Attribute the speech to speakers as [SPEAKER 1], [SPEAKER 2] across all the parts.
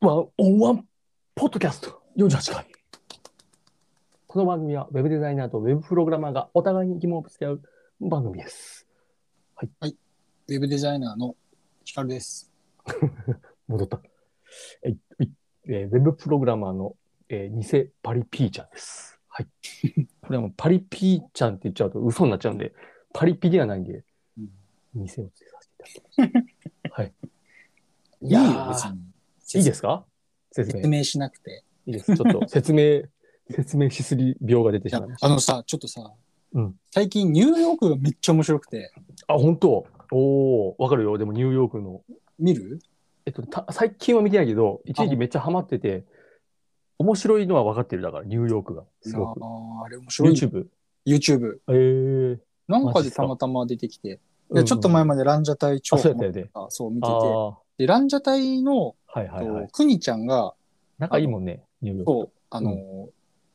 [SPEAKER 1] ワンオンワンポッドキャスト48回。この番組はウェブデザイナーとウェブプログラマーがお互いに疑問をぶつけ合う番組です。
[SPEAKER 2] ウェブデザイナーのヒカルです。
[SPEAKER 1] 戻った。えいえーウェブプログラマーの、えー偽パリピーちゃんです。はい。 これはもうパリピーちゃんって言っちゃうと嘘になっちゃうんで、パリピではないんで、
[SPEAKER 2] うん
[SPEAKER 1] 偽をつけさせていただきました。はい。
[SPEAKER 2] い
[SPEAKER 1] いやー
[SPEAKER 2] いよ、別に。
[SPEAKER 1] いいですか説
[SPEAKER 2] 説
[SPEAKER 1] 明。
[SPEAKER 2] 明しなくて。
[SPEAKER 1] いいです。ちょっと説明、説明しすぎ病が出て
[SPEAKER 2] い
[SPEAKER 1] しま
[SPEAKER 2] や
[SPEAKER 1] いまし、た。
[SPEAKER 2] あのさ、ちょっとさ、
[SPEAKER 1] うん
[SPEAKER 2] 最近ニューヨークがめっちゃ面白くて、
[SPEAKER 1] あ、本当おお、わかるよ。でもニューヨークの。
[SPEAKER 2] 見る
[SPEAKER 1] えっと、た最近は見てないけど、一時
[SPEAKER 2] あ
[SPEAKER 1] 期めっちゃハマってて、面白いのは分かってるだから、ニューヨークが。すごく。
[SPEAKER 2] あーあれ面白い。
[SPEAKER 1] YouTube。
[SPEAKER 2] YouTube。
[SPEAKER 1] えー
[SPEAKER 2] なん
[SPEAKER 1] マ
[SPEAKER 2] か
[SPEAKER 1] ジっ
[SPEAKER 2] です
[SPEAKER 1] か
[SPEAKER 2] たまたま出てきて、
[SPEAKER 1] うんう
[SPEAKER 2] で
[SPEAKER 1] ん
[SPEAKER 2] ちょっと前までランジャタイ超
[SPEAKER 1] あ、そうやったよね。
[SPEAKER 2] あそう見て
[SPEAKER 1] あ
[SPEAKER 2] て、
[SPEAKER 1] あー、
[SPEAKER 2] でランジャタイの、
[SPEAKER 1] はいはいはい
[SPEAKER 2] と。くにちゃんが、
[SPEAKER 1] 仲いいもんね、ニューヨーク。
[SPEAKER 2] そう、あのー、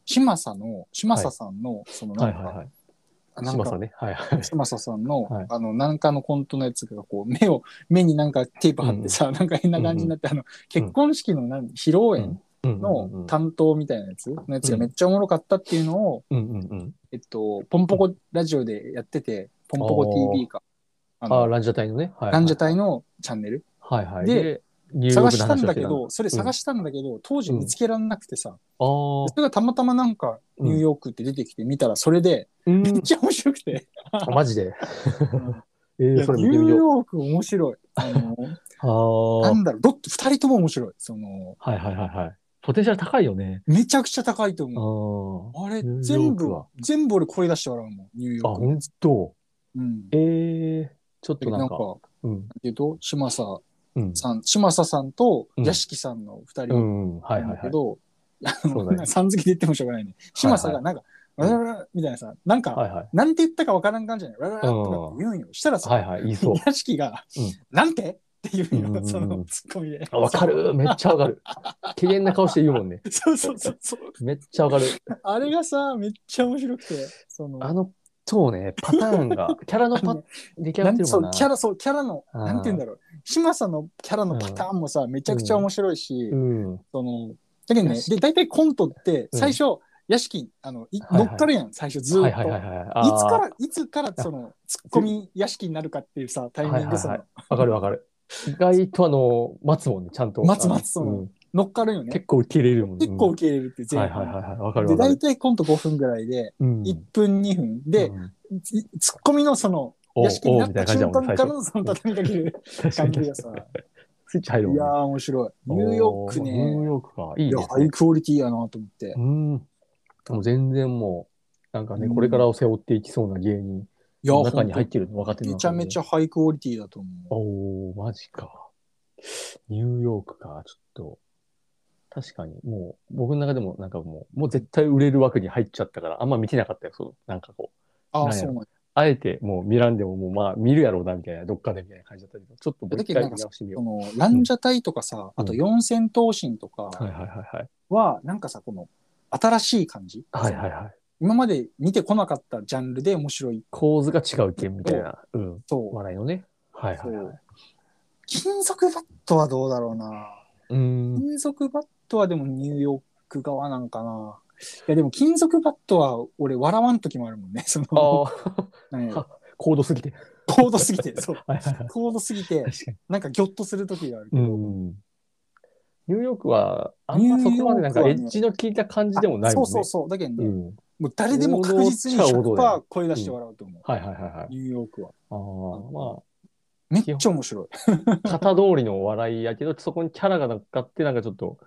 [SPEAKER 2] 嶋佐の、嶋佐さんの、そのな
[SPEAKER 1] は
[SPEAKER 2] ん
[SPEAKER 1] い
[SPEAKER 2] か、
[SPEAKER 1] はいはい。
[SPEAKER 2] な
[SPEAKER 1] 嶋
[SPEAKER 2] んか
[SPEAKER 1] 佐ね。はいはい。
[SPEAKER 2] 嶋佐さんの、
[SPEAKER 1] はい
[SPEAKER 2] あの、なんかのコントのやつが、こう、目を、目になんかテープ貼ってさ、なんか変な感じになって、あの、結婚式のなん披露宴
[SPEAKER 1] うんうんう
[SPEAKER 2] の
[SPEAKER 1] ん
[SPEAKER 2] 担当みたいなやつ、のやつがめっちゃおもろかったっていうのを、
[SPEAKER 1] うんうんうん。
[SPEAKER 2] えっと、ポンポコラジオでやってて、ポンポコ TV か。あ
[SPEAKER 1] あー、
[SPEAKER 2] の、
[SPEAKER 1] ランジャタイのね。はいはい
[SPEAKER 2] ランジャタイのチャンネル。
[SPEAKER 1] はいはい。
[SPEAKER 2] で、
[SPEAKER 1] ニューヨー
[SPEAKER 2] 探
[SPEAKER 1] クの
[SPEAKER 2] したん
[SPEAKER 1] 話を
[SPEAKER 2] だ
[SPEAKER 1] して
[SPEAKER 2] け
[SPEAKER 1] た
[SPEAKER 2] ど、それ探したんだけど、当時見つけられなくてさ、
[SPEAKER 1] あー
[SPEAKER 2] それがたまたまなんか、ニューヨークって出てきて見たら、それで、
[SPEAKER 1] うん
[SPEAKER 2] めっちゃ面白く て。
[SPEAKER 1] あマジで。え
[SPEAKER 2] い
[SPEAKER 1] ー、
[SPEAKER 2] や
[SPEAKER 1] それ
[SPEAKER 2] ニ
[SPEAKER 1] 見て
[SPEAKER 2] ュ
[SPEAKER 1] み
[SPEAKER 2] ー
[SPEAKER 1] よう。
[SPEAKER 2] ヨーク面白い。あの、
[SPEAKER 1] あ
[SPEAKER 2] な
[SPEAKER 1] ー
[SPEAKER 2] んだろう、どっ二人とも面白い。その、
[SPEAKER 1] はいはいはいはい。ポテンシャル高いよね。
[SPEAKER 2] めちゃくちゃ高いと
[SPEAKER 1] あ
[SPEAKER 2] 思う。
[SPEAKER 1] ー
[SPEAKER 2] あれ
[SPEAKER 1] ニューヨ、ー
[SPEAKER 2] 全
[SPEAKER 1] ク
[SPEAKER 2] 部
[SPEAKER 1] は、
[SPEAKER 2] 全部俺声出して笑うもん、ニューヨ
[SPEAKER 1] あ、
[SPEAKER 2] ーク。
[SPEAKER 1] 本当。
[SPEAKER 2] うん。
[SPEAKER 1] えー、ちょっとな
[SPEAKER 2] なん
[SPEAKER 1] ん
[SPEAKER 2] か、
[SPEAKER 1] か、
[SPEAKER 2] なん
[SPEAKER 1] うん、
[SPEAKER 2] ていうと、嶋佐
[SPEAKER 1] うん、
[SPEAKER 2] さん、嶋佐さんと
[SPEAKER 1] うん
[SPEAKER 2] 屋敷さんの二
[SPEAKER 1] う
[SPEAKER 2] 人
[SPEAKER 1] ん、はい
[SPEAKER 2] な
[SPEAKER 1] はい
[SPEAKER 2] んだけ
[SPEAKER 1] はい。
[SPEAKER 2] ど、あ
[SPEAKER 1] そう
[SPEAKER 2] の
[SPEAKER 1] だね
[SPEAKER 2] さん付きで言ってもしょうがないね。嶋佐がなんか、わ
[SPEAKER 1] はい
[SPEAKER 2] らわらみたいなさ、なんか、
[SPEAKER 1] はいはい。
[SPEAKER 2] なんて言ったかわからん感じじゃないわらわらとかって言うんよ。したら
[SPEAKER 1] は
[SPEAKER 2] さ
[SPEAKER 1] い、はい、言いそう。
[SPEAKER 2] 屋敷が
[SPEAKER 1] うん、
[SPEAKER 2] なんてって言うん
[SPEAKER 1] うんうんう
[SPEAKER 2] よ、
[SPEAKER 1] ん
[SPEAKER 2] そのツッコミで。
[SPEAKER 1] あわかる。めっちゃわかる。機嫌な顔して言うもんね。
[SPEAKER 2] そうそうそうそう。
[SPEAKER 1] めっちゃわかる。
[SPEAKER 2] あれがさ、めっちゃ面白くて、その、
[SPEAKER 1] あの、そうね、パターン が、キャラのパ、出来上が
[SPEAKER 2] な
[SPEAKER 1] ってる
[SPEAKER 2] んそ
[SPEAKER 1] も
[SPEAKER 2] う
[SPEAKER 1] な。
[SPEAKER 2] んキャラ、そう、キャラの、
[SPEAKER 1] あー
[SPEAKER 2] なんて言うんだろう。嶋佐のキャラのパターンもさ、めちゃくちゃ面白いし、
[SPEAKER 1] うん。
[SPEAKER 2] その、だけど
[SPEAKER 1] よ
[SPEAKER 2] ね、
[SPEAKER 1] し
[SPEAKER 2] で、大体コントっ
[SPEAKER 1] う
[SPEAKER 2] て、
[SPEAKER 1] ん
[SPEAKER 2] 最初、屋敷、あの、い
[SPEAKER 1] はいは
[SPEAKER 2] 乗
[SPEAKER 1] い
[SPEAKER 2] っかるやん、最初ず
[SPEAKER 1] はい
[SPEAKER 2] ー
[SPEAKER 1] は
[SPEAKER 2] っ
[SPEAKER 1] いはい
[SPEAKER 2] と。
[SPEAKER 1] はい。
[SPEAKER 2] いつか
[SPEAKER 1] あ
[SPEAKER 2] ら、いつから、その、ツッコミ屋敷になるかっていうさ、タイミングで
[SPEAKER 1] はい
[SPEAKER 2] さ
[SPEAKER 1] は、ーわかるわかる。意外とあの、待つもんね、ちゃんと。
[SPEAKER 2] 待つ待つ
[SPEAKER 1] あの
[SPEAKER 2] そう
[SPEAKER 1] うん
[SPEAKER 2] 乗っかるんよね。
[SPEAKER 1] 結構受け入れるもんね。
[SPEAKER 2] 結構受け入れるっていう、
[SPEAKER 1] うん、は
[SPEAKER 2] 全
[SPEAKER 1] いはいはい
[SPEAKER 2] 部。
[SPEAKER 1] はい。わかる
[SPEAKER 2] で、
[SPEAKER 1] わか
[SPEAKER 2] 大
[SPEAKER 1] る。
[SPEAKER 2] 体コント5分ぐらいで、
[SPEAKER 1] うん
[SPEAKER 2] 1分、2分。で、
[SPEAKER 1] うん
[SPEAKER 2] いツッコミのその、
[SPEAKER 1] お
[SPEAKER 2] 屋敷に
[SPEAKER 1] お
[SPEAKER 2] な
[SPEAKER 1] み
[SPEAKER 2] った
[SPEAKER 1] い
[SPEAKER 2] た
[SPEAKER 1] な感じだ
[SPEAKER 2] 瞬
[SPEAKER 1] もんね最初
[SPEAKER 2] 間からのその畳みかける感じがさ、
[SPEAKER 1] スイッチ入るも
[SPEAKER 2] い
[SPEAKER 1] ん
[SPEAKER 2] や
[SPEAKER 1] ね
[SPEAKER 2] ー面白い。ニューヨークね
[SPEAKER 1] おニュー、ヨークか。い
[SPEAKER 2] い
[SPEAKER 1] いで
[SPEAKER 2] や、
[SPEAKER 1] す
[SPEAKER 2] ハイ
[SPEAKER 1] ね。
[SPEAKER 2] クオリティやなと思って
[SPEAKER 1] う。ん。でも全然もう、なんかね、
[SPEAKER 2] うん
[SPEAKER 1] これからを背負っていきそうな芸人
[SPEAKER 2] いや、
[SPEAKER 1] の中に入
[SPEAKER 2] 本
[SPEAKER 1] ってるの分かって
[SPEAKER 2] 当
[SPEAKER 1] る
[SPEAKER 2] めちゃめち
[SPEAKER 1] ゃ。
[SPEAKER 2] ゃハイクオリティだと思う。
[SPEAKER 1] おー、マジか。ニューヨークか、ちょっと。確かに、もう、僕の中でも、なんかもう、もう絶対売れる枠に入っちゃったから、あんま見てなかったよ、その、なんかこう。な
[SPEAKER 2] あ
[SPEAKER 1] ん
[SPEAKER 2] あ、
[SPEAKER 1] や
[SPEAKER 2] そ
[SPEAKER 1] ろ
[SPEAKER 2] うなんだ。
[SPEAKER 1] あえてもう見らんでも、もうまあ、見るやろうな、みたいな、どっかでみたいな感じだったけど、ちょっともう一回見直してみ
[SPEAKER 2] そ
[SPEAKER 1] よ
[SPEAKER 2] の、ランジャタイとかさ、あと四千頭身と
[SPEAKER 1] う。はい
[SPEAKER 2] か
[SPEAKER 1] はいはいはい。
[SPEAKER 2] は、なんかさ、この、新しい感じ。
[SPEAKER 1] はいはいはい。
[SPEAKER 2] 今まで見てこなかったジャンルで面白い。
[SPEAKER 1] 構図が違う件みたいな、うん、
[SPEAKER 2] そう。
[SPEAKER 1] 笑いのね。はいはい
[SPEAKER 2] そ。
[SPEAKER 1] はいう
[SPEAKER 2] 金属バットはどうだろうな。
[SPEAKER 1] うーん。
[SPEAKER 2] 金属バットはでもニューヨーク側なんかな。いやでも金属バットは俺笑わん時もあるもんね。そ
[SPEAKER 1] ああ
[SPEAKER 2] の、
[SPEAKER 1] ー、
[SPEAKER 2] なんやろ
[SPEAKER 1] 高度すぎて。
[SPEAKER 2] 高度すぎて、そう。
[SPEAKER 1] はいはいはい。
[SPEAKER 2] 高度すぎて、
[SPEAKER 1] 確かに。
[SPEAKER 2] なんかギョッとする時があるけ
[SPEAKER 1] う
[SPEAKER 2] ど。
[SPEAKER 1] ん。ニューヨークは、あんまそこまでなんかエ
[SPEAKER 2] ニューヨークはね
[SPEAKER 1] ッジの効いた感じでもないもん
[SPEAKER 2] あ
[SPEAKER 1] ね。
[SPEAKER 2] そうそうそう。だけど
[SPEAKER 1] う
[SPEAKER 2] ね、
[SPEAKER 1] ん。
[SPEAKER 2] もう誰でも確実
[SPEAKER 1] 王
[SPEAKER 2] に
[SPEAKER 1] 道っちゃ王道だよ
[SPEAKER 2] 100%声出して笑うと思う。
[SPEAKER 1] はいはいはいはい。
[SPEAKER 2] ニューヨークは。
[SPEAKER 1] ああ、
[SPEAKER 2] めっちゃ面白い。
[SPEAKER 1] まあ、型通りの笑いやけど、そこにキャラが乗っかって、なんかちょっと、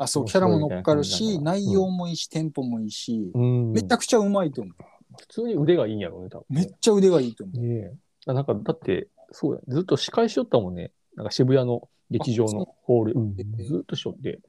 [SPEAKER 2] あ、そう、
[SPEAKER 1] 面
[SPEAKER 2] キャ
[SPEAKER 1] 白い
[SPEAKER 2] ラ
[SPEAKER 1] ね
[SPEAKER 2] も乗っかる
[SPEAKER 1] う
[SPEAKER 2] し、
[SPEAKER 1] ん
[SPEAKER 2] 内容もいいし、テンポもいいし、
[SPEAKER 1] うん。
[SPEAKER 2] めちゃくちゃうまいと思う。
[SPEAKER 1] 普通に腕がいいんやろうね、多分
[SPEAKER 2] め
[SPEAKER 1] ね。
[SPEAKER 2] っちゃ腕がいいと思う。
[SPEAKER 1] ねえ。あなんか、だって、そうや、ずっと司会しよったもんね。なんか渋谷の劇場のホール、うん
[SPEAKER 2] ええ
[SPEAKER 1] ずっとしよって。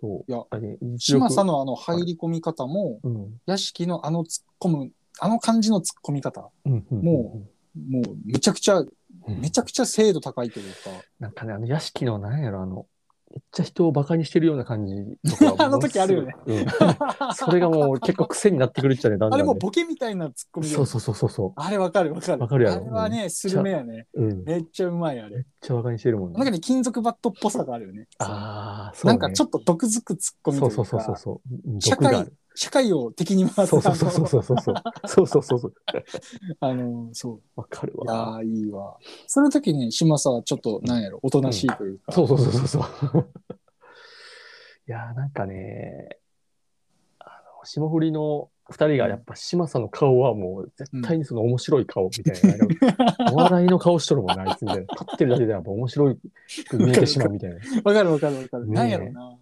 [SPEAKER 1] そう。
[SPEAKER 2] いや
[SPEAKER 1] あれ、
[SPEAKER 2] 嶋佐
[SPEAKER 1] の。
[SPEAKER 2] のあの入り込み方も、
[SPEAKER 1] うん。
[SPEAKER 2] 屋敷のあの突っ込む、あの感じの突っ込み方、
[SPEAKER 1] うんうん
[SPEAKER 2] ももうめちゃくちゃ、
[SPEAKER 1] うん、
[SPEAKER 2] めちゃくちゃ精度高いというか、
[SPEAKER 1] なんかね、あの屋敷の、なんやろ、あの、めっちゃ人をバカにしてるような感じとか
[SPEAKER 2] あの時あるよね
[SPEAKER 1] ものすごいうんそれがもう結構癖になってくるっちゃねだんだ
[SPEAKER 2] あ
[SPEAKER 1] ん、ね、
[SPEAKER 2] れもボケみたいなツッコミだ
[SPEAKER 1] そ
[SPEAKER 2] よ
[SPEAKER 1] うそうそうそうそ
[SPEAKER 2] あれわかるわかる。
[SPEAKER 1] わかるやろ
[SPEAKER 2] あれはね、スルメやね。
[SPEAKER 1] う、うん、めっ
[SPEAKER 2] めっちゃうまいあれ。
[SPEAKER 1] ちゃバカにしてるもん
[SPEAKER 2] なんか
[SPEAKER 1] ね
[SPEAKER 2] ね、金属バットっぽさがあるよね。
[SPEAKER 1] ああそう、
[SPEAKER 2] な
[SPEAKER 1] ね、
[SPEAKER 2] んかちょっと毒づくツッコミと
[SPEAKER 1] そ
[SPEAKER 2] いうか
[SPEAKER 1] そうそうそうそう
[SPEAKER 2] 社
[SPEAKER 1] 毒
[SPEAKER 2] 会
[SPEAKER 1] がある
[SPEAKER 2] 社会を敵に回す
[SPEAKER 1] そうそうそうそうそうそうそうそうそうそうそう
[SPEAKER 2] あのあのそう。
[SPEAKER 1] わかる
[SPEAKER 2] いや
[SPEAKER 1] わ
[SPEAKER 2] ー、いいわ。その時に、嶋佐はちょっと、なんやろ、おとなしいというか。
[SPEAKER 1] そうそうそうそうそういやーなんかねあの霜降りの二人がやっぱ嶋佐の顔はもう絶対にその面白い顔みたいな、 お笑いの顔しとるもんなあいつみたいな立ってるだけでやっぱ面白く見えてしまうみたいな
[SPEAKER 2] わかるわかるわかる。
[SPEAKER 1] ねえ
[SPEAKER 2] なんやろな。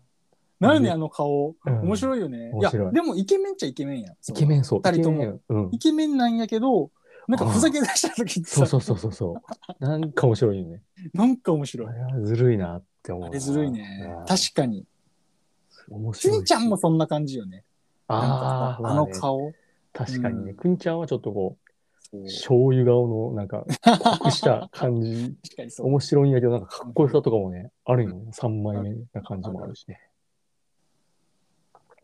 [SPEAKER 2] なんやねんあの顔。
[SPEAKER 1] うん
[SPEAKER 2] 面白いよね。い
[SPEAKER 1] 面
[SPEAKER 2] や、
[SPEAKER 1] 白い
[SPEAKER 2] でもイケメンっちゃイケメンやん。
[SPEAKER 1] イケメンそう
[SPEAKER 2] 二人とも
[SPEAKER 1] イケメンうん
[SPEAKER 2] イケメンなんやけど、なんかふざけ出した時って
[SPEAKER 1] そう
[SPEAKER 2] さ
[SPEAKER 1] そうそうそうそうなんか面白いよね
[SPEAKER 2] なんか面白い
[SPEAKER 1] あ。れはずるいなって思う
[SPEAKER 2] あ
[SPEAKER 1] な
[SPEAKER 2] れずるいね
[SPEAKER 1] うん。
[SPEAKER 2] 確かに。
[SPEAKER 1] 面
[SPEAKER 2] し
[SPEAKER 1] 白い
[SPEAKER 2] んちゃんもそんな感じよね。なん
[SPEAKER 1] あ
[SPEAKER 2] か
[SPEAKER 1] ー
[SPEAKER 2] さあの顔。
[SPEAKER 1] 確かにね、
[SPEAKER 2] うん
[SPEAKER 1] くんちゃんはちょっとこ
[SPEAKER 2] そう
[SPEAKER 1] う、醤油顔のなんか、濃くした感じ、
[SPEAKER 2] 確かにそう。
[SPEAKER 1] 面白いんやけど、なんかかっこよさとかもね、あるよね。3枚目な感じもあるしね。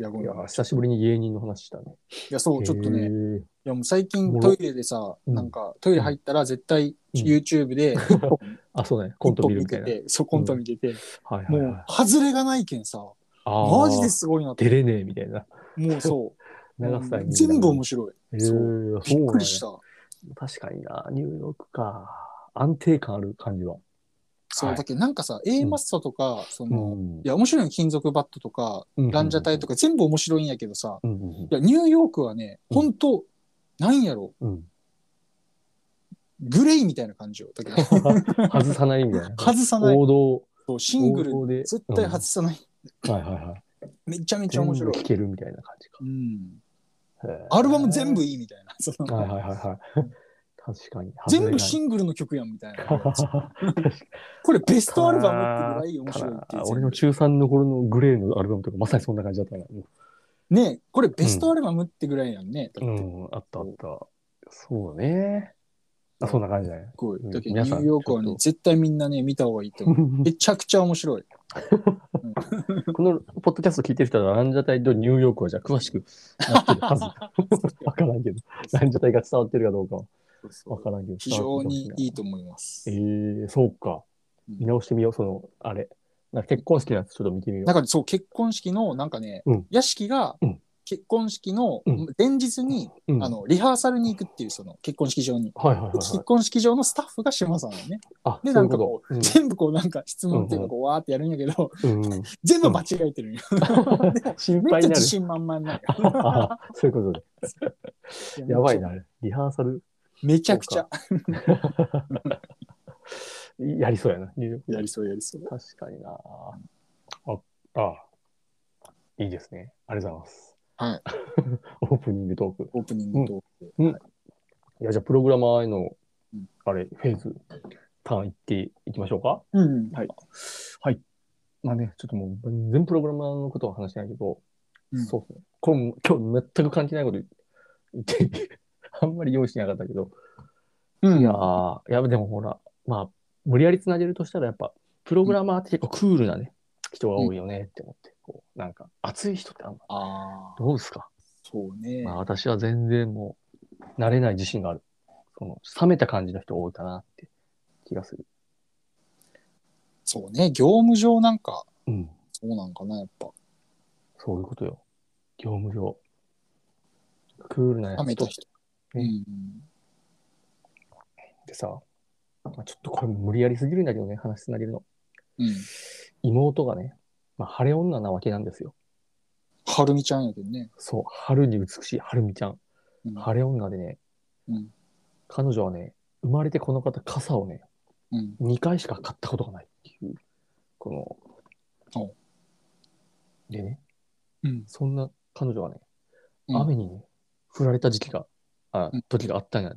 [SPEAKER 2] いや、ご
[SPEAKER 1] い
[SPEAKER 2] めん
[SPEAKER 1] や
[SPEAKER 2] い、
[SPEAKER 1] 久しぶりに芸人の話したね。
[SPEAKER 2] や、そう、ちょっと
[SPEAKER 1] へ
[SPEAKER 2] ね。
[SPEAKER 1] ー
[SPEAKER 2] いや、もう最
[SPEAKER 1] お
[SPEAKER 2] 近
[SPEAKER 1] も
[SPEAKER 2] ト
[SPEAKER 1] ろ
[SPEAKER 2] イレでさ、
[SPEAKER 1] うん
[SPEAKER 2] なんか、トイレ入ったら絶対 YouTube で、
[SPEAKER 1] あ、そうね、コント見るみたいな。
[SPEAKER 2] 一本見ててそう、コント見てて、
[SPEAKER 1] はいはい、
[SPEAKER 2] もう
[SPEAKER 1] は、
[SPEAKER 2] 外れがないけんさ、
[SPEAKER 1] い。。
[SPEAKER 2] マジですすごいなって。
[SPEAKER 1] 出れねえみたいな。
[SPEAKER 2] もうそ
[SPEAKER 1] 長さ
[SPEAKER 2] う。全部面白い。
[SPEAKER 1] 白
[SPEAKER 2] そうびっくりした。
[SPEAKER 1] 確かにな、ニューヨークか。安定感ある感じは。
[SPEAKER 2] そう、
[SPEAKER 1] はい
[SPEAKER 2] だけどなんかさ、A マッソとか、その、
[SPEAKER 1] ん
[SPEAKER 2] いや、面白いの金属バットとか、ランジャタイと
[SPEAKER 1] か。
[SPEAKER 2] か全部面白いんやけどさ、
[SPEAKER 1] うんうんうん
[SPEAKER 2] いや、ニューヨークはね、
[SPEAKER 1] うん
[SPEAKER 2] ほんと、なんやろ、
[SPEAKER 1] うん。
[SPEAKER 2] グレイみたいな感じよ。だけど、
[SPEAKER 1] 外さないみたいな。
[SPEAKER 2] 外さない。
[SPEAKER 1] 王道。
[SPEAKER 2] そうシング
[SPEAKER 1] 王道
[SPEAKER 2] ル、
[SPEAKER 1] で
[SPEAKER 2] 絶対外さない。
[SPEAKER 1] はいはいはい。
[SPEAKER 2] めちゃめちゃ面白い
[SPEAKER 1] 全部。聴けるみたいな感じか。
[SPEAKER 2] うん。
[SPEAKER 1] へー
[SPEAKER 2] アルバム全部いいみたいな。 その
[SPEAKER 1] はいはいはいはい。 確かに。
[SPEAKER 2] 全部シ
[SPEAKER 1] ン
[SPEAKER 2] ングルの曲やんみたいな。
[SPEAKER 1] 確か
[SPEAKER 2] これベストアルバムってぐらい面白いってい
[SPEAKER 1] に
[SPEAKER 2] う。
[SPEAKER 1] 俺の中3の頃のグレーのアルバムとかまさにそんな感じだったな。
[SPEAKER 2] ねこれベストアルバムってぐらいやんね。だ
[SPEAKER 1] う
[SPEAKER 2] って
[SPEAKER 1] ん、あったあった。そうだね。あ、そんな感 じだね
[SPEAKER 2] す。ごい。
[SPEAKER 1] うん
[SPEAKER 2] だけど
[SPEAKER 1] 皆
[SPEAKER 2] ニュ
[SPEAKER 1] さん
[SPEAKER 2] ーヨークはね
[SPEAKER 1] ちょっ、と
[SPEAKER 2] 絶対みんなね、見た方がいいと思う。めちゃくちゃ 面白い。
[SPEAKER 1] このポッドキャスト聞いてる人はランジャタイとニューヨークはじゃあ詳しくなってるはず。 わからんけど。ランジャタイが伝わってるかどうかはわからんけど。
[SPEAKER 2] 非常にいいと
[SPEAKER 1] 思
[SPEAKER 2] 思います
[SPEAKER 1] ええ。ー、そうか。見直してみよう、その、あれ。なんか結婚式のやつちょっと見てみよう
[SPEAKER 2] だ。からそう、結婚式の、なんかね
[SPEAKER 1] うん、
[SPEAKER 2] 屋敷が
[SPEAKER 1] うん
[SPEAKER 2] 結婚式の
[SPEAKER 1] うん
[SPEAKER 2] 前日に、
[SPEAKER 1] うん
[SPEAKER 2] あの、リハーサルに行くっていう、その、結婚式場に。
[SPEAKER 1] はいはいはい、
[SPEAKER 2] で
[SPEAKER 1] は
[SPEAKER 2] 結
[SPEAKER 1] い。
[SPEAKER 2] 婚式場のスタッフが島さんだよね。
[SPEAKER 1] あ、
[SPEAKER 2] で、
[SPEAKER 1] そ
[SPEAKER 2] な
[SPEAKER 1] ういう
[SPEAKER 2] んか
[SPEAKER 1] こ
[SPEAKER 2] ことう、全部こう、なんか質問っていう
[SPEAKER 1] うんう
[SPEAKER 2] か、
[SPEAKER 1] ん
[SPEAKER 2] こう、わーってやるんやけど、
[SPEAKER 1] うんうんうん
[SPEAKER 2] 全部間違えてるんよ。
[SPEAKER 1] 心
[SPEAKER 2] めっ
[SPEAKER 1] 配
[SPEAKER 2] ちゃ
[SPEAKER 1] にな
[SPEAKER 2] 自
[SPEAKER 1] る。
[SPEAKER 2] 信満々なんよ
[SPEAKER 1] あそういう ことで。 やばいな、あれリハーサル
[SPEAKER 2] めちゃくちゃ。
[SPEAKER 1] やりそうやな。ニューヨーク
[SPEAKER 2] やりそうやりそう。
[SPEAKER 1] 確かにな。あ、あ、いいですね。ありがとうございます。
[SPEAKER 2] はい。
[SPEAKER 1] オープニングトーク。
[SPEAKER 2] オープニングトーク。
[SPEAKER 1] いや、じゃあ、プログラマーへの
[SPEAKER 2] うん、
[SPEAKER 1] あれ、フェーズ、ターンいっていきましょうか。
[SPEAKER 2] うん。はい。
[SPEAKER 1] はい。まあね、ちょっともう、全然プログラマーのことは話してないけど、
[SPEAKER 2] うん
[SPEAKER 1] そうですね。これも今日全く関係ないこと言って、 あんまり用意してなかったけど、
[SPEAKER 2] うん。
[SPEAKER 1] いやー、いやでもほら、まあ、無理やりつなげるとしたら、やっぱ、プログラマーって結構クールなね、人が多いよねって思って、こう、なんか、熱い人ってあんま、
[SPEAKER 2] ああ、
[SPEAKER 1] どうですか、
[SPEAKER 2] そうね。
[SPEAKER 1] まあ、私は全然もう、慣れない自信がある。その、冷めた感じの人多いかなって気がする。
[SPEAKER 2] そうね。業務上なんか、
[SPEAKER 1] うん。
[SPEAKER 2] そうなんかな、やっぱ。
[SPEAKER 1] そういうことよ。業務上。クールなや
[SPEAKER 2] 冷め
[SPEAKER 1] つ
[SPEAKER 2] た
[SPEAKER 1] と
[SPEAKER 2] 人。う
[SPEAKER 1] うん
[SPEAKER 2] ん。
[SPEAKER 1] ってさ、まあ、ちょっとこれ無理やりすぎるんだけどね、話つなげるの。
[SPEAKER 2] うん。
[SPEAKER 1] 妹がね、まあ、晴れ女なわけなんですよ。
[SPEAKER 2] はるみちゃんやけどね。
[SPEAKER 1] そう、春に美しい春美ちゃん。
[SPEAKER 2] うん
[SPEAKER 1] 晴れ女でね、
[SPEAKER 2] うん
[SPEAKER 1] 彼女はね、生まれてこの方、傘をね、
[SPEAKER 2] うん。
[SPEAKER 1] 2回しか買ったことがないっていう、この
[SPEAKER 2] お、
[SPEAKER 1] でね、
[SPEAKER 2] うん。
[SPEAKER 1] そんな彼女はね、
[SPEAKER 2] うん
[SPEAKER 1] 雨にね、降られた時期が、あ
[SPEAKER 2] うん
[SPEAKER 1] 時があったんや、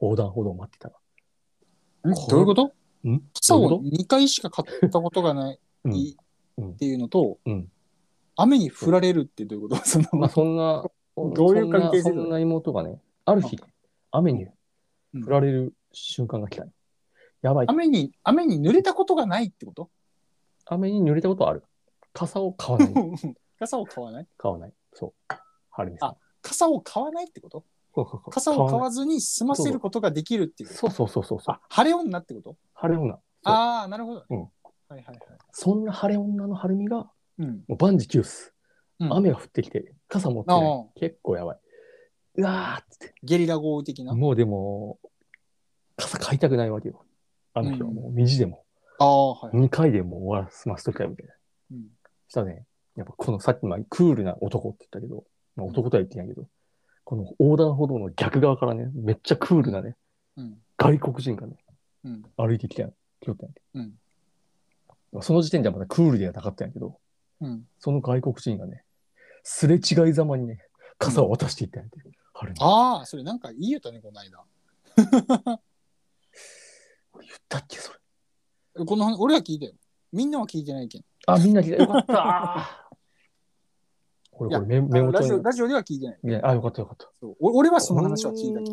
[SPEAKER 1] 横断歩道を待ってたら。
[SPEAKER 2] どういうこと
[SPEAKER 1] ん
[SPEAKER 2] 草
[SPEAKER 1] どういう
[SPEAKER 2] を
[SPEAKER 1] こ
[SPEAKER 2] 2回しか買ったことがない
[SPEAKER 1] とうんうん
[SPEAKER 2] っていうのと
[SPEAKER 1] うん、
[SPEAKER 2] 雨に降られるってどういうこと その
[SPEAKER 1] まあそんな、
[SPEAKER 2] どういう関係
[SPEAKER 1] そ
[SPEAKER 2] 性
[SPEAKER 1] ん
[SPEAKER 2] だ
[SPEAKER 1] なそんな妹がね、ある日、雨に降られる瞬間が来た、やばい。
[SPEAKER 2] 雨に、雨に濡れたことがないってこと
[SPEAKER 1] 雨に濡れたことはある。傘を買わ ない。
[SPEAKER 2] 傘を買わない
[SPEAKER 1] 買わない。そう。春美さん。
[SPEAKER 2] 傘を買わないってこと
[SPEAKER 1] そうそうそう
[SPEAKER 2] 傘を買
[SPEAKER 1] 買わ
[SPEAKER 2] わずに済ませることができるっていう
[SPEAKER 1] ない。。そうそうそうそうそう。
[SPEAKER 2] あ、晴れ女ってこと
[SPEAKER 1] 晴れ女。そう
[SPEAKER 2] ああ、なるほどね。
[SPEAKER 1] うん
[SPEAKER 2] はいはいはい。
[SPEAKER 1] そんな晴れ女の春美が、
[SPEAKER 2] うん。
[SPEAKER 1] もう万事休す。
[SPEAKER 2] うん
[SPEAKER 1] 雨が降ってきて、傘持って
[SPEAKER 2] あ
[SPEAKER 1] ない
[SPEAKER 2] あ。
[SPEAKER 1] 結構やばい。うわーっつって。
[SPEAKER 2] ゲリラ豪雨的な。
[SPEAKER 1] もうでも、傘買いたくないわけよ。あの日はもう、虹でも、
[SPEAKER 2] ああ、はい。
[SPEAKER 1] 2回でもう終わらせますときたいみたいな。
[SPEAKER 2] うん
[SPEAKER 1] したらね、やっぱこのさっきまあクールな男って言ったけど、まあ、男とは言ってないけど、この横断歩道の逆側からね、めっちゃクールなね、
[SPEAKER 2] うん。
[SPEAKER 1] 外国人がね、
[SPEAKER 2] うん。
[SPEAKER 1] 歩いてきたんや、来よったんやけ
[SPEAKER 2] うん
[SPEAKER 1] ど。その時点ではまだクールではなかったんやけど、
[SPEAKER 2] うん。
[SPEAKER 1] その外国人がね、すれ違いざまにね、傘を渡していったんやて、春に。
[SPEAKER 2] ああ、それなんか言いよったね、この間。
[SPEAKER 1] 俺言ったっけ、それ。
[SPEAKER 2] この話、俺は聞いたよ。みんなは聞いてないけん。
[SPEAKER 1] あ、みんな聞いた。よかった。俺、 これメ、メモ
[SPEAKER 2] ラ
[SPEAKER 1] 帳
[SPEAKER 2] ジオ
[SPEAKER 1] に。
[SPEAKER 2] ラジオでは聞いてない。
[SPEAKER 1] いやあ、よかったよかった。
[SPEAKER 2] そうお俺はその話は聞いたけ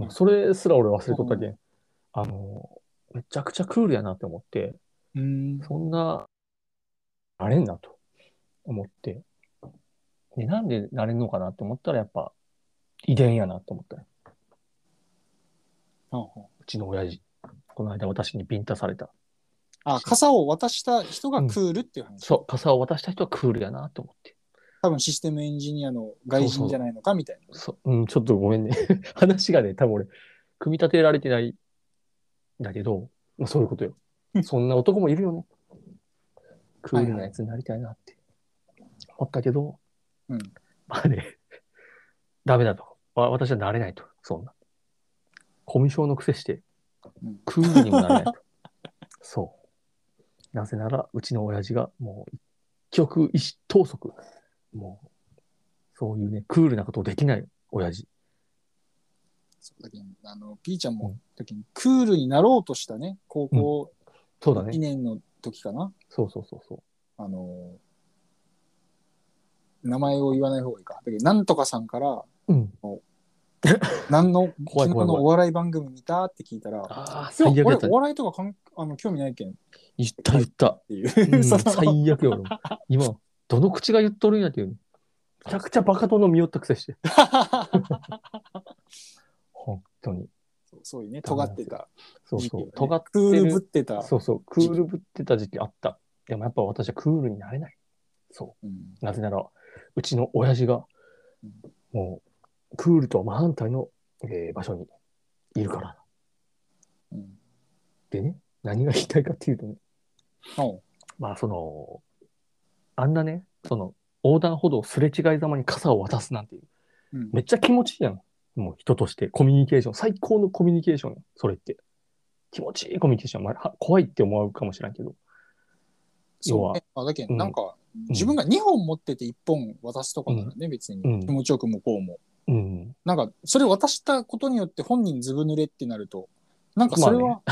[SPEAKER 2] ど。
[SPEAKER 1] たそれすら俺忘れとったけん、あの、めちゃくちゃクールやなって思って、
[SPEAKER 2] うん。
[SPEAKER 1] そんな、なれんなと思って。で、なんでなれんのかなって思ったら、やっぱ、遺伝やなと思ったね。
[SPEAKER 2] ああ
[SPEAKER 1] うちの親父。この間私にビンタされた。
[SPEAKER 2] あ、傘を渡した人がクールっていう話。
[SPEAKER 1] そう、傘を渡した人はクールやなと思って。
[SPEAKER 2] 多分システムエンジニアの外人じゃないのかみたいな。
[SPEAKER 1] そう、 うん、ちょっとごめんね。話がね、多分俺、組み立てられてないんだけど、まあそういうことよ。そんな男もいるよね。 クールなやつになりたいなって思ったけど、
[SPEAKER 2] うん
[SPEAKER 1] まあね、ダメだと。わ私はなれないと。そんな。コミュ障の癖して
[SPEAKER 2] うん、
[SPEAKER 1] クールにもなれないと。そう。なぜなら、うちの親父がもう一曲一投足、もう、そういうね、クールなことをできない親父。
[SPEAKER 2] そうだけどあの、ピーちゃんも、時にクールになろうとしたね、高校
[SPEAKER 1] そうだ
[SPEAKER 2] 2
[SPEAKER 1] ね。
[SPEAKER 2] 年の時かな。
[SPEAKER 1] そうそうそうそう。
[SPEAKER 2] あの、名前を言わない方がいいか。だけど、なんとかさんから、
[SPEAKER 1] うん。
[SPEAKER 2] 何の、
[SPEAKER 1] 怖い怖い怖い
[SPEAKER 2] 昨日のお笑い番組見たって聞いたら、
[SPEAKER 1] ああ、
[SPEAKER 2] い
[SPEAKER 1] 最悪
[SPEAKER 2] や、
[SPEAKER 1] や
[SPEAKER 2] 俺
[SPEAKER 1] った
[SPEAKER 2] お。笑いとかかんあの興味ないけんっ
[SPEAKER 1] 言った言 った。
[SPEAKER 2] ていう。
[SPEAKER 1] うん
[SPEAKER 2] その
[SPEAKER 1] 最悪よ。 俺も今、どの口が言っとるんやっていうね。めちゃくちゃバカ殿見よったくせして。 本当に。
[SPEAKER 2] そうそういうね、尖ってた
[SPEAKER 1] そう
[SPEAKER 2] 時期
[SPEAKER 1] そ
[SPEAKER 2] をね、
[SPEAKER 1] う。尖っ
[SPEAKER 2] クー
[SPEAKER 1] て
[SPEAKER 2] ルぶっ
[SPEAKER 1] る。
[SPEAKER 2] てた。
[SPEAKER 1] そうそう。クールぶってた時期あった。でもやっぱ私はクールになれない。そう。
[SPEAKER 2] うん
[SPEAKER 1] なぜなら、うちの親父が
[SPEAKER 2] うん、
[SPEAKER 1] もう、クールとは真反対の、えー場所にいるから。
[SPEAKER 2] うん
[SPEAKER 1] でね、何が言いたいかっていうとね、
[SPEAKER 2] おう
[SPEAKER 1] まあその、あんなね、その、横断歩道すれ違いざまに傘を渡すなんていう、
[SPEAKER 2] うん
[SPEAKER 1] めっちゃ気持ちいいやん。もう人として、コミュニケーション、最高のコミュニケーションよそれって。気持ちいいコミュニケーション、まあは怖いって思うかもしれんけど、要
[SPEAKER 2] そう
[SPEAKER 1] は
[SPEAKER 2] ね。あだけ
[SPEAKER 1] うん
[SPEAKER 2] ん、なんか、自分が2本持ってて1本渡すとかならね、別に
[SPEAKER 1] うん
[SPEAKER 2] 気持ちよく向こうも。
[SPEAKER 1] うん、
[SPEAKER 2] なんか、それ渡したことによって本人ずぶ濡れってなると、なんかそれは、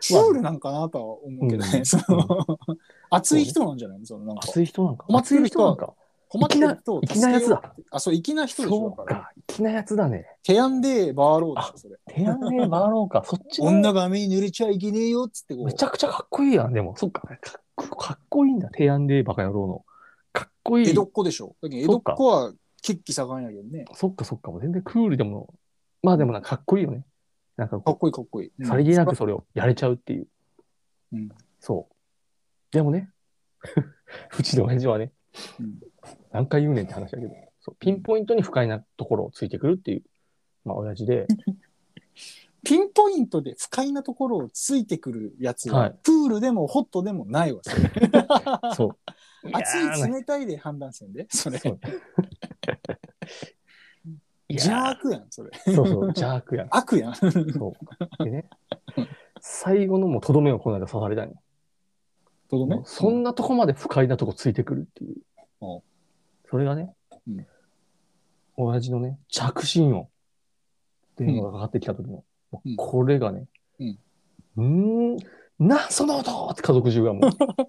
[SPEAKER 2] シュールなんかなとは思うけど
[SPEAKER 1] う
[SPEAKER 2] ね、
[SPEAKER 1] ん
[SPEAKER 2] その、熱い人なんじゃないのその、なんか、
[SPEAKER 1] 熱い人なんか、
[SPEAKER 2] 困ってる
[SPEAKER 1] 熱
[SPEAKER 2] 人は
[SPEAKER 1] いなんか、
[SPEAKER 2] 困ってる人を
[SPEAKER 1] 粋なやつ
[SPEAKER 2] よう
[SPEAKER 1] だ。
[SPEAKER 2] あ、そう、粋な人でし
[SPEAKER 1] そ
[SPEAKER 2] ょ、
[SPEAKER 1] う
[SPEAKER 2] だから。
[SPEAKER 1] か、粋なやつだね。
[SPEAKER 2] 手案でバーローでしょ、それ。
[SPEAKER 1] 手やねえ、回ろう か、そっちの
[SPEAKER 2] 女が雨に濡れちゃいけねえよっつってこ
[SPEAKER 1] めち
[SPEAKER 2] う。
[SPEAKER 1] ゃくちゃかっこいいやん、でも。そっか。かっこかっこいいんだ、提案でバカ野郎の。かっこいい。
[SPEAKER 2] 江戸っ子でしょ。だけど江戸っ子は血気盛んやけどね。
[SPEAKER 1] そっかそっか。もう全然クールでも、まあでもなんかかっこいいよね。なんか
[SPEAKER 2] か
[SPEAKER 1] こ
[SPEAKER 2] っこいいかっこいい。う
[SPEAKER 1] う、
[SPEAKER 2] ん
[SPEAKER 1] さりげなくそれをやれちゃうっていう。
[SPEAKER 2] うん
[SPEAKER 1] そう。でもね、 うちの親父はね、
[SPEAKER 2] うん
[SPEAKER 1] 何回言うねんって話だけど、そうピンポイントに不快なところをついてくるっていう、まあ親父 で、
[SPEAKER 2] ピンポイントで不快なところをついてくるやつ
[SPEAKER 1] は、
[SPEAKER 2] はいプールでもホットでもないわ。そ れ
[SPEAKER 1] そう。
[SPEAKER 2] 熱
[SPEAKER 1] やー
[SPEAKER 2] い、冷たいで判断せんで。それ。
[SPEAKER 1] そういやー
[SPEAKER 2] 邪悪やん、それ。
[SPEAKER 1] そうそう、邪悪やん。
[SPEAKER 2] 悪やん。
[SPEAKER 1] そう。でね、最後のもうとどめをこの間刺されたんよ
[SPEAKER 2] とどめ
[SPEAKER 1] もうそんなとこまで不快なとこついてくるっていう。
[SPEAKER 2] うん
[SPEAKER 1] それがね、
[SPEAKER 2] うん
[SPEAKER 1] 親父のね、着信音。電話がかかってきた時の、もうこれがね、
[SPEAKER 2] うん
[SPEAKER 1] うーん、な、その音って家族中がも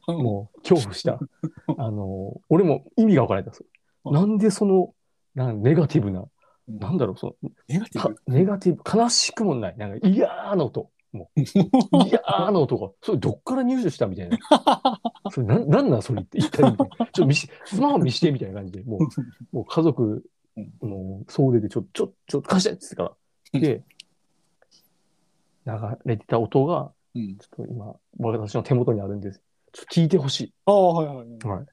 [SPEAKER 1] う、
[SPEAKER 2] うん
[SPEAKER 1] もう恐怖した。あのー、俺も意味が分からないです。
[SPEAKER 2] うん
[SPEAKER 1] なんでその、なんネガティブな、
[SPEAKER 2] うん
[SPEAKER 1] なんだろう、その、
[SPEAKER 2] ネガティ
[SPEAKER 1] か
[SPEAKER 2] ブ。
[SPEAKER 1] ネガティブ、悲しくもない、なんか嫌な音。も う。いやーの音が、それどっから入手したみたいな。それなんなんなんそれって一体みたいな。ちょっと見し、スマホ見してみたいな感じで、 もう、もう家族
[SPEAKER 2] うん、
[SPEAKER 1] もう総出でちょ、ちょ、ちょ、貸してっつってから。で、流れてた音が、
[SPEAKER 2] うん。
[SPEAKER 1] ちょっと今、私の手元にあるんです。ちょっと聞いてほしい。
[SPEAKER 2] ああ、はいは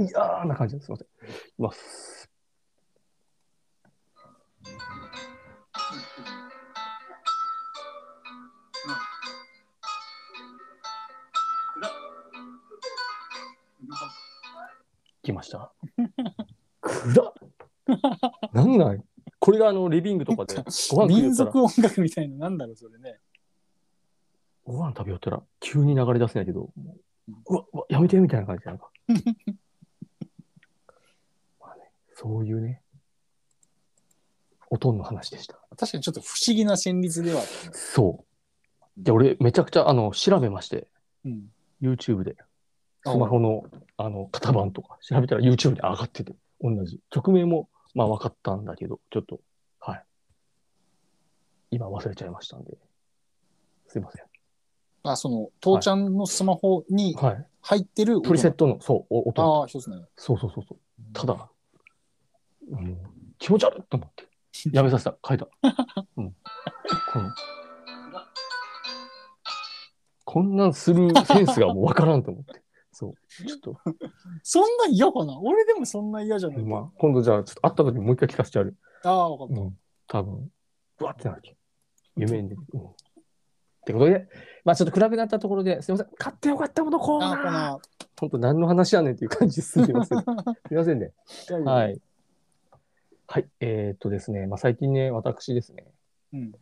[SPEAKER 2] い。
[SPEAKER 1] いやーな感じです。すいません。いきます。来ました。暗っ。なんなんこれがあの、リビングとかで ご飯食いよ
[SPEAKER 2] 民
[SPEAKER 1] ったら、
[SPEAKER 2] 族音楽みたいな、なんだろう、それね。
[SPEAKER 1] ご飯食べよったら、急に流れ出せないけど、うわ、うわやめてみたいな感じ なんか。まあね、そういうね、おとんの話でした。
[SPEAKER 2] 確かにちょっと不思議な旋律ではあったね
[SPEAKER 1] そう。で、俺、めちゃくちゃ、あの、調べまして、
[SPEAKER 2] うん。
[SPEAKER 1] YouTube で、スマホの、あの、型番とか、調べたら YouTube で上がってて、同じ。曲名も、まあ、分かったんだけど、ちょっと、はい。今、忘れちゃいましたんで、すいません。
[SPEAKER 2] あ、その、父ちゃんのスマホに
[SPEAKER 1] はい。
[SPEAKER 2] 入ってる
[SPEAKER 1] プリセット
[SPEAKER 2] ト。
[SPEAKER 1] の、そう、お音。
[SPEAKER 2] ああ、一つなの。
[SPEAKER 1] そうそうそうそう。ただ、もう気持ち悪いと思って、やめさせた、書い た。うん、このこんなんするセンスがもうわからんと思って。そう。ちょっと、
[SPEAKER 2] そんな嫌かな俺でもそんな嫌じゃない。
[SPEAKER 1] まあ、今度じゃあ、ちょっと会った時にもう一回聞かせてやる。
[SPEAKER 2] ああ、わかった。
[SPEAKER 1] うん、多分、ぶわってなるけん夢に出てくる。うんってことで、まあちょっと暗くなったところで、すみません、買ってよかったものコー
[SPEAKER 2] ああ、か
[SPEAKER 1] ナー。
[SPEAKER 2] な。
[SPEAKER 1] 本当何の話やねんっていう感じすみません。すみませんね。
[SPEAKER 2] 大丈夫
[SPEAKER 1] は。い。はい。えーっとですね、まあ、最近ね、私ですね、
[SPEAKER 2] うん。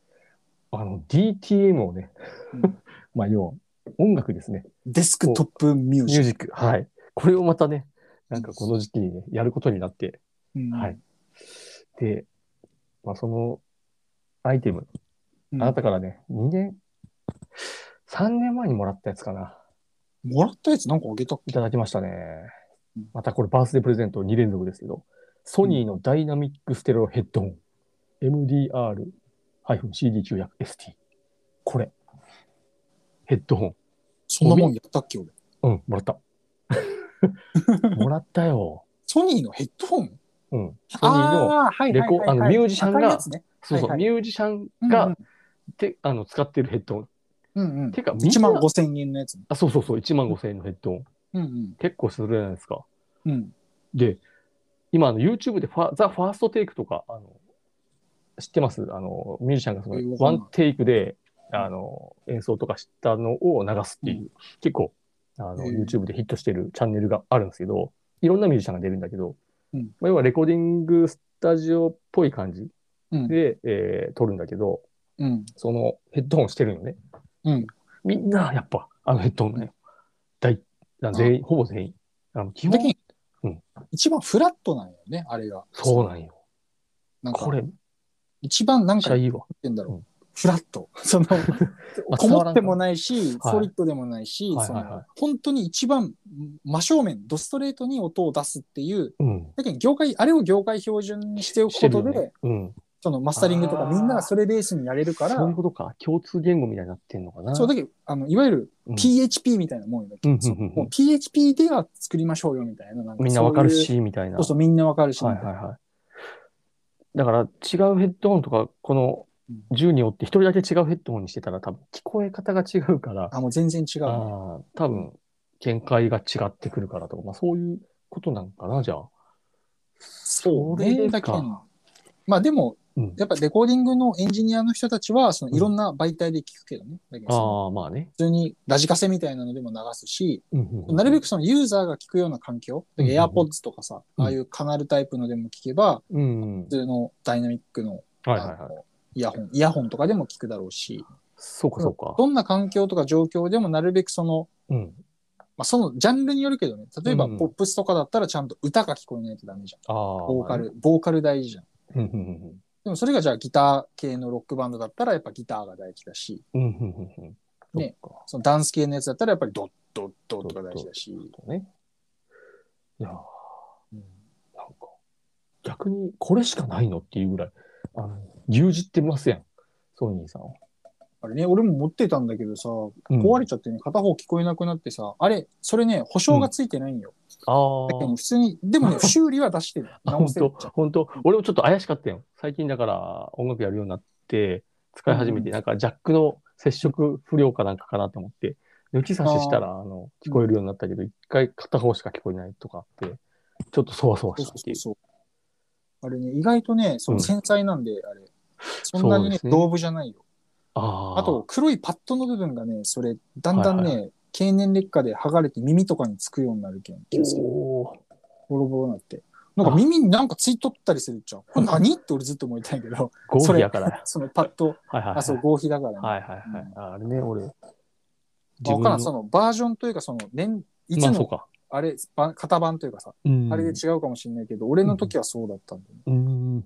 [SPEAKER 1] あの、DTM をね、
[SPEAKER 2] うん
[SPEAKER 1] まあ、要は、音楽ですね。
[SPEAKER 2] デスクトップミュー
[SPEAKER 1] ミ
[SPEAKER 2] ジ
[SPEAKER 1] ュー
[SPEAKER 2] ッ
[SPEAKER 1] ジック。はい。これをまたね、なんかこの時期にね、やることになって、
[SPEAKER 2] ク。うん
[SPEAKER 1] はい。。で、まあ、そのアイテム、
[SPEAKER 2] う
[SPEAKER 1] あ
[SPEAKER 2] ん
[SPEAKER 1] なたからね、2年、3年前にもらったやつかな。
[SPEAKER 2] もらったやつなんかあげたっ
[SPEAKER 1] い
[SPEAKER 2] け
[SPEAKER 1] ただきましたね
[SPEAKER 2] うん。
[SPEAKER 1] またこれバースデープレゼント2連続ですけど、ソニーのダイナミックステレオヘッドホン、MDR-CD900ST。これ。ヘッドホン。
[SPEAKER 2] そんなもんやったっけ俺。
[SPEAKER 1] うん、もら った。もらったよ。
[SPEAKER 2] ソニーのヘッドホン
[SPEAKER 1] うん。ソニーの、
[SPEAKER 2] ああはい
[SPEAKER 1] レ
[SPEAKER 2] はい
[SPEAKER 1] コ
[SPEAKER 2] はいはい
[SPEAKER 1] あのミュージシャンが
[SPEAKER 2] 赤いやつね
[SPEAKER 1] そうそう、
[SPEAKER 2] はいはい
[SPEAKER 1] ミュージシャン
[SPEAKER 2] うん
[SPEAKER 1] が、てあの使ってるヘッドホン。
[SPEAKER 2] うんうん。
[SPEAKER 1] てか、みん
[SPEAKER 2] 1
[SPEAKER 1] な
[SPEAKER 2] 万5千円のやつね。
[SPEAKER 1] あ、そうそうそう、1万5千円のヘッドホン。
[SPEAKER 2] うん
[SPEAKER 1] 結構するじゃないですか。
[SPEAKER 2] うん。うん。
[SPEAKER 1] で、今あの、YouTube でファ、ザ・ファーストテイクとか、あの知ってますあの、ミュージシャンがそ
[SPEAKER 2] えー
[SPEAKER 1] の
[SPEAKER 2] わか
[SPEAKER 1] ワ
[SPEAKER 2] んない
[SPEAKER 1] ンテイクで、あの、演奏とかしたのを流すっていう、
[SPEAKER 2] う
[SPEAKER 1] 結構、あの、
[SPEAKER 2] えー
[SPEAKER 1] YouTube でヒットしてるチャンネルがあるんですけど、いろんなミュージシャンが出るんだけど、
[SPEAKER 2] うん
[SPEAKER 1] まあ、要はレコーディングスタジオっぽい感じ
[SPEAKER 2] うん
[SPEAKER 1] で、えー撮るんだけど、
[SPEAKER 2] うん。
[SPEAKER 1] そのヘッドホンしてるのね。
[SPEAKER 2] うん
[SPEAKER 1] みんな、やっぱ、あのヘッドホンね。大、あの全員、ほぼ全員。あの基
[SPEAKER 2] だ
[SPEAKER 1] 本、
[SPEAKER 2] け
[SPEAKER 1] うん
[SPEAKER 2] 一番フラットなんよね、あれが。
[SPEAKER 1] そうなんよ。
[SPEAKER 2] なんか
[SPEAKER 1] これ、めっ
[SPEAKER 2] 一番なん
[SPEAKER 1] ち
[SPEAKER 2] か
[SPEAKER 1] ゃ
[SPEAKER 2] 言っ
[SPEAKER 1] いいわ。
[SPEAKER 2] てんだ
[SPEAKER 1] う
[SPEAKER 2] ろ
[SPEAKER 1] ん
[SPEAKER 2] う。フラット。その、
[SPEAKER 1] まあ
[SPEAKER 2] こもっ
[SPEAKER 1] 伝わ
[SPEAKER 2] ても
[SPEAKER 1] らんか
[SPEAKER 2] ないし、
[SPEAKER 1] はい
[SPEAKER 2] ソリッドでもないし、
[SPEAKER 1] はい
[SPEAKER 2] そ
[SPEAKER 1] はいは
[SPEAKER 2] の
[SPEAKER 1] い
[SPEAKER 2] 本当に一番真正面、ドストレートに音を出すっていう、
[SPEAKER 1] らうん。
[SPEAKER 2] だけど業界、あれを業界標準にしておく
[SPEAKER 1] して
[SPEAKER 2] こ
[SPEAKER 1] る
[SPEAKER 2] と
[SPEAKER 1] よ
[SPEAKER 2] で、
[SPEAKER 1] ね。うん。
[SPEAKER 2] そのマスタリングとか
[SPEAKER 1] あー
[SPEAKER 2] みんながそれベースにやれるから、
[SPEAKER 1] そういうことか。共通言語みたいになってんのかな。
[SPEAKER 2] そうだけどあの、いわゆる
[SPEAKER 1] うん
[SPEAKER 2] PHP みたいなもんよね。
[SPEAKER 1] うんうん
[SPEAKER 2] そ
[SPEAKER 1] うんうん
[SPEAKER 2] もう PHP では作りましょうよみたいな。なんか
[SPEAKER 1] みんなわかる
[SPEAKER 2] そういう。
[SPEAKER 1] し、みたいな。
[SPEAKER 2] そうそう、みんなわかるし。
[SPEAKER 1] はいはいはい。だから、違うヘッドホンとか、この10によって、一人だけ違うヘッドホンにしてたら、多分、聞こえ方が違うから、
[SPEAKER 2] あ、もう全然違うね、
[SPEAKER 1] ああ、多分、見解が違ってくるからとか、まあそういうことなんかな、じゃあ。
[SPEAKER 2] そう
[SPEAKER 1] それ
[SPEAKER 2] ね。
[SPEAKER 1] か
[SPEAKER 2] だけどまあでも、
[SPEAKER 1] うん
[SPEAKER 2] やっぱレコーディングのエンジニアの人たちは、そのいろんな媒体で聞くけどね。だけどその
[SPEAKER 1] ああ、まあね。
[SPEAKER 2] 普通にラジカセみたいなのでも流すし、なるべくそのユーザーが聞くような環境、
[SPEAKER 1] うんうんうん
[SPEAKER 2] AirPods とかさ、ああいうカナルタイプのでも聞けば、
[SPEAKER 1] うん。はい
[SPEAKER 2] 普通のダイナミックの
[SPEAKER 1] はい
[SPEAKER 2] あ
[SPEAKER 1] はい。
[SPEAKER 2] のイヤホン、イヤホンとかでも聞くだろうし、
[SPEAKER 1] そうかそうか。
[SPEAKER 2] どんな環境とか状況でもなるべくその、
[SPEAKER 1] うん。
[SPEAKER 2] まあ、そのジャンルによるけどね、例えば
[SPEAKER 1] うん
[SPEAKER 2] ポップスとかだったらちゃんと歌が聞こえないとダメじゃん。
[SPEAKER 1] ああ。
[SPEAKER 2] ボーカル、ボーカル大事じゃん。
[SPEAKER 1] うんうんうん
[SPEAKER 2] でもそれがじゃあギター系のロックバンドだったらやっぱギターが大事だし、
[SPEAKER 1] うん。うんうんうんうん。
[SPEAKER 2] ね
[SPEAKER 1] そっか。
[SPEAKER 2] そのダンス系のやつだったらやっぱりドッドッドッとか大事だし、
[SPEAKER 1] そうね。いやー
[SPEAKER 2] うん
[SPEAKER 1] なんか、逆にこれしかないのっていうぐらい、あの、牛耳ってますやん、ソニーさんは。
[SPEAKER 2] あれね、俺も持ってたんだけどさ、壊れちゃってね、片方聞こえなくなってさ、あれ、それね、保証がついてないんよ。
[SPEAKER 1] ああ
[SPEAKER 2] だけどね普通に、でもね、修理は出してる。
[SPEAKER 1] あ
[SPEAKER 2] 直
[SPEAKER 1] 本
[SPEAKER 2] せる
[SPEAKER 1] 当
[SPEAKER 2] っちゃ。
[SPEAKER 1] 本当俺もちょっと怪しかったよ。最近だから音楽やるようになって、使い始め
[SPEAKER 2] うんう
[SPEAKER 1] て、
[SPEAKER 2] ん
[SPEAKER 1] なんかジャックの接触不良かなんかかなと思って、抜き差ししたら、あの、聞こえるようになったけど、一回片方しか聞こえないとかあって、ちょっとそわそわ
[SPEAKER 2] そう
[SPEAKER 1] し
[SPEAKER 2] そ
[SPEAKER 1] たっ
[SPEAKER 2] う
[SPEAKER 1] ていう。
[SPEAKER 2] そう。あれね、意外とね、そうの
[SPEAKER 1] ん
[SPEAKER 2] 繊細なんで、あれ。そんなに
[SPEAKER 1] そうで
[SPEAKER 2] ね、
[SPEAKER 1] すね
[SPEAKER 2] 道具じゃないよ。
[SPEAKER 1] あー
[SPEAKER 2] あと、、黒いパッドの部分がね、それ、だんだんね、
[SPEAKER 1] はい
[SPEAKER 2] 経年劣化で剥がれて耳とかにつくようになるけん。
[SPEAKER 1] おー
[SPEAKER 2] ボロボロになって。なんか耳になんかついとったりするっちゃう。これ何って俺ずっと思いたいけど、
[SPEAKER 1] 合否
[SPEAKER 2] それ
[SPEAKER 1] やから。
[SPEAKER 2] そのパッド、
[SPEAKER 1] はいはいはい。
[SPEAKER 2] あ、そう、合皮だからね。
[SPEAKER 1] はいはいはい。あれね、俺。
[SPEAKER 2] まあわからん、そのバージョンというか、その、年、い
[SPEAKER 1] ま
[SPEAKER 2] つ
[SPEAKER 1] あそう
[SPEAKER 2] の、
[SPEAKER 1] か。
[SPEAKER 2] あれ、ば型番というかさ、
[SPEAKER 1] うん
[SPEAKER 2] あれで違うかもしれないけど、俺の時はそうだったんだよね。
[SPEAKER 1] うん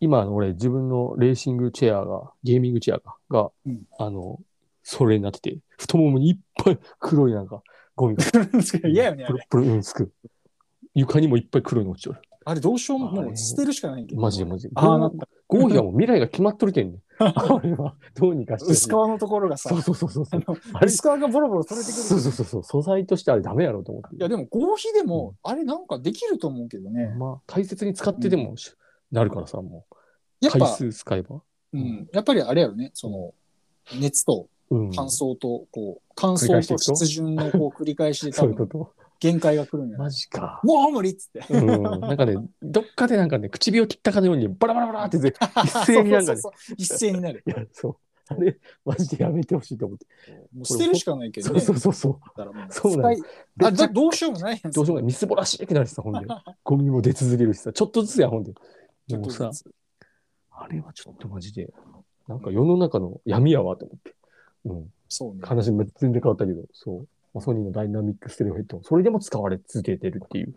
[SPEAKER 1] 今あの俺自分のレーシングチェアがゲーミングチェアがが、
[SPEAKER 2] うん
[SPEAKER 1] あのそれになってて太ももにいっぱい 黒いなんかゴミが
[SPEAKER 2] 嫌よね、あ
[SPEAKER 1] プル
[SPEAKER 2] れ。
[SPEAKER 1] プル うんつく床にもいっぱい黒いの落ちてる
[SPEAKER 2] あれどうしようも、
[SPEAKER 1] あれ
[SPEAKER 2] もう捨てるしかないけど。
[SPEAKER 1] マジでマジで
[SPEAKER 2] ああ、なった。
[SPEAKER 1] ゴーギャも未来が決まっとるけんねあれはどうにかして
[SPEAKER 2] 薄皮のところがさ
[SPEAKER 1] そ、うそうそうそうそうあれ
[SPEAKER 2] 薄皮がボロボロ取れてくる。
[SPEAKER 1] そうそうそうそう素材としてあれダメやろうと思って
[SPEAKER 2] いや、でも合皮でも、あれなんかできると思うけどね。
[SPEAKER 1] まあ大切に使ってでもしなるからさもう
[SPEAKER 2] やっ
[SPEAKER 1] 回
[SPEAKER 2] ぱ、
[SPEAKER 1] 数使えば
[SPEAKER 2] うん、やっぱりあれやろね、その、熱と
[SPEAKER 1] うん
[SPEAKER 2] 乾燥と、こう、乾燥と湿潤のこう繰り返しで
[SPEAKER 1] そ
[SPEAKER 2] 多
[SPEAKER 1] ういうこ
[SPEAKER 2] 分
[SPEAKER 1] と
[SPEAKER 2] 限界が来るんや
[SPEAKER 1] マ
[SPEAKER 2] な。
[SPEAKER 1] ジか
[SPEAKER 2] もう無理っつって。
[SPEAKER 1] うん、なん かね、どっかでなんかね、唇を切ったかのように、バラバラバラってぜ、一斉になんかね
[SPEAKER 2] そうそうそう一斉になる。
[SPEAKER 1] いや、そう。あれ、マジでやめてほしいと思って。
[SPEAKER 2] もう捨てるしかないけど
[SPEAKER 1] そう
[SPEAKER 2] ね。
[SPEAKER 1] そうそうそう。
[SPEAKER 2] だからもう
[SPEAKER 1] そうなん
[SPEAKER 2] 使いあ
[SPEAKER 1] で
[SPEAKER 2] だどうしようもないやん。
[SPEAKER 1] どうしようもない。みすぼらしいってなるしさ、ほんで。 ゴミも出続けるしさ、ちょっとずつや、ほんで。でも
[SPEAKER 2] ちょ
[SPEAKER 1] さ
[SPEAKER 2] っと、ずつ
[SPEAKER 1] あれはちょっとマジで、なんか世の中の闇やわと思って。うん。
[SPEAKER 2] そうね。
[SPEAKER 1] 話も全然変わったけど、そう。まあ、ソニーのダイナミックステレオヘッド、それでも使われ続けてるっていう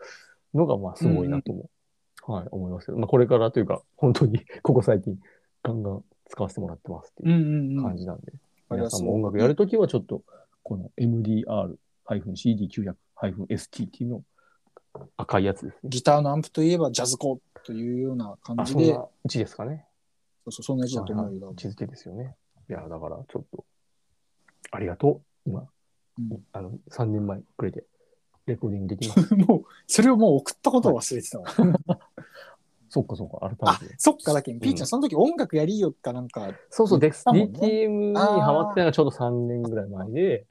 [SPEAKER 1] のが、まあ、すごいなとも、はい、思いますけど、まあ、これからというか、本当に、 ここ最近、ガンガン使わせてもらってますって
[SPEAKER 2] う
[SPEAKER 1] い
[SPEAKER 2] ん
[SPEAKER 1] う
[SPEAKER 2] うんうん。
[SPEAKER 1] 感じなんで、
[SPEAKER 2] あれ
[SPEAKER 1] 皆
[SPEAKER 2] は
[SPEAKER 1] さ
[SPEAKER 2] そ
[SPEAKER 1] ん
[SPEAKER 2] う
[SPEAKER 1] も音楽やるときは、ちょっと、この MDR-CD900-ST っていうの、赤いやつですね。
[SPEAKER 2] ギターのアンプといえばジャズコというような感
[SPEAKER 1] あ、
[SPEAKER 2] じ
[SPEAKER 1] そ
[SPEAKER 2] で、
[SPEAKER 1] ん
[SPEAKER 2] そ
[SPEAKER 1] な位置ですかね。
[SPEAKER 2] うそうそんな字だと思うけど、
[SPEAKER 1] 地付けですよね。いや、だからちょっと、ありがとう。今、
[SPEAKER 2] うん
[SPEAKER 1] あの、3年前くれて、レコーディングできます。
[SPEAKER 2] もう、それをもう送ったことを忘れてたわ。
[SPEAKER 1] そっかそっか、
[SPEAKER 2] あ
[SPEAKER 1] 改めて。
[SPEAKER 2] そっかだけん、ピー
[SPEAKER 1] う
[SPEAKER 2] ち
[SPEAKER 1] ん
[SPEAKER 2] ゃん、その時音楽やりよっかなんか、
[SPEAKER 1] そうそう、で
[SPEAKER 2] 言ったもんね
[SPEAKER 1] DTM にハマってたのがちょうど3年ぐらい前で、
[SPEAKER 2] うん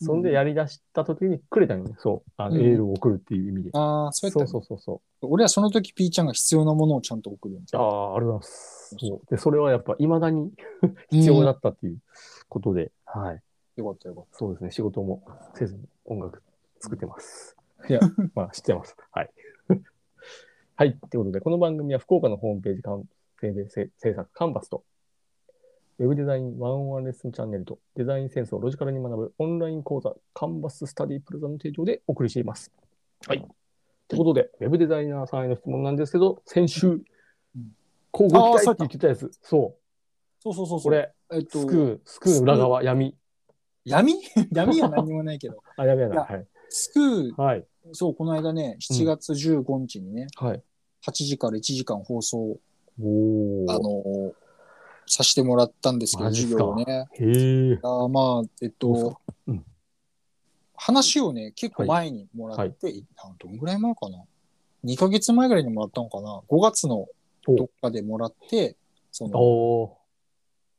[SPEAKER 1] そんでやり出した時にくれたよね。そう。あの
[SPEAKER 2] うん
[SPEAKER 1] エールを送るっていう意味で。
[SPEAKER 2] ああ、そうやった
[SPEAKER 1] そ
[SPEAKER 2] ね
[SPEAKER 1] うそうそうそ
[SPEAKER 2] 俺はその時ピーちゃんが必要なものをちゃんと送るん
[SPEAKER 1] う。
[SPEAKER 2] だ
[SPEAKER 1] あ
[SPEAKER 2] よ
[SPEAKER 1] あ、ありがとうございます。そうで、それはやっぱ、未だに必要だったっていうことで、はい。
[SPEAKER 2] よかったよかっ
[SPEAKER 1] そうですね、仕事もせずに音楽作ってます。い や、まあ知ってます。はい。 はい、ということで、この番組は福岡のホームページかん制制制作カンバスと、ウェブデザインワンオンワンレッスンチャンネルと、デザインセンスをロジカルに学ぶオンライン講座、カンバススタディプロザの提供でお送りしています。はい。ということで、ウェブデザイナーさんへの質問なんですけど、先週、交互期待って言ってたやつ、そう、
[SPEAKER 2] た。そうそうそうそ
[SPEAKER 1] こ
[SPEAKER 2] う。
[SPEAKER 1] れ、
[SPEAKER 2] えっと
[SPEAKER 1] スクー、スクーの裏側、闇。
[SPEAKER 2] 闇闇は何もないけど、
[SPEAKER 1] あ、闇やな。はい。
[SPEAKER 2] スクー、
[SPEAKER 1] はい。
[SPEAKER 2] そう、この間ね、7月15日にね、
[SPEAKER 1] はい。
[SPEAKER 2] 8時から1時間放送、
[SPEAKER 1] おお。
[SPEAKER 2] あのーさせてもらったんですけど、
[SPEAKER 1] マジっす
[SPEAKER 2] 授
[SPEAKER 1] か
[SPEAKER 2] 業をね。
[SPEAKER 1] へえ。
[SPEAKER 2] あーまあ、えっ
[SPEAKER 1] そうっす
[SPEAKER 2] と、
[SPEAKER 1] うん
[SPEAKER 2] 話をね、結構前にもらって、あどんぐらい前かな ?2 ヶ月前ぐらいにもらったのかな ?5 月のどっかでもらって、その、
[SPEAKER 1] おお。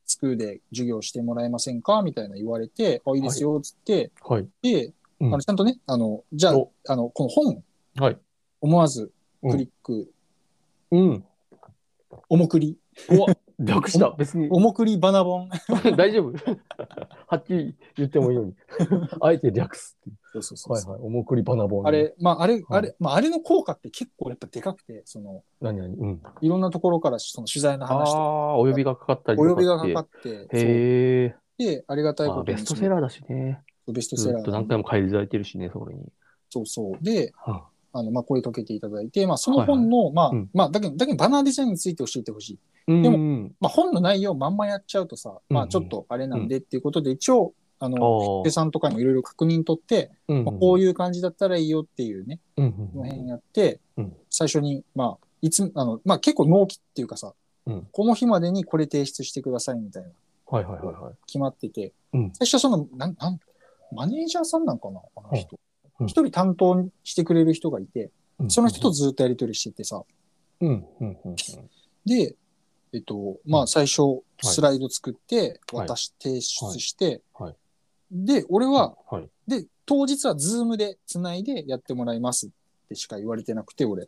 [SPEAKER 2] スクールで授業してもらえませんかみたいな言われて、あ、いいですよ、つって、
[SPEAKER 1] はい。
[SPEAKER 2] で、
[SPEAKER 1] うん
[SPEAKER 2] あのちゃんとね、あの、じゃ
[SPEAKER 1] お
[SPEAKER 2] あ、あの、この本、
[SPEAKER 1] はい。
[SPEAKER 2] 思わずクリック、
[SPEAKER 1] うん。
[SPEAKER 2] おもくり、
[SPEAKER 1] うわ、略した。別に。
[SPEAKER 2] おもくりバナボン。
[SPEAKER 1] 大丈夫。 はっきり言ってもいいように。 あえて略すってい
[SPEAKER 2] そうそ
[SPEAKER 1] う。
[SPEAKER 2] う
[SPEAKER 1] はいはい。おもくりバナボン。
[SPEAKER 2] あ。れ、まあ、あれ、
[SPEAKER 1] はい
[SPEAKER 2] あれ、まあ、あれの効果って結構やっぱでかくて、その、
[SPEAKER 1] 何何うん。
[SPEAKER 2] いろんなところからその取材の
[SPEAKER 1] あ
[SPEAKER 2] 話とか、
[SPEAKER 1] あ、お呼びがかかったり
[SPEAKER 2] お呼びが
[SPEAKER 1] と
[SPEAKER 2] かか
[SPEAKER 1] か
[SPEAKER 2] って
[SPEAKER 1] っ、て。へえ。
[SPEAKER 2] そうで、ありがたい
[SPEAKER 1] ま
[SPEAKER 2] こ
[SPEAKER 1] あ
[SPEAKER 2] と
[SPEAKER 1] ベ
[SPEAKER 2] に
[SPEAKER 1] ストセラーだしね。
[SPEAKER 2] そうベスト
[SPEAKER 1] ず
[SPEAKER 2] セラ
[SPEAKER 1] っと何
[SPEAKER 2] ー。
[SPEAKER 1] 回も返り咲いてるしね、それに。
[SPEAKER 2] そうそう。で、
[SPEAKER 1] は
[SPEAKER 2] あの、まあ、声かけていただいて、まあ、その本の、まあ
[SPEAKER 1] うん、
[SPEAKER 2] まあ、だけど、だけど、バナーデザインについて教えてほしい。
[SPEAKER 1] あうん
[SPEAKER 2] でも
[SPEAKER 1] うん。
[SPEAKER 2] まあ、本の内容まんまやっちゃうとさ、まあ、ちょっとあれなんでっていうことで、一応、あ
[SPEAKER 1] あ
[SPEAKER 2] の、
[SPEAKER 1] ー
[SPEAKER 2] 手さんとかにもいろいろ確認取って、
[SPEAKER 1] うん
[SPEAKER 2] まあ、こういう感じだったらいいよっていうね、
[SPEAKER 1] うん。
[SPEAKER 2] この辺やって
[SPEAKER 1] うん、
[SPEAKER 2] 最初に、まあ、いつ、あの、まあ、結構納期っていうかさ
[SPEAKER 1] うん、
[SPEAKER 2] この日までにこれ提出してくださいみたいな
[SPEAKER 1] はいはいはいはい。
[SPEAKER 2] 決まってて、
[SPEAKER 1] うん
[SPEAKER 2] 最初その、なん、なん、マネージャーさんなんかなあの人
[SPEAKER 1] うん。
[SPEAKER 2] 一、人担当してくれる人がいて、
[SPEAKER 1] うん
[SPEAKER 2] その人と、ずっとやりとりしててさ、
[SPEAKER 1] うん、うん、うん。
[SPEAKER 2] で、えっと、まあ最初、スライド作って、
[SPEAKER 1] はい
[SPEAKER 2] 渡し、提出して、
[SPEAKER 1] はいはい
[SPEAKER 2] で、俺は、
[SPEAKER 1] はい。
[SPEAKER 2] で、当日はズームで繋いでやってもらいますってしか言われてなくて、俺。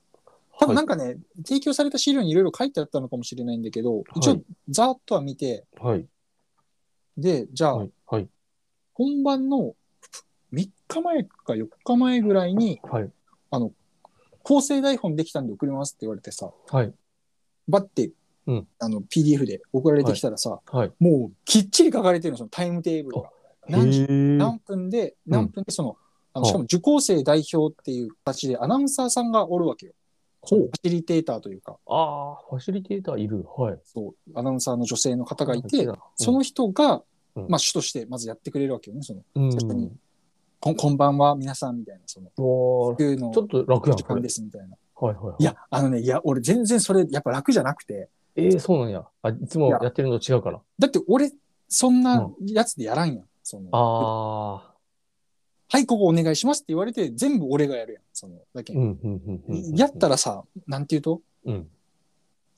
[SPEAKER 2] 多分なんかね、提供された資料にいろいろ書いてあったのかもしれないんだけど、一
[SPEAKER 1] は
[SPEAKER 2] 応
[SPEAKER 1] い、
[SPEAKER 2] ざーっとは見て、
[SPEAKER 1] はい、
[SPEAKER 2] で、じゃあ、
[SPEAKER 1] はい、はい、
[SPEAKER 2] 本番の3日前か4日前ぐらいに、
[SPEAKER 1] はい、
[SPEAKER 2] 構成台本できたんで送りますって言われてさ、
[SPEAKER 1] はい、
[SPEAKER 2] バッて、
[SPEAKER 1] うん
[SPEAKER 2] あの PDF で送られてきたらさ、
[SPEAKER 1] はい。
[SPEAKER 2] もうきっちり書かれてるの、そのタイムテーブルが。何時
[SPEAKER 1] 何
[SPEAKER 2] 何分で、
[SPEAKER 1] ん
[SPEAKER 2] 何分でその、あの
[SPEAKER 1] はあ
[SPEAKER 2] しかも受講生代表っていう形でアナウンサーさんがおるわけよ。
[SPEAKER 1] ほう
[SPEAKER 2] フ。ァシリテーターというか、
[SPEAKER 1] ああ、ファシリテーターいる。はい。
[SPEAKER 2] そう、アナウンサーの女性の方がいて、
[SPEAKER 1] うん
[SPEAKER 2] その人が、
[SPEAKER 1] うん
[SPEAKER 2] まあ主としてまずやってくれるわけよね、その、
[SPEAKER 1] うん。
[SPEAKER 2] 人にこんこんばんは皆さんみたいな、その、
[SPEAKER 1] わあ、
[SPEAKER 2] いうの
[SPEAKER 1] ちょっと楽やん、
[SPEAKER 2] 時
[SPEAKER 1] こ
[SPEAKER 2] 間
[SPEAKER 1] れ
[SPEAKER 2] で。すみたいな。
[SPEAKER 1] はいはいはい。
[SPEAKER 2] いや、あのね、いや、俺全然それ、やっぱ楽じゃなくて。
[SPEAKER 1] ええ、そうなんや。あ、いつもやってるの違うから。
[SPEAKER 2] だって俺、そんなやつでやらんやん。その、
[SPEAKER 1] ああ。
[SPEAKER 2] はい、ここお願いしますって言われて、全部俺がやるやん。その、だけ、
[SPEAKER 1] うん、うん、うんうんうん。
[SPEAKER 2] やったらさ、なんていうと、
[SPEAKER 1] うん。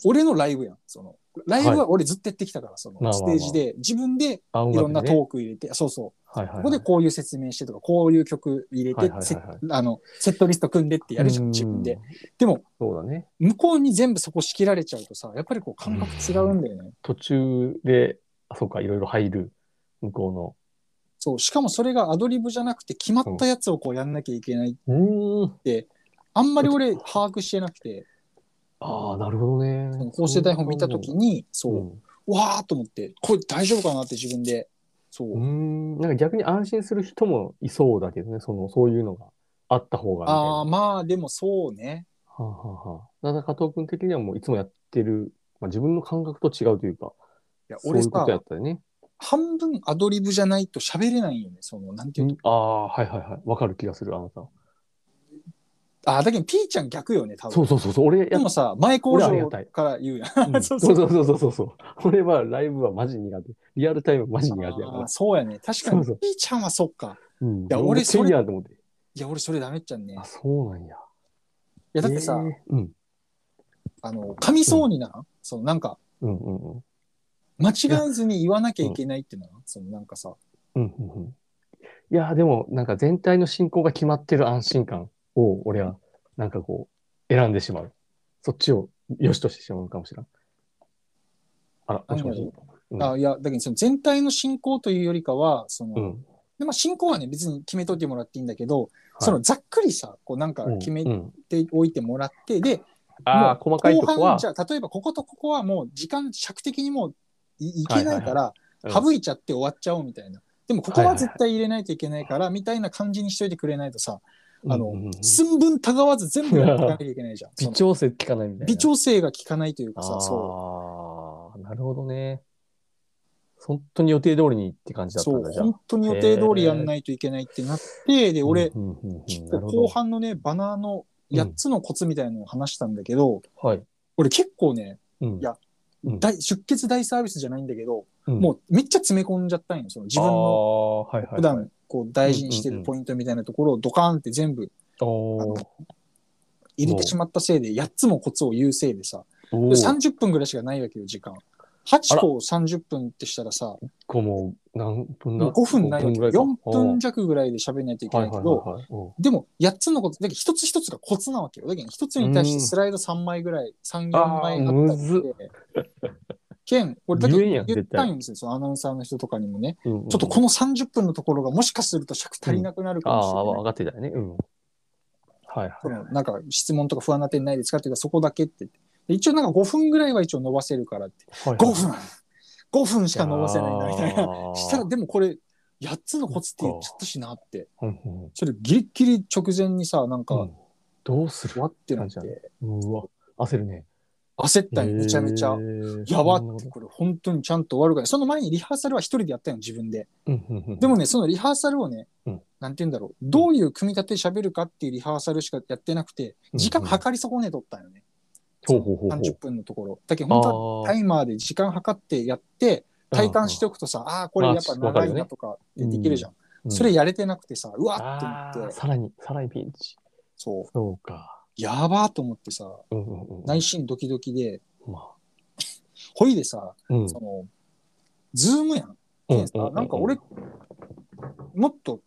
[SPEAKER 2] 俺のライブやん。その、ライブは俺ずっとやってきたから、そ
[SPEAKER 1] ま
[SPEAKER 2] の
[SPEAKER 1] あまあ、
[SPEAKER 2] ス
[SPEAKER 1] ま
[SPEAKER 2] テ
[SPEAKER 1] あ
[SPEAKER 2] ージで、自分で
[SPEAKER 1] あ、
[SPEAKER 2] いろんなト
[SPEAKER 1] こ
[SPEAKER 2] ーク入れて、そうそう、ここ
[SPEAKER 1] こ
[SPEAKER 2] でこういう説明してとか、こういう曲入れ
[SPEAKER 1] はいはい
[SPEAKER 2] て
[SPEAKER 1] はい、
[SPEAKER 2] セ
[SPEAKER 1] はい
[SPEAKER 2] ッあの、セットリスト組んでってやるじゃん、自分で。。でも、
[SPEAKER 1] そうだね。
[SPEAKER 2] 向こうに全部そこ仕切られちゃうとさ、やっぱりこう感覚違うんだよね。
[SPEAKER 1] 途中で、あ、そうか、いろいろ入る。向こ
[SPEAKER 2] そう、しかもそれがアドリブじゃなくて、決まったやつをこうやんなきゃいけない。
[SPEAKER 1] うの。うーん。
[SPEAKER 2] あんまり俺、把握してなくて、
[SPEAKER 1] ああ、なるほどね。
[SPEAKER 2] 構成台本見たときに、
[SPEAKER 1] う
[SPEAKER 2] そ
[SPEAKER 1] ん。
[SPEAKER 2] う、うわーっと思って、これ大丈夫かなって自分で、そ
[SPEAKER 1] う
[SPEAKER 2] う
[SPEAKER 1] ー。ん、なんか逆に安心する人もいそうだけどね、その、そういうのがあった方がみたいな。
[SPEAKER 2] ああ、まあ、でもそうね。
[SPEAKER 1] はあ、はあはあ、だから加藤君的にはもういつもやってる、まあ、自分の感覚と違うというか、
[SPEAKER 2] いや
[SPEAKER 1] そう
[SPEAKER 2] 俺
[SPEAKER 1] いうことや
[SPEAKER 2] さ
[SPEAKER 1] っ、たよね。
[SPEAKER 2] 半分アドリブじゃないと喋れないよね。その、なんていうの。
[SPEAKER 1] ああ、はいはいはい。わかる気がする、あなた。
[SPEAKER 2] ああ、だけど、ピーちゃん逆よね、多
[SPEAKER 1] そ
[SPEAKER 2] 分。
[SPEAKER 1] うそうそうそう、俺や
[SPEAKER 2] でもさ、前工
[SPEAKER 1] 俺はあり
[SPEAKER 2] 場
[SPEAKER 1] がたい
[SPEAKER 2] から言うやん。
[SPEAKER 1] うん
[SPEAKER 2] そ
[SPEAKER 1] そうう
[SPEAKER 2] そ
[SPEAKER 1] そううそうそうそうそう。俺はライブはマジ苦手。リアルタイムマジ苦手やか
[SPEAKER 2] あ
[SPEAKER 1] ら
[SPEAKER 2] ー。そうやね。確か
[SPEAKER 1] そ
[SPEAKER 2] に、
[SPEAKER 1] うそう
[SPEAKER 2] ピーちゃんはそっか。
[SPEAKER 1] うん、い
[SPEAKER 2] や俺それ
[SPEAKER 1] やと思って。
[SPEAKER 2] いや、俺それダメっちゃんね。い
[SPEAKER 1] あ、そうなんや。
[SPEAKER 2] や、だってさ、
[SPEAKER 1] えーうん、
[SPEAKER 2] あの、噛みそうにならんその、なんか、
[SPEAKER 1] うんうんうん。
[SPEAKER 2] 間違えずに言わなきゃいけないっていうのは、そのなんかさ、
[SPEAKER 1] うんうんうん。いやー、でも、なんか全体の進行が決まってる安心感を、俺は、なんかこう、選んでしまう。そっちを良しとしてしまうかもしれん。あら、もしもし。うん
[SPEAKER 2] あいや、だけどその全体の進行というよりかは、その、
[SPEAKER 1] うん。
[SPEAKER 2] でまあ、進行はね、別に決めといてもらっていいんだけど、
[SPEAKER 1] い
[SPEAKER 2] そのざっくりさ、こうなんか決め
[SPEAKER 1] うんう
[SPEAKER 2] て
[SPEAKER 1] ん
[SPEAKER 2] おいてもらって、で、
[SPEAKER 1] ああ、細かいと
[SPEAKER 2] 後
[SPEAKER 1] こは
[SPEAKER 2] 半、じ、ゃあ例えばこことここはもう時間尺的にもういいけないから、
[SPEAKER 1] うん
[SPEAKER 2] 省いちゃって終わっちゃおうみたいな。でもここは絶対入れないといけないから、みたいな感じにしといてくれないとさ、あの
[SPEAKER 1] うんうんうん
[SPEAKER 2] 寸分たがわず全部やっていかなきゃいけないじゃん。
[SPEAKER 1] 微
[SPEAKER 2] その
[SPEAKER 1] 調整聞かないみたいな。
[SPEAKER 2] 微調整が効かないというかさ、そう。
[SPEAKER 1] ああ、なるほどね。本当に予定通りにって感じだった
[SPEAKER 2] そ
[SPEAKER 1] ん
[SPEAKER 2] う
[SPEAKER 1] だ、、じゃあ。
[SPEAKER 2] 本当に予定通りやんないといけないってなって、で、俺、
[SPEAKER 1] うんうんうんうん
[SPEAKER 2] 結
[SPEAKER 1] な
[SPEAKER 2] 構
[SPEAKER 1] るほど
[SPEAKER 2] 後半のね、バナーの8つのコツみたいなのを話したんだけど、
[SPEAKER 1] はい。
[SPEAKER 2] 俺結構ね、
[SPEAKER 1] うん
[SPEAKER 2] いや
[SPEAKER 1] うん
[SPEAKER 2] 大出血大サービスじゃないんだけど、
[SPEAKER 1] うん
[SPEAKER 2] もうめっちゃ詰め込んじゃったんよ。その自分の
[SPEAKER 1] のはいはいはい
[SPEAKER 2] 普段こう大事にしてるポイントみたいなところをドカーンって全部
[SPEAKER 1] おー
[SPEAKER 2] 入れてしまったせいで、8つもコツを言うせいでさ、
[SPEAKER 1] お
[SPEAKER 2] で
[SPEAKER 1] ー
[SPEAKER 2] 30分ぐらいしかないわけよ、時間。8個を30分ってしたらさ、
[SPEAKER 1] こうもう何分だ
[SPEAKER 2] もう5分ないわけよ。4分
[SPEAKER 1] じ
[SPEAKER 2] 弱ぐらいで喋んないといけないけど、
[SPEAKER 1] はいはいはいはいお
[SPEAKER 2] でも、8つのこと、だけど一つ一つがコツなわけよ。だけど、一つに対してスライド3枚ぐらい、3、4枚あったり
[SPEAKER 1] あー
[SPEAKER 2] して。けん、俺だけ
[SPEAKER 1] 言えんや
[SPEAKER 2] 言
[SPEAKER 1] ん絶対
[SPEAKER 2] ったんですよ、そのアナウンサーの人とかにもね。
[SPEAKER 1] うんうん
[SPEAKER 2] ちょっとこの30分のところがもしかすると尺足りなくなるか
[SPEAKER 1] あ
[SPEAKER 2] も
[SPEAKER 1] あ、
[SPEAKER 2] しれ
[SPEAKER 1] 上
[SPEAKER 2] ない。
[SPEAKER 1] がってたよね。うん。はいは
[SPEAKER 2] そのなんか質問とか不安な点ないですかって言ったらそこだけって言って。で一応なんか5分ぐらいは一応伸ばせるからって。
[SPEAKER 1] い。
[SPEAKER 2] 5分 !5 分しか伸ばせないな、みたいな。
[SPEAKER 1] な
[SPEAKER 2] したら、でもこれ、8つのコツって言っちゃったしなって。
[SPEAKER 1] うんうん
[SPEAKER 2] それギリギリ直前にさ、なん
[SPEAKER 1] う
[SPEAKER 2] か
[SPEAKER 1] ん、どうする
[SPEAKER 2] わってなっ
[SPEAKER 1] 感じ
[SPEAKER 2] て、
[SPEAKER 1] うわ、焦るね。
[SPEAKER 2] 焦ったよ、めちゃめちゃ
[SPEAKER 1] へ。ー
[SPEAKER 2] やば
[SPEAKER 1] そんな
[SPEAKER 2] っ
[SPEAKER 1] こ
[SPEAKER 2] て、
[SPEAKER 1] と
[SPEAKER 2] これ本当にちゃんと終わるから、その前にリハーサルは一人でやったよ、自分で。
[SPEAKER 1] うんうんうん
[SPEAKER 2] でもね、そのリハーサルをね、
[SPEAKER 1] うん
[SPEAKER 2] なんて言うんだろう、どういう組み立て喋るかっていうリハーサルしかやってなくて、
[SPEAKER 1] うん
[SPEAKER 2] 時間計り損ねとったんよね。
[SPEAKER 1] ほうほうほうほう
[SPEAKER 2] 30分のところ。だけど本当
[SPEAKER 1] あ
[SPEAKER 2] は
[SPEAKER 1] ー
[SPEAKER 2] タイマーで時間計ってやって、体感しておくとさ、ああー、これやっぱ長いなとかでできるじゃん。それやれてなくてさ、うわ
[SPEAKER 1] あ
[SPEAKER 2] っ
[SPEAKER 1] ー
[SPEAKER 2] て思って、
[SPEAKER 1] さらに、さらにピンチ。
[SPEAKER 2] そう、
[SPEAKER 1] そうか。
[SPEAKER 2] やばーと思ってさ、
[SPEAKER 1] うんうんうん。
[SPEAKER 2] 内心ドキドキで、
[SPEAKER 1] ま
[SPEAKER 2] ほいでさ、
[SPEAKER 1] あ。うん。
[SPEAKER 2] その、ズームやん。でさなんか俺、もっと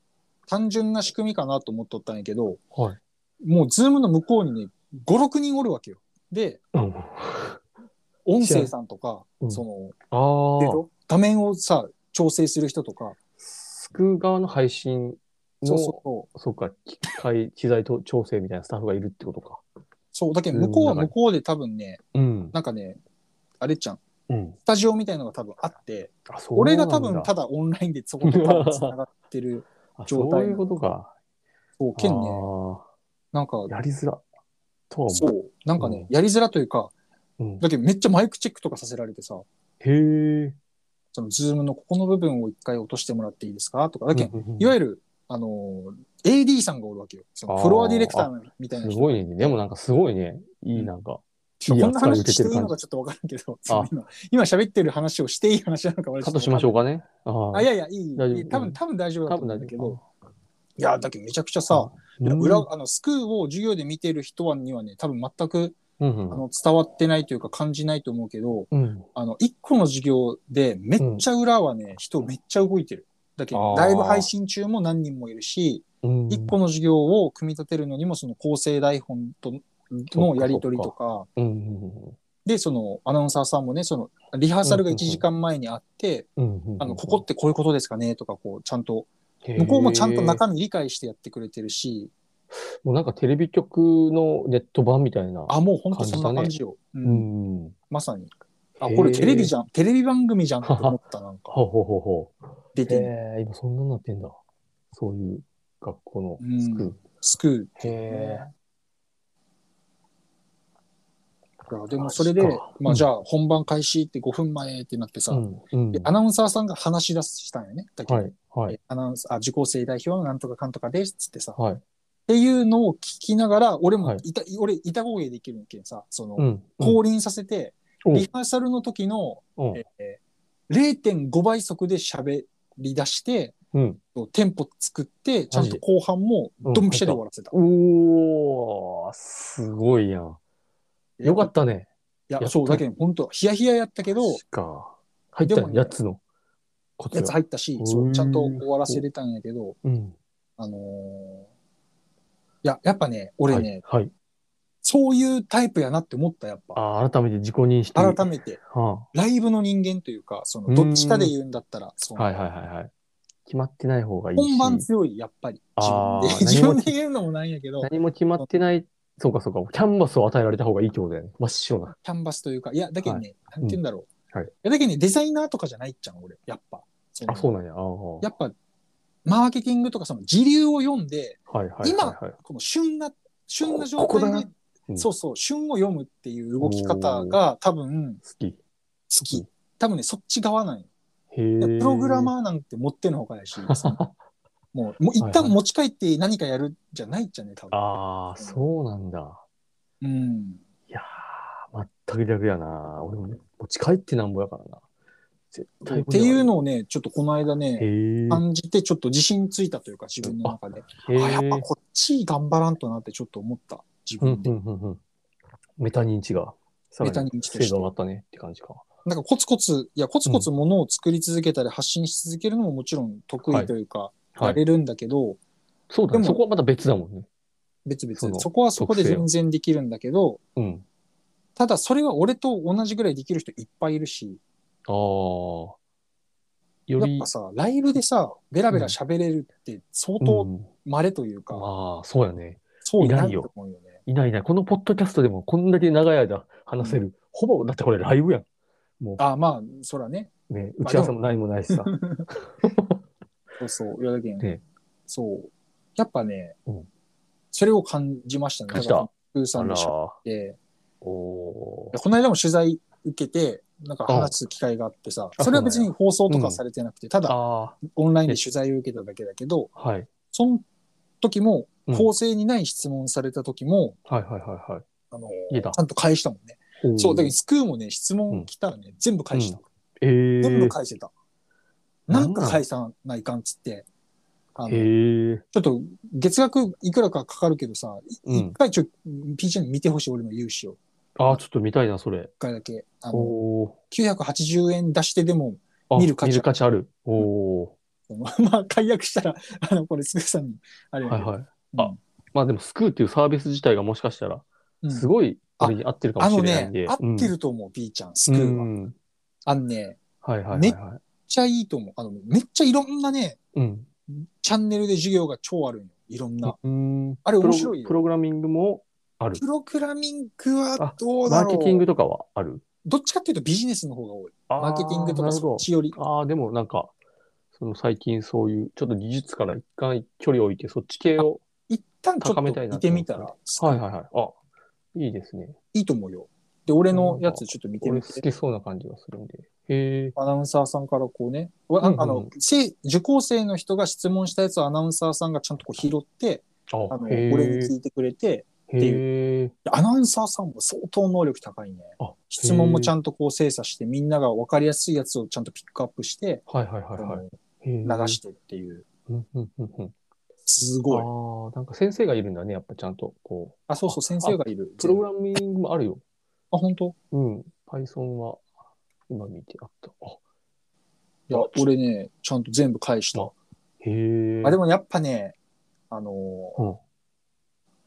[SPEAKER 2] 単純な仕組みかなと思っとったんやけど、
[SPEAKER 1] はい。
[SPEAKER 2] もうズームの向こうにね、5、6人おるわけよ。で、
[SPEAKER 1] うん。
[SPEAKER 2] 音声さんとか、
[SPEAKER 1] うん
[SPEAKER 2] その、
[SPEAKER 1] ああ、
[SPEAKER 2] 画面をさ、調整する人とか、
[SPEAKER 1] スク側の配信の、
[SPEAKER 2] そうそうそう。
[SPEAKER 1] そうか、機械、機材と調整みたいなスタッフがいるってことか。
[SPEAKER 2] そう、だけど向こうは向こうで多分ね、
[SPEAKER 1] うん。
[SPEAKER 2] なんかね、あれっちゃん、
[SPEAKER 1] うん。
[SPEAKER 2] スタジオみたいのが多分あって、
[SPEAKER 1] あ、そう
[SPEAKER 2] 俺が多分
[SPEAKER 1] た
[SPEAKER 2] ただオンラインでそこと多分繋がってる。状態
[SPEAKER 1] そういうことか。
[SPEAKER 2] そう、けんね、なんか
[SPEAKER 1] あー、やりづら。とは
[SPEAKER 2] そ
[SPEAKER 1] 思う。
[SPEAKER 2] う、なんかね
[SPEAKER 1] う、
[SPEAKER 2] やりづらというか、
[SPEAKER 1] うん、
[SPEAKER 2] だけどめっちゃマイクチェックとかさせられてさ、
[SPEAKER 1] へえ。
[SPEAKER 2] そのズームのここの部分を一回落としてもらっていいですかとか、だけん、いわゆる、あのー、AD さんがおるわけよ。そのフロアディレクターみたい
[SPEAKER 1] す
[SPEAKER 2] な人。
[SPEAKER 1] ごいね。でもなんかすごいね。いい、なんか。
[SPEAKER 2] ちょ
[SPEAKER 1] いい
[SPEAKER 2] こんな
[SPEAKER 1] 扱い受
[SPEAKER 2] 話
[SPEAKER 1] け
[SPEAKER 2] してて
[SPEAKER 1] る
[SPEAKER 2] いいの
[SPEAKER 1] 感
[SPEAKER 2] かちょっとわからんけど、その今、今喋ってる話をしていい話なのか悪
[SPEAKER 1] じ。
[SPEAKER 2] い
[SPEAKER 1] カットしましょうかね。あ
[SPEAKER 2] あ、いやいや、いい
[SPEAKER 1] 大丈夫
[SPEAKER 2] いい。多分、多分大丈夫だ
[SPEAKER 1] 多
[SPEAKER 2] と
[SPEAKER 1] 分
[SPEAKER 2] 思
[SPEAKER 1] 大
[SPEAKER 2] うんだけ
[SPEAKER 1] 丈夫
[SPEAKER 2] ど。。いや、だけどめちゃくちゃさ、
[SPEAKER 1] あうん
[SPEAKER 2] 裏、あの、スクーを授業で見てる人はにはね、多分全く、
[SPEAKER 1] うん
[SPEAKER 2] あの、伝わってないというか感じないと思うけど、
[SPEAKER 1] うん。うん。
[SPEAKER 2] あの、一個の授業でめっちゃ裏はね、人めっちゃ動いてる。だけ
[SPEAKER 1] あ
[SPEAKER 2] ど、
[SPEAKER 1] ー
[SPEAKER 2] ライブ配信中も何人もいるし、
[SPEAKER 1] うん
[SPEAKER 2] 一個の授業を組み立てるのにも、その構成台本とのやり取りとか、
[SPEAKER 1] うんうん
[SPEAKER 2] で、その、アナウンサーさんもね、その、リハーサルが1時間前にあって、
[SPEAKER 1] うんうんうん。
[SPEAKER 2] あの、ここってこういうことですかねとか、こう、ちゃんと、
[SPEAKER 1] へー
[SPEAKER 2] 向こうもちゃんと中身理解してやってくれてるし、
[SPEAKER 1] もうなんかテレビ局のネット版みたいな。
[SPEAKER 2] あ、もう本当そんな感じよ。
[SPEAKER 1] う
[SPEAKER 2] うん、
[SPEAKER 1] ん。
[SPEAKER 2] まさに。あ、
[SPEAKER 1] へー
[SPEAKER 2] これテレビじゃん。テレビ番組じゃんって思った、なんか、
[SPEAKER 1] ほうほうほうほ
[SPEAKER 2] 出
[SPEAKER 1] う。
[SPEAKER 2] てる。
[SPEAKER 1] へえ、今そんなになってんだ。そういう学校
[SPEAKER 2] う
[SPEAKER 1] のスクー
[SPEAKER 2] ん
[SPEAKER 1] ル。
[SPEAKER 2] スク
[SPEAKER 1] へえ。
[SPEAKER 2] ール。いやでもそれで
[SPEAKER 1] マジか、
[SPEAKER 2] ま
[SPEAKER 1] う
[SPEAKER 2] あ
[SPEAKER 1] ん
[SPEAKER 2] じゃあ本番開始って5分前ってなってさ、
[SPEAKER 1] うんうん
[SPEAKER 2] でアナウンサーさんが話し出したんよね。だけど、
[SPEAKER 1] はいはい
[SPEAKER 2] えアナウンサー、あ受講生代表のなんとかかんとかですっつってさ、
[SPEAKER 1] はい。
[SPEAKER 2] っていうのを聞きながら、俺も
[SPEAKER 1] はい
[SPEAKER 2] いた、俺、板声できるんけんさ、その、
[SPEAKER 1] うん。
[SPEAKER 2] 降臨させて、
[SPEAKER 1] うん
[SPEAKER 2] リハーサルの時の、
[SPEAKER 1] うん
[SPEAKER 2] えー0.5倍速で喋り出して、
[SPEAKER 1] うん。
[SPEAKER 2] テンポ作って、ちゃんと後半もドンピシャで終わらせた。
[SPEAKER 1] おー、すごいやん。よか
[SPEAKER 2] っ
[SPEAKER 1] ったね。や
[SPEAKER 2] た。いや、
[SPEAKER 1] っ
[SPEAKER 2] そう、
[SPEAKER 1] た
[SPEAKER 2] だけど、本当ヒヤヒヤやったけど、
[SPEAKER 1] 確か。入った
[SPEAKER 2] で
[SPEAKER 1] ね
[SPEAKER 2] もね
[SPEAKER 1] やつのコツ
[SPEAKER 2] やつ
[SPEAKER 1] が。
[SPEAKER 2] 入ったし
[SPEAKER 1] う、ん
[SPEAKER 2] そう、ちゃんと終わらせれたんやけど、
[SPEAKER 1] うん。
[SPEAKER 2] あのーいや、やっぱね、俺ね、
[SPEAKER 1] はい。はい
[SPEAKER 2] そういうタイプやなって思った、やっぱ。
[SPEAKER 1] あー改めて自己認識。
[SPEAKER 2] 改めて、
[SPEAKER 1] は
[SPEAKER 2] ライブの人間というか、その、どっちかで言うんだったら、そ
[SPEAKER 1] あ
[SPEAKER 2] の
[SPEAKER 1] はいはいはいはい。決まってない方がいいし。
[SPEAKER 2] 本番強い、やっぱり。自
[SPEAKER 1] あ
[SPEAKER 2] 分
[SPEAKER 1] ー
[SPEAKER 2] で、自分で言うのもなんやけど、
[SPEAKER 1] 何も決まってない。そうかそうか。キャンバスを与えられた方がいいってことだよね。真っ白な。
[SPEAKER 2] キャンバスというか、いや、だけどね、なんて言うんだろう。
[SPEAKER 1] はい
[SPEAKER 2] いやだけどね、デザイナーとかじゃないっちゃん、俺、やっぱ。その
[SPEAKER 1] あ、そうなんや。あー
[SPEAKER 2] やっぱ、マーケティングとか、その、時流を読んで、
[SPEAKER 1] はいはいはい、はい。
[SPEAKER 2] 今この旬な、旬な状
[SPEAKER 1] ここだ
[SPEAKER 2] 態
[SPEAKER 1] な
[SPEAKER 2] で、
[SPEAKER 1] うん
[SPEAKER 2] そうそう、旬を読むっていう動き方が多分
[SPEAKER 1] 好き。
[SPEAKER 2] 好
[SPEAKER 1] う
[SPEAKER 2] き
[SPEAKER 1] ん。
[SPEAKER 2] 多分ね、そっち側なんよ。
[SPEAKER 1] へえ。
[SPEAKER 2] プログラマーなんて持ってのほかやし、その もう、もう一
[SPEAKER 1] はいは
[SPEAKER 2] 旦
[SPEAKER 1] い
[SPEAKER 2] 持ち帰って何かやるじゃないっちゃね、多分。
[SPEAKER 1] ああ、そうなんだ。
[SPEAKER 2] うん。
[SPEAKER 1] いやー、全く逆やな。俺も持ち帰ってなんぼやからな。絶対
[SPEAKER 2] っていう
[SPEAKER 1] の。
[SPEAKER 2] のをね、ちょっとこの間ね、
[SPEAKER 1] へえ。
[SPEAKER 2] 感じて、ちょっと自信ついたというか、自分の中で。
[SPEAKER 1] へ
[SPEAKER 2] あ、
[SPEAKER 1] ー
[SPEAKER 2] やっぱこっち頑張らんとなってちょっと思った。自
[SPEAKER 1] うん
[SPEAKER 2] 分
[SPEAKER 1] う
[SPEAKER 2] で。
[SPEAKER 1] んうんうん。メタ認知が、さら
[SPEAKER 2] メタ
[SPEAKER 1] に
[SPEAKER 2] 認知として
[SPEAKER 1] 精度上がったねって感じか。
[SPEAKER 2] なんかコツコツ、いや、コツコツものを作り続けたり、発信し続けるのももちろん得意というか、
[SPEAKER 1] は
[SPEAKER 2] や
[SPEAKER 1] い。
[SPEAKER 2] れるんだけど、
[SPEAKER 1] そうだね。
[SPEAKER 2] で
[SPEAKER 1] そ
[SPEAKER 2] も
[SPEAKER 1] こはまた別だもんね。
[SPEAKER 2] 別
[SPEAKER 1] そ
[SPEAKER 2] 々
[SPEAKER 1] の
[SPEAKER 2] そこはそこで全然できるんだけど、
[SPEAKER 1] うん。
[SPEAKER 2] ただそれは俺と同じぐらいできる人いっぱいいるし、
[SPEAKER 1] ああ。よ
[SPEAKER 2] やっ
[SPEAKER 1] り
[SPEAKER 2] ぱ、さ、ライブでさ、ベラベラ喋れるって相
[SPEAKER 1] う
[SPEAKER 2] 当
[SPEAKER 1] ん
[SPEAKER 2] 稀というか、
[SPEAKER 1] まあ、そうやね。
[SPEAKER 2] そう
[SPEAKER 1] いない
[SPEAKER 2] な
[SPEAKER 1] よ
[SPEAKER 2] いと思うよね。
[SPEAKER 1] いないいない。このポッドキャストでもこんだけ長い間話せる。ほぼ、だってこれライブやん。
[SPEAKER 2] あまあ、そらね。
[SPEAKER 1] ね、打ち合わせもないもないし さ。
[SPEAKER 2] そうそう、いやだけん
[SPEAKER 1] ね
[SPEAKER 2] そう。やっぱね、
[SPEAKER 1] うん
[SPEAKER 2] それを感じましたね。
[SPEAKER 1] 感じ
[SPEAKER 2] だ
[SPEAKER 1] た
[SPEAKER 2] からプーさ
[SPEAKER 1] あ
[SPEAKER 2] ん
[SPEAKER 1] ら
[SPEAKER 2] でしょ
[SPEAKER 1] ー。
[SPEAKER 2] って。
[SPEAKER 1] おー
[SPEAKER 2] この間も取材受けて、なんか話す機会があってさ、それは別に放送とかされてなくて、ただ
[SPEAKER 1] あ
[SPEAKER 2] オンラインで取材を受けただけだけど、
[SPEAKER 1] あ、はい。
[SPEAKER 2] その時も
[SPEAKER 1] うん、
[SPEAKER 2] 構成にない質問された時も、
[SPEAKER 1] はいはいはいはい。
[SPEAKER 2] あの
[SPEAKER 1] 言えた
[SPEAKER 2] ちゃんと返したもんね。
[SPEAKER 1] おー
[SPEAKER 2] そう、だけど、スクーもね、質問来たらね、全部返した。
[SPEAKER 1] ええー、
[SPEAKER 2] 全部返してた。なん
[SPEAKER 1] なんな
[SPEAKER 2] か
[SPEAKER 1] ん
[SPEAKER 2] 返さないかんっつって。あの
[SPEAKER 1] えー、
[SPEAKER 2] ちょっと月額いくらかかかるけどさ、
[SPEAKER 1] う
[SPEAKER 2] い
[SPEAKER 1] ん
[SPEAKER 2] 一回ちょ、PJ に見てほしい俺の融資を。
[SPEAKER 1] あーちょっと見たいな、それ
[SPEAKER 2] 一。回だけ。あ
[SPEAKER 1] お
[SPEAKER 2] の、
[SPEAKER 1] お
[SPEAKER 2] 980円出してでも、
[SPEAKER 1] ー。あ
[SPEAKER 2] 見る価値ある
[SPEAKER 1] 見る価値ある。おお
[SPEAKER 2] そのまあ、解約したら、 あの、これ、すぐさんに、あれ
[SPEAKER 1] ー。
[SPEAKER 2] や
[SPEAKER 1] はいはい。
[SPEAKER 2] けど、うん
[SPEAKER 1] あまあでも、スクーっていうサービス自体がもしかしたら、
[SPEAKER 2] うん
[SPEAKER 1] すごい、俺に合ってるかも
[SPEAKER 2] あ
[SPEAKER 1] し
[SPEAKER 2] の
[SPEAKER 1] れない
[SPEAKER 2] ね
[SPEAKER 1] んで。、
[SPEAKER 2] 合ってると思う、B ちゃん、スクール
[SPEAKER 1] は。
[SPEAKER 2] は。
[SPEAKER 1] うん
[SPEAKER 2] あのね、めっ
[SPEAKER 1] はいはいはい、はい。
[SPEAKER 2] ねちゃいいと思う。あの、めっちゃいろんなね、
[SPEAKER 1] うん。
[SPEAKER 2] チャンネルで授業が超あるんよ。いろんな。
[SPEAKER 1] うん
[SPEAKER 2] あれ
[SPEAKER 1] プロ
[SPEAKER 2] 面白い
[SPEAKER 1] プ
[SPEAKER 2] よ。
[SPEAKER 1] ログラミングもある
[SPEAKER 2] プ。ログラミングは
[SPEAKER 1] あ
[SPEAKER 2] どう
[SPEAKER 1] マ
[SPEAKER 2] だ
[SPEAKER 1] ー
[SPEAKER 2] ろ
[SPEAKER 1] ケティン
[SPEAKER 2] う
[SPEAKER 1] グとかはある
[SPEAKER 2] どっちかっていうとビジネスの方が多い。
[SPEAKER 1] あ
[SPEAKER 2] マーケティングとか
[SPEAKER 1] なる
[SPEAKER 2] そ
[SPEAKER 1] ほ
[SPEAKER 2] っちより。
[SPEAKER 1] ど。ああ、でもなんか、その最近そういう、ちょっと技術から一回距離を置いて、そっち系を。
[SPEAKER 2] 一旦ちょっと
[SPEAKER 1] 高めたいな
[SPEAKER 2] 見てみたら、
[SPEAKER 1] はいはいはい。あ、いいですね。
[SPEAKER 2] いいと思うよ。で、俺のやつちょっと見て
[SPEAKER 1] 俺
[SPEAKER 2] み
[SPEAKER 1] 好
[SPEAKER 2] て。
[SPEAKER 1] きそうな感じがするんで。へえ。
[SPEAKER 2] アナウンサーさんからこうね、
[SPEAKER 1] んうん
[SPEAKER 2] ああの、せい受講生の人が質問したやつをアナウンサーさんがちゃんとこう拾って、
[SPEAKER 1] あ
[SPEAKER 2] あの、
[SPEAKER 1] へ
[SPEAKER 2] 俺に
[SPEAKER 1] え
[SPEAKER 2] 聞いてくれて、て
[SPEAKER 1] へえ。
[SPEAKER 2] でアナウンサーさんも相当能力高いね。
[SPEAKER 1] あ、
[SPEAKER 2] 質問もちゃ
[SPEAKER 1] ん
[SPEAKER 2] んとこう精査して、みんなが分かりやすいやつをちゃんとピックアップして、
[SPEAKER 1] と。はいはいはい
[SPEAKER 2] あ
[SPEAKER 1] は
[SPEAKER 2] の
[SPEAKER 1] い。流
[SPEAKER 2] 流してっていう。
[SPEAKER 1] うんうんうんうん。
[SPEAKER 2] すごい。
[SPEAKER 1] ああ、なんか先生がいるんだね、やっぱちゃんと。こ
[SPEAKER 2] あ、そうそう、先生がいる
[SPEAKER 1] う、。プログラミングもあるよ。
[SPEAKER 2] あ、本当
[SPEAKER 1] うん。Python は、今見てあった。あ、
[SPEAKER 2] いや、俺ね、ちゃんと全部返した。
[SPEAKER 1] へえ。
[SPEAKER 2] あで
[SPEAKER 1] も、
[SPEAKER 2] もやっぱね、あのー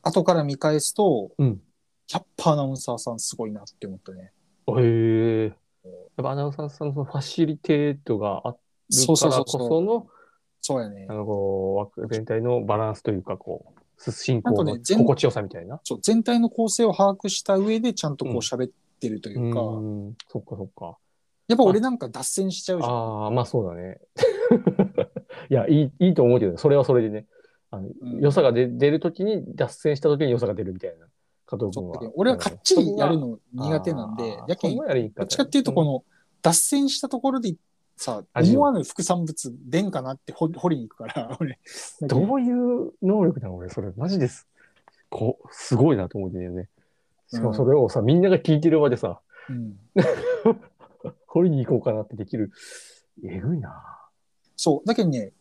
[SPEAKER 2] 後から見返すと、
[SPEAKER 1] うん
[SPEAKER 2] やっぱアナウンサーさんすごいなって思ったね。
[SPEAKER 1] うん。へえ。やっぱアナウンサーさんのそのファシリテートがある
[SPEAKER 2] そう
[SPEAKER 1] か
[SPEAKER 2] そうそ
[SPEAKER 1] ら
[SPEAKER 2] う
[SPEAKER 1] こ
[SPEAKER 2] そ。
[SPEAKER 1] そうの、
[SPEAKER 2] そうやね
[SPEAKER 1] あ。の、こう、枠全体のバランスというか、こう、進
[SPEAKER 2] あと
[SPEAKER 1] 行
[SPEAKER 2] ね
[SPEAKER 1] の
[SPEAKER 2] 全
[SPEAKER 1] 心地よさみたいな。
[SPEAKER 2] そう全体の構成を把握した上でちゃんとこう
[SPEAKER 1] うん
[SPEAKER 2] 喋ってるといううか、
[SPEAKER 1] ん。そっかそっか。
[SPEAKER 2] やっぱ俺なんか脱線しちゃうじゃん。
[SPEAKER 1] ああ、まあそうだね。 いや、いい、いいと思うけどね、それはそれでね。あの、
[SPEAKER 2] うん
[SPEAKER 1] 良さが出、出るときに、脱線したときに良さが出るみたいな、加藤
[SPEAKER 2] そ
[SPEAKER 1] 君
[SPEAKER 2] う
[SPEAKER 1] は
[SPEAKER 2] だけど。俺はかっちりやるの苦手なんで、やけ
[SPEAKER 1] けん
[SPEAKER 2] ん、ど
[SPEAKER 1] やり方
[SPEAKER 2] っちかっていうとこの脱線したところでさ、
[SPEAKER 1] 味を
[SPEAKER 2] 思わぬ副産物出んかなって掘掘りに行くから、 俺。
[SPEAKER 1] どういう能力なの俺、それ、マジです。こう、すごいなと思ってね。しか
[SPEAKER 2] うん
[SPEAKER 1] もそれをさ、みんなが聞いてる場でさ、
[SPEAKER 2] うん
[SPEAKER 1] 掘りに行こうかなってできる。えぐいな。
[SPEAKER 2] そう。だけどね、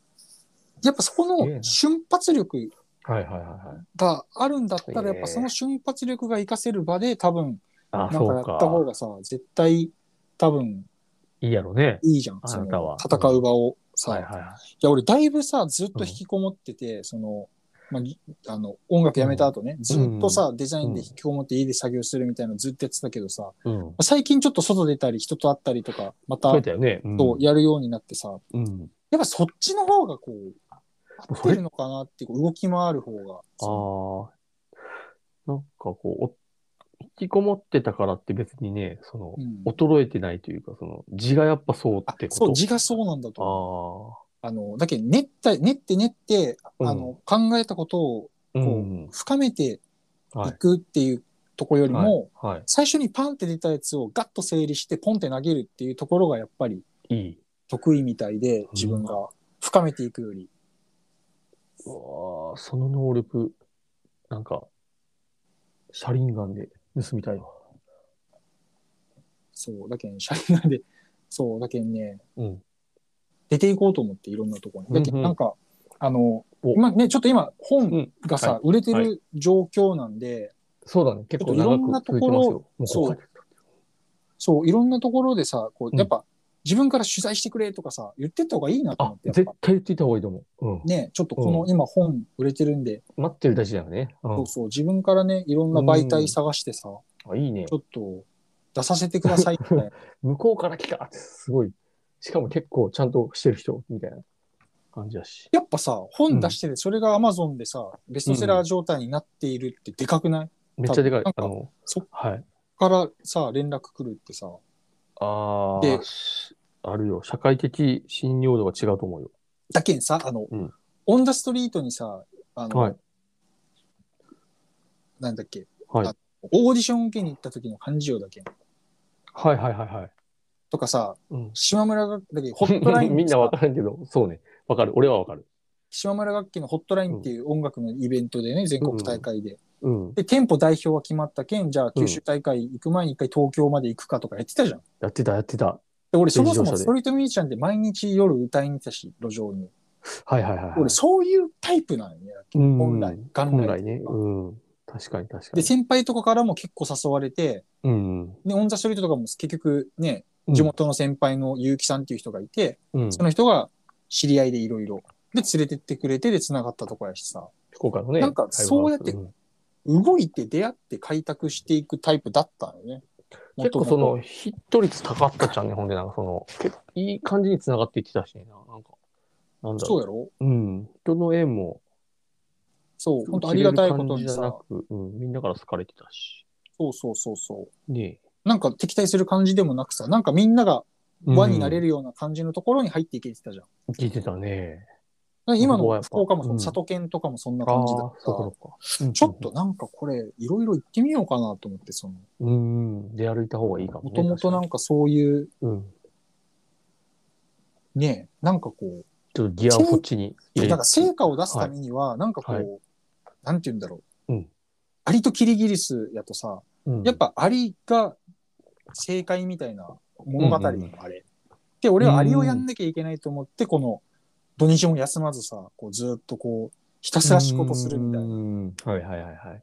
[SPEAKER 2] やっぱそこ
[SPEAKER 1] すげえ
[SPEAKER 2] の
[SPEAKER 1] な
[SPEAKER 2] 瞬発力
[SPEAKER 1] はいはいはいはい。
[SPEAKER 2] があるんだったら、
[SPEAKER 1] ええ
[SPEAKER 2] やっぱその瞬発力が活かせる場で、多分、
[SPEAKER 1] あ
[SPEAKER 2] な
[SPEAKER 1] あ、
[SPEAKER 2] んか
[SPEAKER 1] そ
[SPEAKER 2] やっ
[SPEAKER 1] う
[SPEAKER 2] た方
[SPEAKER 1] か。
[SPEAKER 2] がさ、絶対、多分、
[SPEAKER 1] いいやろね。
[SPEAKER 2] いいじゃん。
[SPEAKER 1] あ
[SPEAKER 2] そ
[SPEAKER 1] なたは
[SPEAKER 2] の戦う場をさ、
[SPEAKER 1] はい
[SPEAKER 2] い
[SPEAKER 1] はいは
[SPEAKER 2] や、俺だいぶさ、ずっと引きこもってて、その、まあ、ぎあの、音楽やめた後ね、ずっとさ、デザインで引きこもって家で作業するみたいなのずっとやってたけどさ、
[SPEAKER 1] い。うん。
[SPEAKER 2] 最近ちょっと外出たり、人と会ったりとか、また
[SPEAKER 1] そう、だよね。うん
[SPEAKER 2] そうやるようになってさ、
[SPEAKER 1] うん。
[SPEAKER 2] やっぱそっちの方がこう、合ってるのかなっていう、こう動き回る方が。
[SPEAKER 1] ああ、なんかこう、お引きこもってたからって別にね、その
[SPEAKER 2] う、ん
[SPEAKER 1] 衰えてないというか、その、字がやっぱそう
[SPEAKER 2] あ
[SPEAKER 1] ってこと。
[SPEAKER 2] そう、字がそうなんだと思う。
[SPEAKER 1] あ
[SPEAKER 2] あの、だけど、練った、練って練って、
[SPEAKER 1] うん
[SPEAKER 2] あの、考えたことを
[SPEAKER 1] あ、う
[SPEAKER 2] こう、
[SPEAKER 1] ん。
[SPEAKER 2] 深めて
[SPEAKER 1] はい
[SPEAKER 2] いくっていうとこよりも、
[SPEAKER 1] はい。
[SPEAKER 2] 最初にパンって出たやつをガッと整理してポンって投げるっていうところがやっぱり
[SPEAKER 1] いい。
[SPEAKER 2] 得意みたいで、自分が深めていくより。
[SPEAKER 1] うわあ、その能力、なんか、シャリンガンで盗みたいわ。
[SPEAKER 2] そう、だけん、シャリナで、 そう、だけんね、
[SPEAKER 1] うん。
[SPEAKER 2] 出ていこうと思っていろんなところに。だけ
[SPEAKER 1] うん
[SPEAKER 2] ん、
[SPEAKER 1] うん
[SPEAKER 2] なんか、あの、
[SPEAKER 1] お
[SPEAKER 2] 今ね、ちょっと今、
[SPEAKER 1] う
[SPEAKER 2] 本
[SPEAKER 1] ん
[SPEAKER 2] がさ、
[SPEAKER 1] は
[SPEAKER 2] 売れてる状況なんで、
[SPEAKER 1] そうだね。結構
[SPEAKER 2] ちょっとい
[SPEAKER 1] 長
[SPEAKER 2] ろんな
[SPEAKER 1] く
[SPEAKER 2] と
[SPEAKER 1] 続い
[SPEAKER 2] こ
[SPEAKER 1] て
[SPEAKER 2] ろ
[SPEAKER 1] ますよ。もうここ
[SPEAKER 2] そうそう、いろんなところでさ、こ
[SPEAKER 1] う
[SPEAKER 2] う、
[SPEAKER 1] ん
[SPEAKER 2] やっぱ、自分から取材してくれとかさ、言ってった方がいいなと思
[SPEAKER 1] あ
[SPEAKER 2] っ、て、やっ
[SPEAKER 1] 絶
[SPEAKER 2] ぱ。
[SPEAKER 1] 対言っていた方がいいと思う。うん。
[SPEAKER 2] ね、ちょっとこの
[SPEAKER 1] う
[SPEAKER 2] 今本売れてるんで、
[SPEAKER 1] 待ってるだけだよね。う
[SPEAKER 2] そ
[SPEAKER 1] ん
[SPEAKER 2] う。そう、自分からね、いろんな媒体探してさ、
[SPEAKER 1] あ、いいね
[SPEAKER 2] ち。ょっと出させてくださいみたい な。
[SPEAKER 1] 向こうから来たってすごい。しかも結構ちゃんとしてる人みたいな感じだし。
[SPEAKER 2] やっぱさ、本出してて、それが Amazon でさ、ベストセラー状態になっているってでかくない、
[SPEAKER 1] めっちゃでかい
[SPEAKER 2] なん。か
[SPEAKER 1] あの、
[SPEAKER 2] そっ
[SPEAKER 1] はい。
[SPEAKER 2] からさ、連絡来るってさ、
[SPEAKER 1] あ
[SPEAKER 2] で
[SPEAKER 1] あ、しあるよ。社会的信用度が違うと思うよ。
[SPEAKER 2] だけんさ、あの、
[SPEAKER 1] うん
[SPEAKER 2] オンダストリートにさ、あの、
[SPEAKER 1] はい。
[SPEAKER 2] なんだっけ、
[SPEAKER 1] はい。
[SPEAKER 2] あオーディション受けに行った時の感じよだけん
[SPEAKER 1] はいはいはいはい。
[SPEAKER 2] とかさ、
[SPEAKER 1] うん。
[SPEAKER 2] 島村が、だけどホットライ ン
[SPEAKER 1] みんなわからんけど、そうね。わかる。俺はわかる。
[SPEAKER 2] 島村楽器のホットラインっていう音楽のイベントでね、全国大会で。
[SPEAKER 1] うん。
[SPEAKER 2] で、店舗代表は決まったけん、じゃあ九州大会行く前に一回東京まで行くかとかやってたじゃん。
[SPEAKER 1] やってたやってた。
[SPEAKER 2] で俺、そもそ
[SPEAKER 1] 電子
[SPEAKER 2] も
[SPEAKER 1] 乗
[SPEAKER 2] ス
[SPEAKER 1] 車で
[SPEAKER 2] トリートミュージシャンって毎日夜歌いに来たし、路上に。
[SPEAKER 1] はいはいはいはい。
[SPEAKER 2] 俺、そういうタイプなのよね。
[SPEAKER 1] うん
[SPEAKER 2] 本来、元
[SPEAKER 1] 本
[SPEAKER 2] 来。
[SPEAKER 1] 来ね。うん。確かに確か
[SPEAKER 2] で、
[SPEAKER 1] に。
[SPEAKER 2] 先輩とかからも結構誘われて、
[SPEAKER 1] うん。
[SPEAKER 2] で、オンザストリートとかも結局ね、地元の先輩の結城さんっていう人がいて、
[SPEAKER 1] うん、
[SPEAKER 2] その人が知り合いでいろいろ。で、連れてってくれて、で、繋がったとこやしさ。
[SPEAKER 1] 福岡のね。
[SPEAKER 2] なんかそうやって
[SPEAKER 1] うん
[SPEAKER 2] 動いて出会って開拓していくタイプだったのよね。
[SPEAKER 1] 結構その、ヒット率高かったじゃんね、ほんで、なんかその、結構いい感じに繋がっていってたしね、なんか、なんだ
[SPEAKER 2] そう
[SPEAKER 1] ろ
[SPEAKER 2] やろ
[SPEAKER 1] う。うん。人の縁も、
[SPEAKER 2] そう、本当ありがたいことに
[SPEAKER 1] 切れる感じじゃな
[SPEAKER 2] さ、
[SPEAKER 1] く、うん、みんなから好かれてたし。
[SPEAKER 2] そうそうそうそ
[SPEAKER 1] ね
[SPEAKER 2] う。なんか敵対する感じでもなくさ、なんかみんなが
[SPEAKER 1] うん
[SPEAKER 2] 輪になれるような感じのところに入っていけてたじゃん。
[SPEAKER 1] 聞いてたね。
[SPEAKER 2] だから今
[SPEAKER 1] そこはや
[SPEAKER 2] の
[SPEAKER 1] っぱ
[SPEAKER 2] 福岡もそう
[SPEAKER 1] うん
[SPEAKER 2] 佐渡県とかもそんな
[SPEAKER 1] ああ
[SPEAKER 2] 感
[SPEAKER 1] ー、
[SPEAKER 2] じだ
[SPEAKER 1] そ
[SPEAKER 2] っ
[SPEAKER 1] うか
[SPEAKER 2] た。
[SPEAKER 1] そうか。
[SPEAKER 2] ちょっとなんかこれ、いろいろ行ってみようかなと思って、その、
[SPEAKER 1] うん。うん。出歩いた方がいいかも
[SPEAKER 2] も
[SPEAKER 1] ね。
[SPEAKER 2] ともとな
[SPEAKER 1] 確
[SPEAKER 2] んかそういう、
[SPEAKER 1] かにうん。
[SPEAKER 2] ね、なんかこう、
[SPEAKER 1] ちょっとギアをこっちに入れ
[SPEAKER 2] なんか成果を出すためには、なんかこう、
[SPEAKER 1] はい
[SPEAKER 2] なんて言うんだろう。
[SPEAKER 1] うん
[SPEAKER 2] アリとキリギリスやとさ、
[SPEAKER 1] うん
[SPEAKER 2] やっぱアリが正解みたいな物語のあれ。
[SPEAKER 1] うんうん
[SPEAKER 2] で、俺はアリをやんなきゃいけないと思って、この土日も休まずさ、こうずっとこう、ひたすら仕事するみたいな
[SPEAKER 1] うんはいはいはいはい。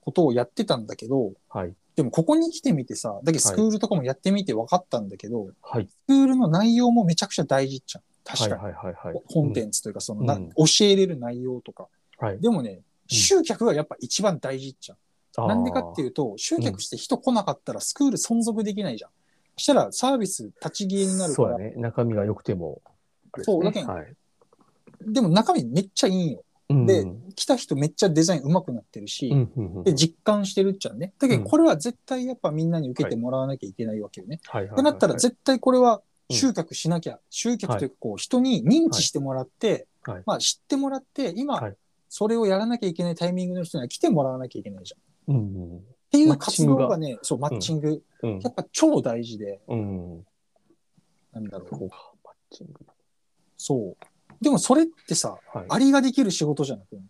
[SPEAKER 2] ことをやってたんだけど、
[SPEAKER 1] はい。
[SPEAKER 2] でもここに来てみてさ、だけどスクールとかもやってみて分かったんだけど、
[SPEAKER 1] はい。
[SPEAKER 2] スクールの内容もめちゃくちゃ大事っちゃん。確か
[SPEAKER 1] はいは
[SPEAKER 2] に。
[SPEAKER 1] いはいはい。
[SPEAKER 2] コンテンツというか、そのな、
[SPEAKER 1] うん
[SPEAKER 2] 教えれる内容とか。
[SPEAKER 1] はい。。
[SPEAKER 2] でもね、集客がやっぱ一番大事っちゃん。なんでかっていううと、集客して人来なかったらスクール存続できないじゃん。したらサービス立ち消えになるか
[SPEAKER 1] そうや
[SPEAKER 2] ら、
[SPEAKER 1] ね。中身が良くても。あれですね
[SPEAKER 2] そうだけん
[SPEAKER 1] はい。
[SPEAKER 2] でも中身めっちゃいいんよ。
[SPEAKER 1] うん
[SPEAKER 2] で
[SPEAKER 1] うん
[SPEAKER 2] 来た人めっちゃデザイン上手くなってるし、
[SPEAKER 1] うんうん。
[SPEAKER 2] で実感してるっちゃね。だけど
[SPEAKER 1] うん
[SPEAKER 2] これは絶対やっぱみんなに受けてもらわなきゃいけないわけよね。
[SPEAKER 1] はいはい
[SPEAKER 2] っ
[SPEAKER 1] はい
[SPEAKER 2] てなったら絶対これは
[SPEAKER 1] うん
[SPEAKER 2] 集客しなきゃ、集客というかこう人に認知してもらって、
[SPEAKER 1] はいはい
[SPEAKER 2] まあ知ってもらって、
[SPEAKER 1] は
[SPEAKER 2] 今
[SPEAKER 1] い
[SPEAKER 2] それをやらなきゃいけないタイミングの人には来てもらわなきゃいけないじゃん。っ
[SPEAKER 1] うんうん
[SPEAKER 2] てい
[SPEAKER 1] マ
[SPEAKER 2] う
[SPEAKER 1] ッチン
[SPEAKER 2] 活
[SPEAKER 1] グ
[SPEAKER 2] 動
[SPEAKER 1] が
[SPEAKER 2] がね、そう、マッチング、
[SPEAKER 1] うん
[SPEAKER 2] やっぱ超大事で、
[SPEAKER 1] うん。
[SPEAKER 2] なんだろう。
[SPEAKER 1] そうか。マッチング。
[SPEAKER 2] そう。でもそれってさ、
[SPEAKER 1] はい。
[SPEAKER 2] アリができる仕事じゃなくない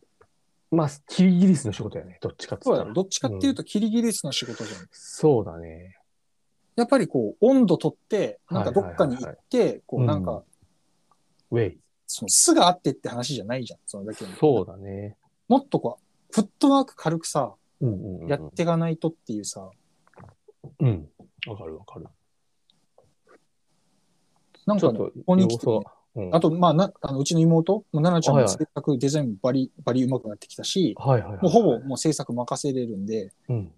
[SPEAKER 1] まあ、キリギリスの仕事やね。どっちかっつ
[SPEAKER 2] そう
[SPEAKER 1] っ
[SPEAKER 2] だ
[SPEAKER 1] た
[SPEAKER 2] ろ
[SPEAKER 1] ら。
[SPEAKER 2] どっちかっていうと、キリギリスの仕事じゃん。
[SPEAKER 1] そうだね。
[SPEAKER 2] やっぱりこう、温度取って、なんかどっかに行って、こ
[SPEAKER 1] う
[SPEAKER 2] う、
[SPEAKER 1] ん
[SPEAKER 2] なんか、
[SPEAKER 1] ウェイ。
[SPEAKER 2] その巣があってって話じゃないじゃん。そのだけに
[SPEAKER 1] そうだね。
[SPEAKER 2] もっとこう、フットワーク軽くさ、
[SPEAKER 1] うんうんうん。
[SPEAKER 2] やっていかないとっていうさ、
[SPEAKER 1] うん。わかるわかる。
[SPEAKER 2] なん
[SPEAKER 1] ちょ
[SPEAKER 2] か
[SPEAKER 1] っ
[SPEAKER 2] ね、
[SPEAKER 1] と
[SPEAKER 2] こ、こに来てね、
[SPEAKER 1] 要素が
[SPEAKER 2] あ、と、まあ、なあのうちの妹、もう奈々ちゃん
[SPEAKER 1] はい
[SPEAKER 2] も
[SPEAKER 1] はい
[SPEAKER 2] 制作、デザインもバリ、バリ上手くなってきたし、
[SPEAKER 1] うんはいはいはい。
[SPEAKER 2] もうほぼもう制作任せれるんで、
[SPEAKER 1] うん。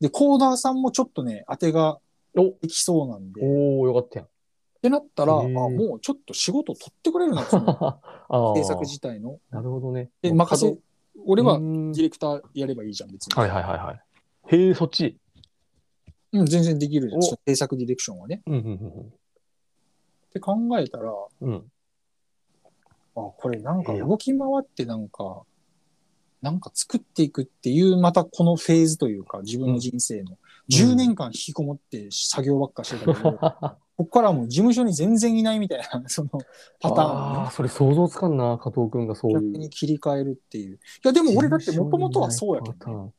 [SPEAKER 2] で、コーダーさんもちょっとね、当てが
[SPEAKER 1] お
[SPEAKER 2] できそうなんで、っ
[SPEAKER 1] おー、よかったやん。
[SPEAKER 2] てなったら、あ、
[SPEAKER 1] へー
[SPEAKER 2] もうちょっと仕事取ってくれるな、その
[SPEAKER 1] あー
[SPEAKER 2] 制作自体の。
[SPEAKER 1] なるほどね。
[SPEAKER 2] で、任せ、俺は
[SPEAKER 1] うーん
[SPEAKER 2] ディレクターやればいいじゃん、別に。
[SPEAKER 1] はいはいはいはい。へえ、そっち。
[SPEAKER 2] うん、全然できるじゃん。
[SPEAKER 1] お
[SPEAKER 2] その制作ディレクションはね。
[SPEAKER 1] うんうん
[SPEAKER 2] って考えたら、あ、
[SPEAKER 1] うんうん。
[SPEAKER 2] これなんか
[SPEAKER 1] いいよ
[SPEAKER 2] 動き回ってなんか、なんか作っていくっていう、またこのフェーズというか、自分の人生の、10年間引きこもって作業ばっかしてたけ ど、ここからはもう事務所に全然いないみたいな、 そのパターン
[SPEAKER 1] あ
[SPEAKER 2] を
[SPEAKER 1] あ、
[SPEAKER 2] ね
[SPEAKER 1] それ想像つかんな、加藤くんがそう
[SPEAKER 2] 逆
[SPEAKER 1] いう。
[SPEAKER 2] に切り替えるっていう。いや、でも俺だってもともとはそうやけどね、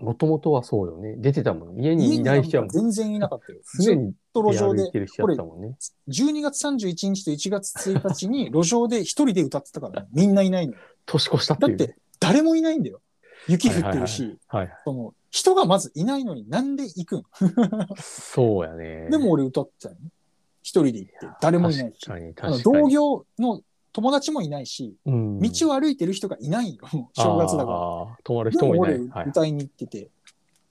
[SPEAKER 1] もともとはそうよね。出てたもん。家に
[SPEAKER 2] 家
[SPEAKER 1] い
[SPEAKER 2] に
[SPEAKER 1] ない人
[SPEAKER 2] な
[SPEAKER 1] や
[SPEAKER 2] ん
[SPEAKER 1] も
[SPEAKER 2] か
[SPEAKER 1] ん。
[SPEAKER 2] 全然いなかったよ。ず
[SPEAKER 1] 常
[SPEAKER 2] っ
[SPEAKER 1] に
[SPEAKER 2] と路
[SPEAKER 1] 出
[SPEAKER 2] 上
[SPEAKER 1] 歩
[SPEAKER 2] で
[SPEAKER 1] いてる人やったもんね。
[SPEAKER 2] 12月31日と1月1日に路上で一人で歌ってたからね。みんないないの。
[SPEAKER 1] 年越したって
[SPEAKER 2] だっ
[SPEAKER 1] いう。
[SPEAKER 2] て誰もいないんだよ。雪降ってるし、
[SPEAKER 1] はい。
[SPEAKER 2] その人がまずいないのになんで行くん
[SPEAKER 1] そうやね。
[SPEAKER 2] でも、俺歌ってたよね。一人で行って、誰もいないし。
[SPEAKER 1] 確かに、
[SPEAKER 2] あの
[SPEAKER 1] 確かに。
[SPEAKER 2] 同業の友達もいないし、
[SPEAKER 1] うん
[SPEAKER 2] 道を歩いてる人がいないよ。もう正月だから。
[SPEAKER 1] あー泊まる
[SPEAKER 2] で
[SPEAKER 1] 人
[SPEAKER 2] も
[SPEAKER 1] もい
[SPEAKER 2] 俺
[SPEAKER 1] ない。はい。
[SPEAKER 2] 歌いに行ってて、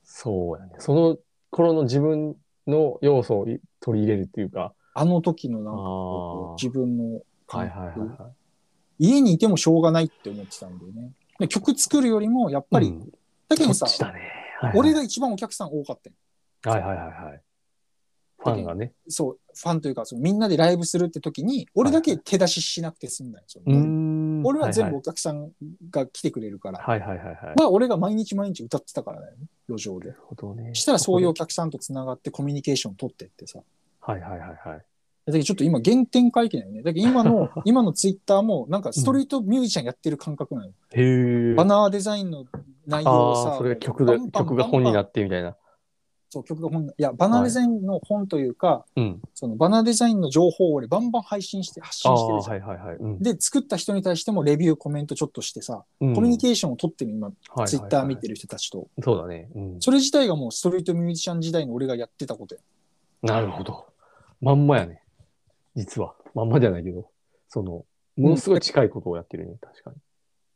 [SPEAKER 1] そうやね。その頃の自分の要素をい取り入れるっていうか。
[SPEAKER 2] あの時のな
[SPEAKER 1] あ
[SPEAKER 2] んかこ
[SPEAKER 1] あ
[SPEAKER 2] う
[SPEAKER 1] ー。
[SPEAKER 2] 自分の
[SPEAKER 1] はい
[SPEAKER 2] 感
[SPEAKER 1] はいはい
[SPEAKER 2] 覚、
[SPEAKER 1] はい。
[SPEAKER 2] 家にいてもしょうがないって思ってたんだよね。で曲作るよりもやっぱり、
[SPEAKER 1] うん、
[SPEAKER 2] だけど
[SPEAKER 1] そ
[SPEAKER 2] さ
[SPEAKER 1] っ、ちだね。はいはい
[SPEAKER 2] 俺が一番お客さん多かったよ。
[SPEAKER 1] はいはいはいはい。ファンがね。
[SPEAKER 2] そう、ファンというか、そのみんなでライブするって時に、俺だけ手出ししなくて済んだよ。その
[SPEAKER 1] ん
[SPEAKER 2] 俺は全部お客さんが来てくれるから。
[SPEAKER 1] はいはいはいはいはい。
[SPEAKER 2] まあ、俺が毎日毎日歌ってたからだよね、路上で
[SPEAKER 1] な。るほどね。
[SPEAKER 2] したらそういうお
[SPEAKER 1] こ
[SPEAKER 2] 客さんと繋がってコミュニケーション取ってってさ。
[SPEAKER 1] こで。はいはいはいはい。
[SPEAKER 2] だけどちょっと今原点回帰だよね。だけど今 の、今のツイッターもなんかストリートミュージシャンやってる感覚なのよ。
[SPEAKER 1] へえ。
[SPEAKER 2] バナーデザインの内容を
[SPEAKER 1] ああ、
[SPEAKER 2] さ、
[SPEAKER 1] それが曲が、曲が本にな
[SPEAKER 2] って。
[SPEAKER 1] ってみたいな。
[SPEAKER 2] そう、曲が本、いや、バナーデザインの本というか、
[SPEAKER 1] うん。
[SPEAKER 2] そのバナーデザインの情報を俺バンバン配信して、発
[SPEAKER 1] あ
[SPEAKER 2] 信して
[SPEAKER 1] あ、
[SPEAKER 2] るじゃん。
[SPEAKER 1] はいはいはい。うん。
[SPEAKER 2] で、作った人に対してもレビュー、コメントちょっとしてさ、コミュニケーションを取ってる今、
[SPEAKER 1] ー
[SPEAKER 2] ツイッター見てる人たちと。
[SPEAKER 1] そうだね。うん。
[SPEAKER 2] それ自体がもうストリートミュージシャン時代の俺がやってたことや。
[SPEAKER 1] なるほど。まんまやね。実は。まんまじゃないけど、その、ものすごい近いことをやってるね、確かに。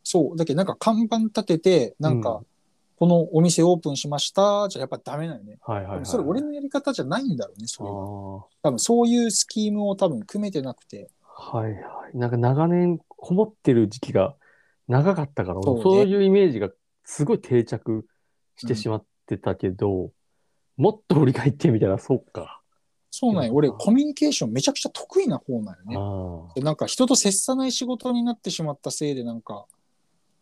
[SPEAKER 2] そう。だけどなんか看板立てて、なん
[SPEAKER 1] う
[SPEAKER 2] か、このお店オープンしました、じゃやっぱダメだよね。
[SPEAKER 1] はいはい、はい。
[SPEAKER 2] それ俺のやり方じゃないんだろうね、それは。
[SPEAKER 1] あ
[SPEAKER 2] 多分そういうスキームを多分組めてなくて。
[SPEAKER 1] あ、はいはい。なんか長年こもってる時期が長かったから、
[SPEAKER 2] そう
[SPEAKER 1] そう,、
[SPEAKER 2] ね
[SPEAKER 1] いうイメージがすごい定着してしまってたけど、もっと振り返ってみたら、そうか。
[SPEAKER 2] そうなんよ。俺、コミュニケーションめちゃくちゃ得意な方なんよね。
[SPEAKER 1] あ
[SPEAKER 2] でなんか人と接さない仕事になってしまったせいで、なんか、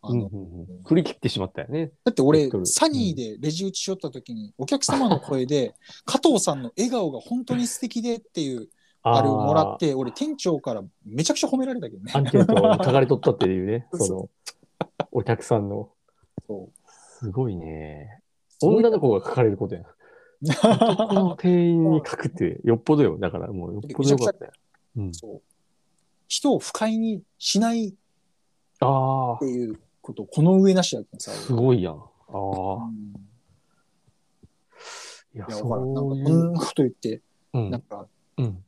[SPEAKER 1] あ、
[SPEAKER 2] あ
[SPEAKER 1] うん
[SPEAKER 2] の、
[SPEAKER 1] うんうん。振り切ってしまったよね。
[SPEAKER 2] だって
[SPEAKER 1] ベ
[SPEAKER 2] 俺
[SPEAKER 1] クト、ル
[SPEAKER 2] サニーでレジ打ちしよった時に、お客様の 声で、加藤さんの笑顔が本当に素敵でっていう、あれをもらっ。て、俺店長からめちゃくちゃ褒められたけどね
[SPEAKER 1] ア。ンケートを書かれとったっていう ね、
[SPEAKER 2] そう
[SPEAKER 1] その、お客さんの。
[SPEAKER 2] そう
[SPEAKER 1] すごいね。
[SPEAKER 2] すごい
[SPEAKER 1] 女の子が書かれることやな。男の店員に書くってよっぽどよ。だからもうよっぽどよかったよ。うん、
[SPEAKER 2] そう人を不快にしないっ
[SPEAKER 1] あ
[SPEAKER 2] ていうこと、この上なしだけど
[SPEAKER 1] あ、
[SPEAKER 2] さ。
[SPEAKER 1] すごいやん。あ
[SPEAKER 2] う
[SPEAKER 1] あ、
[SPEAKER 2] ん
[SPEAKER 1] いや、
[SPEAKER 2] いや、わからん。
[SPEAKER 1] そうい
[SPEAKER 2] なんかこん
[SPEAKER 1] う。
[SPEAKER 2] なこと言って、
[SPEAKER 1] う
[SPEAKER 2] なん
[SPEAKER 1] ん。
[SPEAKER 2] か
[SPEAKER 1] うん。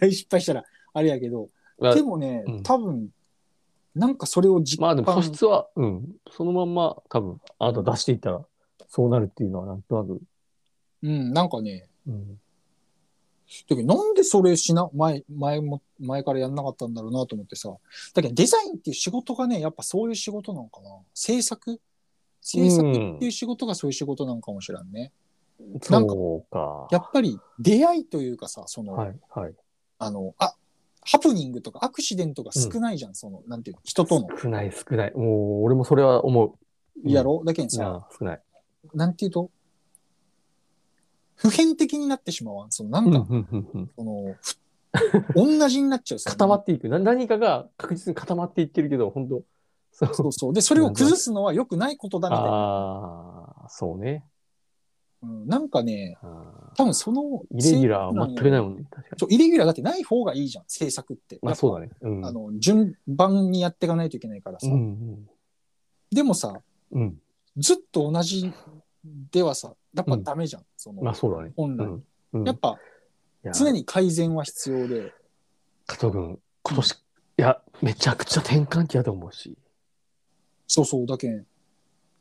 [SPEAKER 2] 大失敗したらあれやけど、
[SPEAKER 1] まあ
[SPEAKER 2] でもね
[SPEAKER 1] うん、
[SPEAKER 2] 多分、なんかそれを実
[SPEAKER 1] まあで
[SPEAKER 2] 感
[SPEAKER 1] も個室は、うん。そのまんま多分、あなた出していったら、そうなるっていうのはなんとなく。
[SPEAKER 2] うん、なんかね、
[SPEAKER 1] うん。
[SPEAKER 2] だけどなんでそれしな、前、前も、前からやんなかったんだろうなと思ってさ。だけどデザインっていう仕事がね、やっぱそういう仕事なのかな。制作制作っていう仕事がそういう仕事なのかもしれんね。なんか
[SPEAKER 1] そうか。
[SPEAKER 2] やっぱり出会いというかさ、その、
[SPEAKER 1] はい、はい。
[SPEAKER 2] あの、あ、ハプニングとかアクシデントが少ないじゃん、その、なんていうの、人との。
[SPEAKER 1] 少ない少ない。もう、俺もそれは思う。
[SPEAKER 2] やろだけ
[SPEAKER 1] う
[SPEAKER 2] に
[SPEAKER 1] んい
[SPEAKER 2] さ、
[SPEAKER 1] や、少ない。
[SPEAKER 2] なんていうと、普遍的になってしまうわん。その、な
[SPEAKER 1] うんん、う
[SPEAKER 2] か、
[SPEAKER 1] ん、うん、うん。
[SPEAKER 2] その、ふ 同じになっちゃう。その
[SPEAKER 1] 固まっていくな何かが確実に固まっていってるけど本当そう
[SPEAKER 2] そうそう。で、それを崩すのは良くないことだみたいな。
[SPEAKER 1] ああそうね
[SPEAKER 2] うん、なんかね、
[SPEAKER 1] あー
[SPEAKER 2] 多分その、
[SPEAKER 1] イレギュラーは全くないもんね確かに
[SPEAKER 2] そう、イレギュラーだってない方がいいじゃん、制作って。
[SPEAKER 1] まあそうだねう
[SPEAKER 2] や
[SPEAKER 1] ん
[SPEAKER 2] っぱあの、順番にやっていかないといけないから
[SPEAKER 1] う
[SPEAKER 2] さ。
[SPEAKER 1] ん
[SPEAKER 2] でもさ、
[SPEAKER 1] うんうん
[SPEAKER 2] ずっと同じではさ、やっぱダメじゃん、その、
[SPEAKER 1] まあそうだね
[SPEAKER 2] 本
[SPEAKER 1] う
[SPEAKER 2] 来。
[SPEAKER 1] んうん
[SPEAKER 2] やっぱ、
[SPEAKER 1] いや
[SPEAKER 2] 常に改善は必要で、
[SPEAKER 1] 加藤君今年いやめちゃくちゃ転換期やと思うし
[SPEAKER 2] そうそう、だけん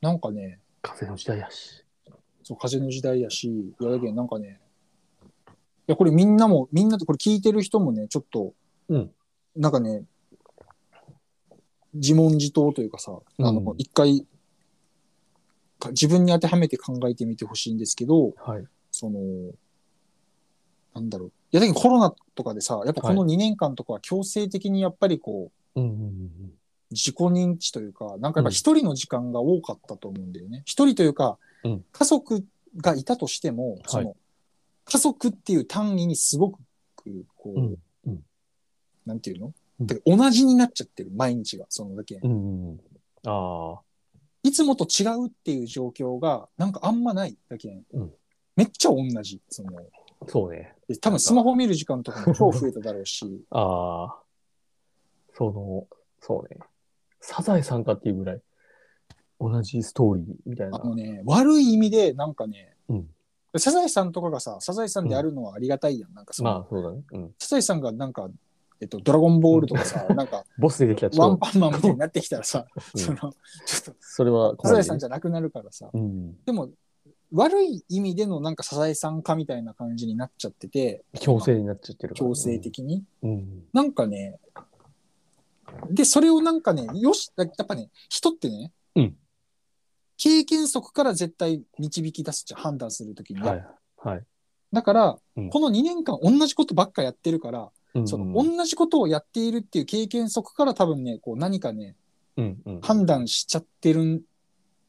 [SPEAKER 2] なんかね、
[SPEAKER 1] 風の時代やし
[SPEAKER 2] そう、風の時代やし、いやだけんなんかね、いや、これみんなも、みんなとこれ聞いてる人もね、ちょっと、
[SPEAKER 1] うん
[SPEAKER 2] なんかね、自問自答というかさ、あ
[SPEAKER 1] う
[SPEAKER 2] の
[SPEAKER 1] ん、
[SPEAKER 2] 一回、か自分に当てはめて考えてみてほしいんですけど、
[SPEAKER 1] はい
[SPEAKER 2] その、なんだろう。いや、だけどコロナとかでさ、やっぱこの2年間とかは強制的にやっぱりこう、
[SPEAKER 1] うんうんうん
[SPEAKER 2] 自己認知というか、なんかやっぱ一人の時間が多かったと思うんだよね。一、人というか、
[SPEAKER 1] うん
[SPEAKER 2] 家族がいたとしても、その、家族っていう単位にすごく、こ
[SPEAKER 1] う
[SPEAKER 2] う、
[SPEAKER 1] んうん
[SPEAKER 2] なんていうの、
[SPEAKER 1] うん
[SPEAKER 2] だから同じになっちゃってる、毎日が。そのだけ。
[SPEAKER 1] うんうんうんあ
[SPEAKER 2] いつもと違うっていう状況が、なんかあんまないだけ、
[SPEAKER 1] うん
[SPEAKER 2] めっちゃ同じ。その、
[SPEAKER 1] あそうね
[SPEAKER 2] で多分スマホ見る時間とかも超増えただろうし、
[SPEAKER 1] ああ、その、そうね。サザエさんかっていうぐらい、同じストーリーみたい
[SPEAKER 2] あ
[SPEAKER 1] な。
[SPEAKER 2] のね、悪い意味でなんかね、
[SPEAKER 1] うん
[SPEAKER 2] サザエさんとかがさ、サザエさんであるのはありがたいやん。なんかその、
[SPEAKER 1] まあ、そうだね。うん。
[SPEAKER 2] サザエさんがなんか、えっと、ドラゴンボールとかさ、なん か、
[SPEAKER 1] ボス出てきたらち
[SPEAKER 2] ワ
[SPEAKER 1] ょ
[SPEAKER 2] ン
[SPEAKER 1] っと、
[SPEAKER 2] パンマンみたいになってきたらさ、
[SPEAKER 1] うん
[SPEAKER 2] その、ちょっと、
[SPEAKER 1] それは
[SPEAKER 2] サザエさん
[SPEAKER 1] じ
[SPEAKER 2] じゃなくなるからさ、
[SPEAKER 1] ゃうん。
[SPEAKER 2] でも、悪い意味でのなんかサザエさん化みたいな感じになっちゃってて、
[SPEAKER 1] 強制になっちゃってるから、
[SPEAKER 2] 強制。的に。
[SPEAKER 1] うん。
[SPEAKER 2] なんかね、で、それをなんかね、よし、だやっぱね、人ってね、
[SPEAKER 1] うん
[SPEAKER 2] 経験則から絶対導き出すじゃん、判断するときにね、
[SPEAKER 1] はい。はい。
[SPEAKER 2] だから、
[SPEAKER 1] うん
[SPEAKER 2] この2年間同じことばっかやってるから、
[SPEAKER 1] うん
[SPEAKER 2] その同じことをやっているっていう経験則から多分ね、こう何かね、
[SPEAKER 1] うんうん。
[SPEAKER 2] 判断しちゃってる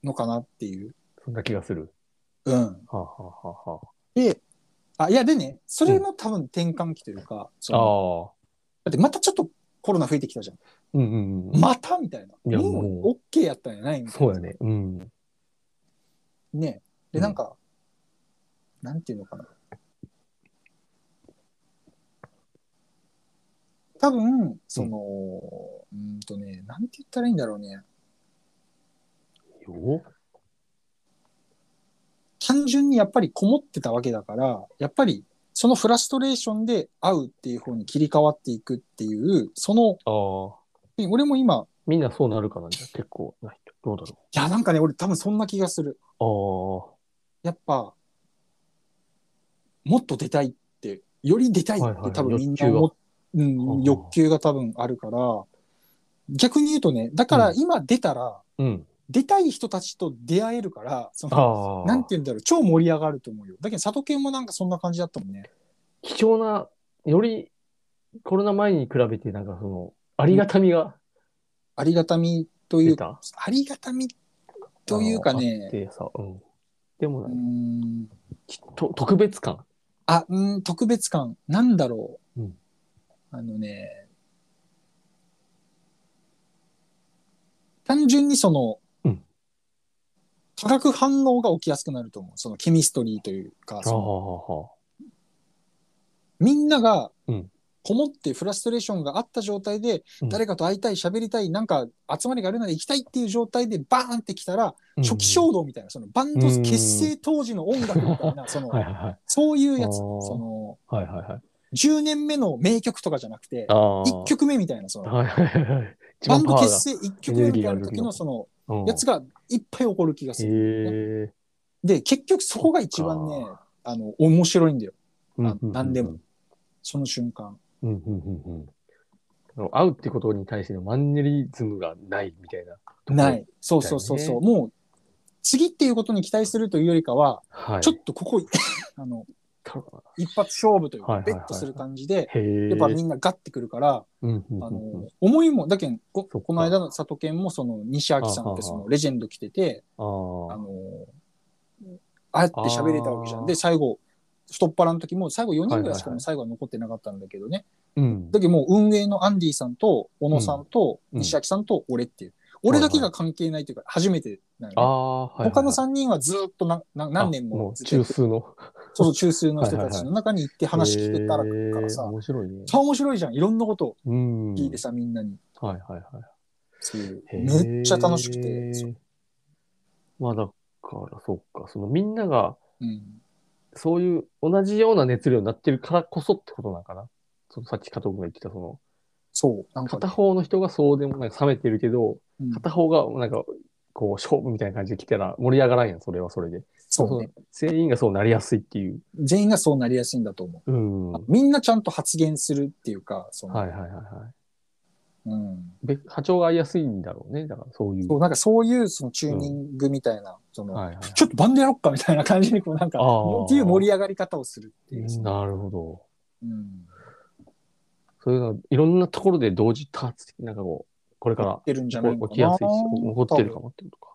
[SPEAKER 2] のかなっていう。
[SPEAKER 1] そんな気がする。
[SPEAKER 2] うん。
[SPEAKER 1] はあ、はあはあは
[SPEAKER 2] で、あ、いや、でね、それの多分転換期というか、そ
[SPEAKER 1] あ、
[SPEAKER 2] の
[SPEAKER 1] ああ。
[SPEAKER 2] だってまたちょっとコロナ増えてきたじゃん。
[SPEAKER 1] うんうんうん。
[SPEAKER 2] またみたい
[SPEAKER 1] い
[SPEAKER 2] な。
[SPEAKER 1] や
[SPEAKER 2] も
[SPEAKER 1] も
[SPEAKER 2] う OK やったんじゃないみたいな。
[SPEAKER 1] そうやね。うん。
[SPEAKER 2] ね。
[SPEAKER 1] う
[SPEAKER 2] で、
[SPEAKER 1] ん
[SPEAKER 2] なんか、なんていうのかな。多分、その、うーんとね、なんて言ったらいいんだろうね。
[SPEAKER 1] よ
[SPEAKER 2] 単純にやっぱりこもってたわけだから、やっぱりそのフラストレーションで会うっていう方に切り替わっていくっていう、その、
[SPEAKER 1] ああ。
[SPEAKER 2] 俺も今、
[SPEAKER 1] みんなそうなるかなじゃあ結構ないと。どうだ
[SPEAKER 2] いや、なんかね、俺多分そんな気がする。
[SPEAKER 1] ろ
[SPEAKER 2] やっぱ、もっと出たいって、より出たいっ
[SPEAKER 1] はいはい
[SPEAKER 2] て多分みんな思っ
[SPEAKER 1] は
[SPEAKER 2] うん
[SPEAKER 1] あ
[SPEAKER 2] 欲求が多分あるから、逆に言うとね、だから今出たら、
[SPEAKER 1] う。ああ。うん。
[SPEAKER 2] 出たい人たちと出会えるから、その、
[SPEAKER 1] ああ。
[SPEAKER 2] なんて言うんだろう、超盛り上がると思うよ。だけど、里犬もなんかそんな感じだったもんね。
[SPEAKER 1] 貴重な、よりコロナ前に比べて、なんかその、ありがたみが
[SPEAKER 2] ありがたみとい
[SPEAKER 1] 出
[SPEAKER 2] うか、
[SPEAKER 1] た
[SPEAKER 2] ありがたみというか
[SPEAKER 1] あっ
[SPEAKER 2] ね、
[SPEAKER 1] てさ、うん。でも
[SPEAKER 2] う
[SPEAKER 1] なん
[SPEAKER 2] ー
[SPEAKER 1] か、
[SPEAKER 2] ん、
[SPEAKER 1] と特別感。
[SPEAKER 2] あ、うん、特別感、なんだろう。
[SPEAKER 1] うん
[SPEAKER 2] あのね、単純にその、
[SPEAKER 1] うん
[SPEAKER 2] 化学反応が起きやすくなると思う。そのケミストリーというか、
[SPEAKER 1] あ
[SPEAKER 2] そ
[SPEAKER 1] あ、
[SPEAKER 2] の
[SPEAKER 1] は
[SPEAKER 2] みんなが
[SPEAKER 1] うん
[SPEAKER 2] こもってフラストレーションがあった状態で、
[SPEAKER 1] うん
[SPEAKER 2] 誰かと会いたい、喋りたい、なんか集まりがあるなら行きたいっていう状態でバーンって来たら、
[SPEAKER 1] あ。
[SPEAKER 2] 初期衝動みたいな、そのバンド
[SPEAKER 1] うん
[SPEAKER 2] 結成当時の音楽み たいな、その、
[SPEAKER 1] はいはいはい。
[SPEAKER 2] そういうや
[SPEAKER 1] あ
[SPEAKER 2] つ、
[SPEAKER 1] ー
[SPEAKER 2] その、
[SPEAKER 1] はいはいはい。
[SPEAKER 2] 10年目の名曲とかじゃなくて、
[SPEAKER 1] ああ。
[SPEAKER 2] 1曲目みたいな、その、
[SPEAKER 1] はいはいはい。一
[SPEAKER 2] バ
[SPEAKER 1] 番
[SPEAKER 2] ン
[SPEAKER 1] パ
[SPEAKER 2] ド
[SPEAKER 1] ワー
[SPEAKER 2] 結成1曲目みたいな時の、その、
[SPEAKER 1] がうん
[SPEAKER 2] やつがいっぱい起こる気がす
[SPEAKER 1] へ
[SPEAKER 2] る。
[SPEAKER 1] え。
[SPEAKER 2] で、結局そこが一番ね
[SPEAKER 1] そっ、
[SPEAKER 2] あの、面白いんだよ、
[SPEAKER 1] うううう
[SPEAKER 2] 何でも。その瞬間。
[SPEAKER 1] うんうんうんうんあの。会うってことに対してのマンネリズムがないみたいな。
[SPEAKER 2] ない。そうそうそうそう。もう、次っていうことに期待するというよりかは、
[SPEAKER 1] はい。
[SPEAKER 2] ちょっとここ、 あの、
[SPEAKER 1] と。
[SPEAKER 2] 一発勝負という
[SPEAKER 1] は
[SPEAKER 2] か
[SPEAKER 1] い、はい
[SPEAKER 2] ベ
[SPEAKER 1] はい
[SPEAKER 2] ットする感じで、
[SPEAKER 1] へえ。
[SPEAKER 2] やっぱみんなガッてくるから、
[SPEAKER 1] うんうんうんうん
[SPEAKER 2] あの、思いも、だけんこ
[SPEAKER 1] そっか
[SPEAKER 2] この間の里健も、その、西明さんってそ
[SPEAKER 1] あは
[SPEAKER 2] の、レジェンド来てて、あ
[SPEAKER 1] ああ。
[SPEAKER 2] の、ああやって喋れたわけじゃん。で、最後、太っ腹の時も、最後4人ぐら
[SPEAKER 1] はい
[SPEAKER 2] いしか
[SPEAKER 1] はいは
[SPEAKER 2] も
[SPEAKER 1] い
[SPEAKER 2] 最後は残ってなかったんだけどね。
[SPEAKER 1] うん。
[SPEAKER 2] だけどもう運営のアンディさんと、小野さんと、
[SPEAKER 1] うん
[SPEAKER 2] 西明さんと、俺っていう。
[SPEAKER 1] ん
[SPEAKER 2] 俺だけが関係ないというか、初めてなのね
[SPEAKER 1] ああ、はいはいはい。
[SPEAKER 2] 他の3人はずっと何何何年
[SPEAKER 1] あも
[SPEAKER 2] も
[SPEAKER 1] う
[SPEAKER 2] ずっと
[SPEAKER 1] 中
[SPEAKER 2] やって、
[SPEAKER 1] 枢の
[SPEAKER 2] そうそう、中枢の人たちの中に行って話聞けたらから
[SPEAKER 1] へー
[SPEAKER 2] さ、
[SPEAKER 1] 面白いね。
[SPEAKER 2] 超面白いじゃん。いろんなことを
[SPEAKER 1] うん。
[SPEAKER 2] 聞いてさ、みんなに。
[SPEAKER 1] はいはいはい。
[SPEAKER 2] そういう
[SPEAKER 1] へー
[SPEAKER 2] めっちゃ楽しくて。そう。
[SPEAKER 1] まあだから、そっか。そのみんなが、
[SPEAKER 2] うん
[SPEAKER 1] そういう同じような熱量になってるからこそってことなのかな。そのさっき加藤君が言ってた、その、
[SPEAKER 2] そう。なんかね、
[SPEAKER 1] 片方の人がそうでもなんか冷めてるけど、
[SPEAKER 2] うん
[SPEAKER 1] 片方がなんか、こう、勝負みたいな感じで来たら盛り上がらんやん、それはそれで。
[SPEAKER 2] そうね。
[SPEAKER 1] その全員がそうなりやすいっていう。
[SPEAKER 2] 全員がそうなりやすいんだと思
[SPEAKER 1] うん。
[SPEAKER 2] う。
[SPEAKER 1] はい
[SPEAKER 2] みんなちゃんと発言するっていうか、その、
[SPEAKER 1] はいはいは
[SPEAKER 2] うん。
[SPEAKER 1] い。べ波長が合いやすいんだろうね。だからそういう。
[SPEAKER 2] そう、なんかそういうそのチューニングみたいな、その、
[SPEAKER 1] はいはい。
[SPEAKER 2] ちょっとバンドやろっかみたいな感じに、こうなんか、
[SPEAKER 1] あー
[SPEAKER 2] っていう盛り上がり方をするっていう。
[SPEAKER 1] なるほど。
[SPEAKER 2] うん。
[SPEAKER 1] そういうのはいろんなところで同時多発的なんかこう、これか
[SPEAKER 2] 出るんじゃ
[SPEAKER 1] ら
[SPEAKER 2] ないの
[SPEAKER 1] 起
[SPEAKER 2] かな。
[SPEAKER 1] きやすいし、起こってるかもってことか。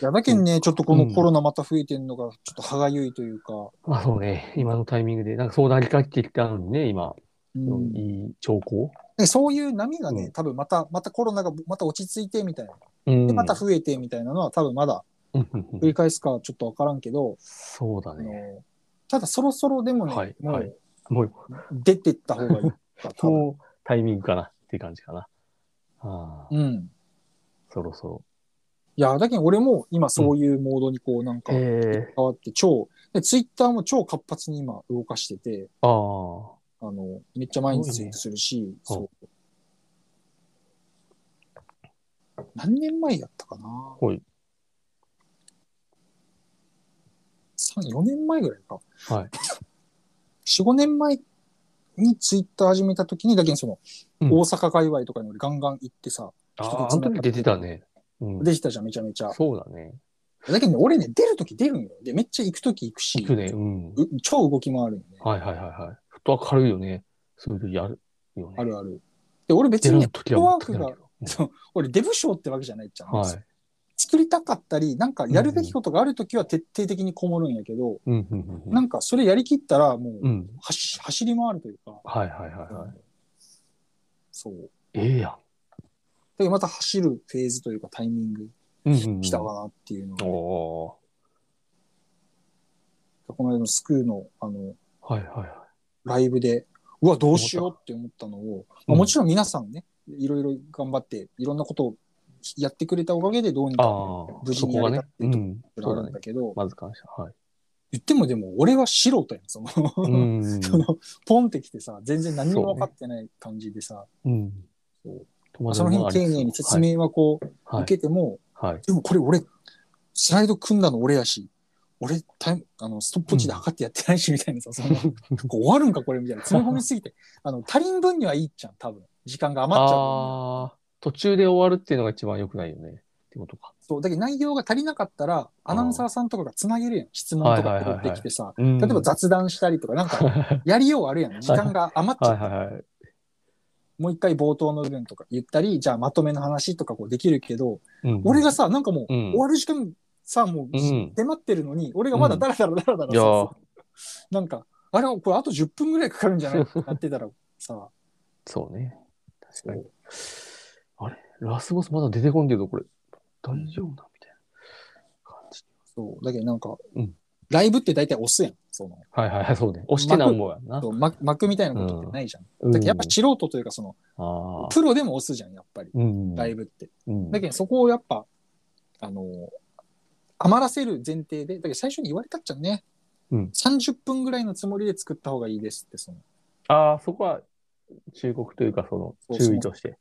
[SPEAKER 2] いや、だけんね、ちょっとこ
[SPEAKER 1] う
[SPEAKER 2] の
[SPEAKER 1] ん
[SPEAKER 2] コロナまた増えてんのが、ちょっと歯がゆいというか、
[SPEAKER 1] まあそうね、今のタイミングで、なんかそうなりかけてきたのにね、今、
[SPEAKER 2] うん
[SPEAKER 1] いい兆候。
[SPEAKER 2] でそういう波が
[SPEAKER 1] う
[SPEAKER 2] ね
[SPEAKER 1] ん、
[SPEAKER 2] 多分また、またコロナがまた落ち着いてみたいな、
[SPEAKER 1] うん
[SPEAKER 2] でまた増えてみたいなのは、多分まだ
[SPEAKER 1] うんうんうん
[SPEAKER 2] 繰り返すかはちょっとわからんけど、
[SPEAKER 1] そうだ
[SPEAKER 2] あ
[SPEAKER 1] ね。
[SPEAKER 2] のただそろそろでもね、
[SPEAKER 1] はい
[SPEAKER 2] も
[SPEAKER 1] はいうもう、
[SPEAKER 2] 出てった方がいいか。多分
[SPEAKER 1] そうタイミングかなっていう感じかな。ああ、
[SPEAKER 2] うん。
[SPEAKER 1] そろそろ。
[SPEAKER 2] いや、だけど俺も今そういうモードにこうなんか
[SPEAKER 1] ええ
[SPEAKER 2] 変わって超、で、ツイッターも超活発に今動かしてて、
[SPEAKER 1] ああ。
[SPEAKER 2] あの、めっちゃ毎日ツイートするし、
[SPEAKER 1] すごいね
[SPEAKER 2] そう。何年前やったかな
[SPEAKER 1] はい。
[SPEAKER 2] 3、4年前ぐらいか。
[SPEAKER 1] はい。
[SPEAKER 2] 4、5年前にツイッター始めた時に、だけどその、
[SPEAKER 1] うん
[SPEAKER 2] 大阪界隈とかに俺ガンガン行ってさ、
[SPEAKER 1] ああ、あの時出てたね。うん、
[SPEAKER 2] できたじゃん、めちゃめちゃ。
[SPEAKER 1] そうだね。
[SPEAKER 2] だけどね、俺ね、出るとき出るんよ。で、めっちゃ行くとき行くし、
[SPEAKER 1] 行くね。うん。
[SPEAKER 2] う超動き回るよね。
[SPEAKER 1] はいはいはいはい。フットワーク軽いよね。そういう時あるよね。
[SPEAKER 2] あるある。で、俺別
[SPEAKER 1] 出
[SPEAKER 2] に
[SPEAKER 1] る
[SPEAKER 2] ね、
[SPEAKER 1] 時は全くないけど。
[SPEAKER 2] 俺デブ賞ってわけじゃないじゃん。
[SPEAKER 1] はい。
[SPEAKER 2] 作りたかったり、なんかやるべきことがあるときは徹底的にこもるんやけど、
[SPEAKER 1] うんうんうんうん。
[SPEAKER 2] なんかそれやりきったらもう、
[SPEAKER 1] うん。
[SPEAKER 2] 走走り回るというか、
[SPEAKER 1] はいはいはいはい。
[SPEAKER 2] そう。
[SPEAKER 1] ええやん。
[SPEAKER 2] で、また走るフェーズというかタイミング
[SPEAKER 1] うんうんうん
[SPEAKER 2] 来たかなっていうのが、
[SPEAKER 1] おお。
[SPEAKER 2] この間のスクールの、あの、
[SPEAKER 1] はいはいはい。
[SPEAKER 2] ライブで、うわ、どうしようって思ったのを、まあもちろん皆さんね、いろいろ頑張って、いろんなことをやってくれたおかげでどうに
[SPEAKER 1] ああ
[SPEAKER 2] か、無、事
[SPEAKER 1] そ
[SPEAKER 2] にや
[SPEAKER 1] こが
[SPEAKER 2] れた
[SPEAKER 1] ね
[SPEAKER 2] っ。て
[SPEAKER 1] う
[SPEAKER 2] いうと
[SPEAKER 1] ん。
[SPEAKER 2] こ
[SPEAKER 1] そ
[SPEAKER 2] ろ
[SPEAKER 1] うだ
[SPEAKER 2] なん
[SPEAKER 1] ね
[SPEAKER 2] だ。けど、
[SPEAKER 1] まず感謝。 はい。
[SPEAKER 2] 言ってもでも俺は素人やん、その、
[SPEAKER 1] うん。
[SPEAKER 2] そのポンってきてさ、全然何にも分かってない感じでさ、
[SPEAKER 1] うん。
[SPEAKER 2] そう
[SPEAKER 1] 戸
[SPEAKER 2] ま
[SPEAKER 1] 惑
[SPEAKER 2] あ
[SPEAKER 1] い
[SPEAKER 2] その
[SPEAKER 1] もあ
[SPEAKER 2] 辺
[SPEAKER 1] りつ
[SPEAKER 2] 丁
[SPEAKER 1] つ
[SPEAKER 2] 寧に説明はこう、
[SPEAKER 1] はい。
[SPEAKER 2] 受けても、
[SPEAKER 1] はい。
[SPEAKER 2] でもこれ俺、スライド組んだの俺やし、俺タイム、あの、ストップウォッチで測ってやってないし、みたい なさ、その、こう終わるんかこれみたいな、詰め込みすぎて。あの、足りん分にはいいじゃん、多分。時間が余っちゃう分には。
[SPEAKER 1] ああ、途中で終わるっていうのが一番良くないよね。ってことか。
[SPEAKER 2] そう、だけど内容が足りなかったら、アナウンサーさんとかがつなげるやん。質問とか取ってきてさ、
[SPEAKER 1] 例
[SPEAKER 2] 例えば雑談したりとか、なんか、 やりようあるやん。時間が余っちゃ
[SPEAKER 1] は
[SPEAKER 2] う
[SPEAKER 1] い。はいはい。
[SPEAKER 2] もう一回冒頭の部分とか言ったり、じゃあまとめの話とかこうできるけど、
[SPEAKER 1] うん
[SPEAKER 2] 俺がさ、なんかもう、
[SPEAKER 1] うん
[SPEAKER 2] 終わる時間さ、もう、
[SPEAKER 1] うん
[SPEAKER 2] 出待ってるのに、俺がまだダラダラダラダラ
[SPEAKER 1] いや
[SPEAKER 2] さ
[SPEAKER 1] ー、
[SPEAKER 2] なんか、あれ、これあと10分ぐらいかかるんじゃないってなってたらさ、
[SPEAKER 1] そうね。確かに。あれラスボスまだ出てこんけど、これ、大丈夫なみたいな感じ。
[SPEAKER 2] そう、だけどなんか、
[SPEAKER 1] うん
[SPEAKER 2] ライブって大体押すやん。その
[SPEAKER 1] はいはいはい、そうね。押してなんぼやんな
[SPEAKER 2] そ。う幕幕みたいなことってないじゃん。
[SPEAKER 1] うん
[SPEAKER 2] だけどやっぱ素人というか、その、
[SPEAKER 1] ああ。
[SPEAKER 2] プロでも押すじゃん、やっぱり、
[SPEAKER 1] うん。
[SPEAKER 2] ライブって。
[SPEAKER 1] うん
[SPEAKER 2] だけどそこをやっぱ、あのー余らせる前提で、だけど最初に言われたっちゃね、
[SPEAKER 1] うん
[SPEAKER 2] 30分ぐらいのつもりで作った方がいいですって、その。
[SPEAKER 1] ああ、そこは忠告というか、そ
[SPEAKER 2] そう
[SPEAKER 1] の、
[SPEAKER 2] そう
[SPEAKER 1] 注意として。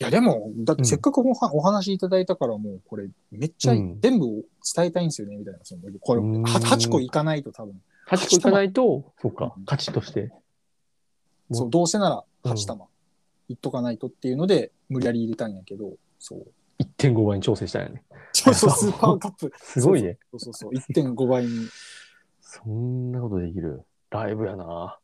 [SPEAKER 2] いや、でも、だってせっかくおはお話いただいたから、もうこれ、めっちゃ
[SPEAKER 1] うん
[SPEAKER 2] 全部伝えたいんですよね、みたいな。そのこれ、
[SPEAKER 1] うん
[SPEAKER 2] は8個いかないと多分、
[SPEAKER 1] 8個いかないと、そうか
[SPEAKER 2] うん、
[SPEAKER 1] 勝ちとして。も
[SPEAKER 2] そう、どうせなら8玉いっとかないとっていうので、無理やり入れたんやけど、 そう。
[SPEAKER 1] 1.5倍に調整したんやね。
[SPEAKER 2] そうそう、 スーパーカップ。
[SPEAKER 1] すごいね。
[SPEAKER 2] そうそうそう、1.5倍に。
[SPEAKER 1] そんなことできる。ライブやな。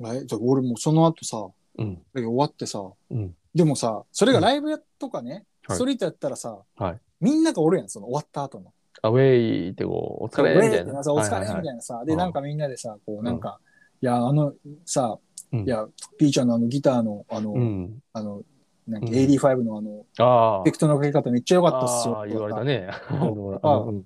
[SPEAKER 2] えじゃあ俺もうその後さ、
[SPEAKER 1] うん。
[SPEAKER 2] だけど終わってさ、
[SPEAKER 1] うん。
[SPEAKER 2] でもさ、それがライブやとかね、
[SPEAKER 1] はい
[SPEAKER 2] ストリートやったらさ、
[SPEAKER 1] はい
[SPEAKER 2] みんながおるやん、その終わった後の。
[SPEAKER 1] アウェイってこう、お疲れみたいな。
[SPEAKER 2] そうお疲れみ
[SPEAKER 1] はい
[SPEAKER 2] た
[SPEAKER 1] はいいはい
[SPEAKER 2] なさ、で、
[SPEAKER 1] うん
[SPEAKER 2] なんかみんなでさ、こうなんか、いや、あの、さ、
[SPEAKER 1] うん
[SPEAKER 2] いや、ピーちゃんのあのギターの、あの、
[SPEAKER 1] うん。
[SPEAKER 2] あの、なんか
[SPEAKER 1] うん
[SPEAKER 2] AD5 のあの、
[SPEAKER 1] ああ
[SPEAKER 2] エフェ。クトのかけ方めっちゃ良かったっすよ。
[SPEAKER 1] ああ言われたね。あの
[SPEAKER 2] あ
[SPEAKER 1] あのうん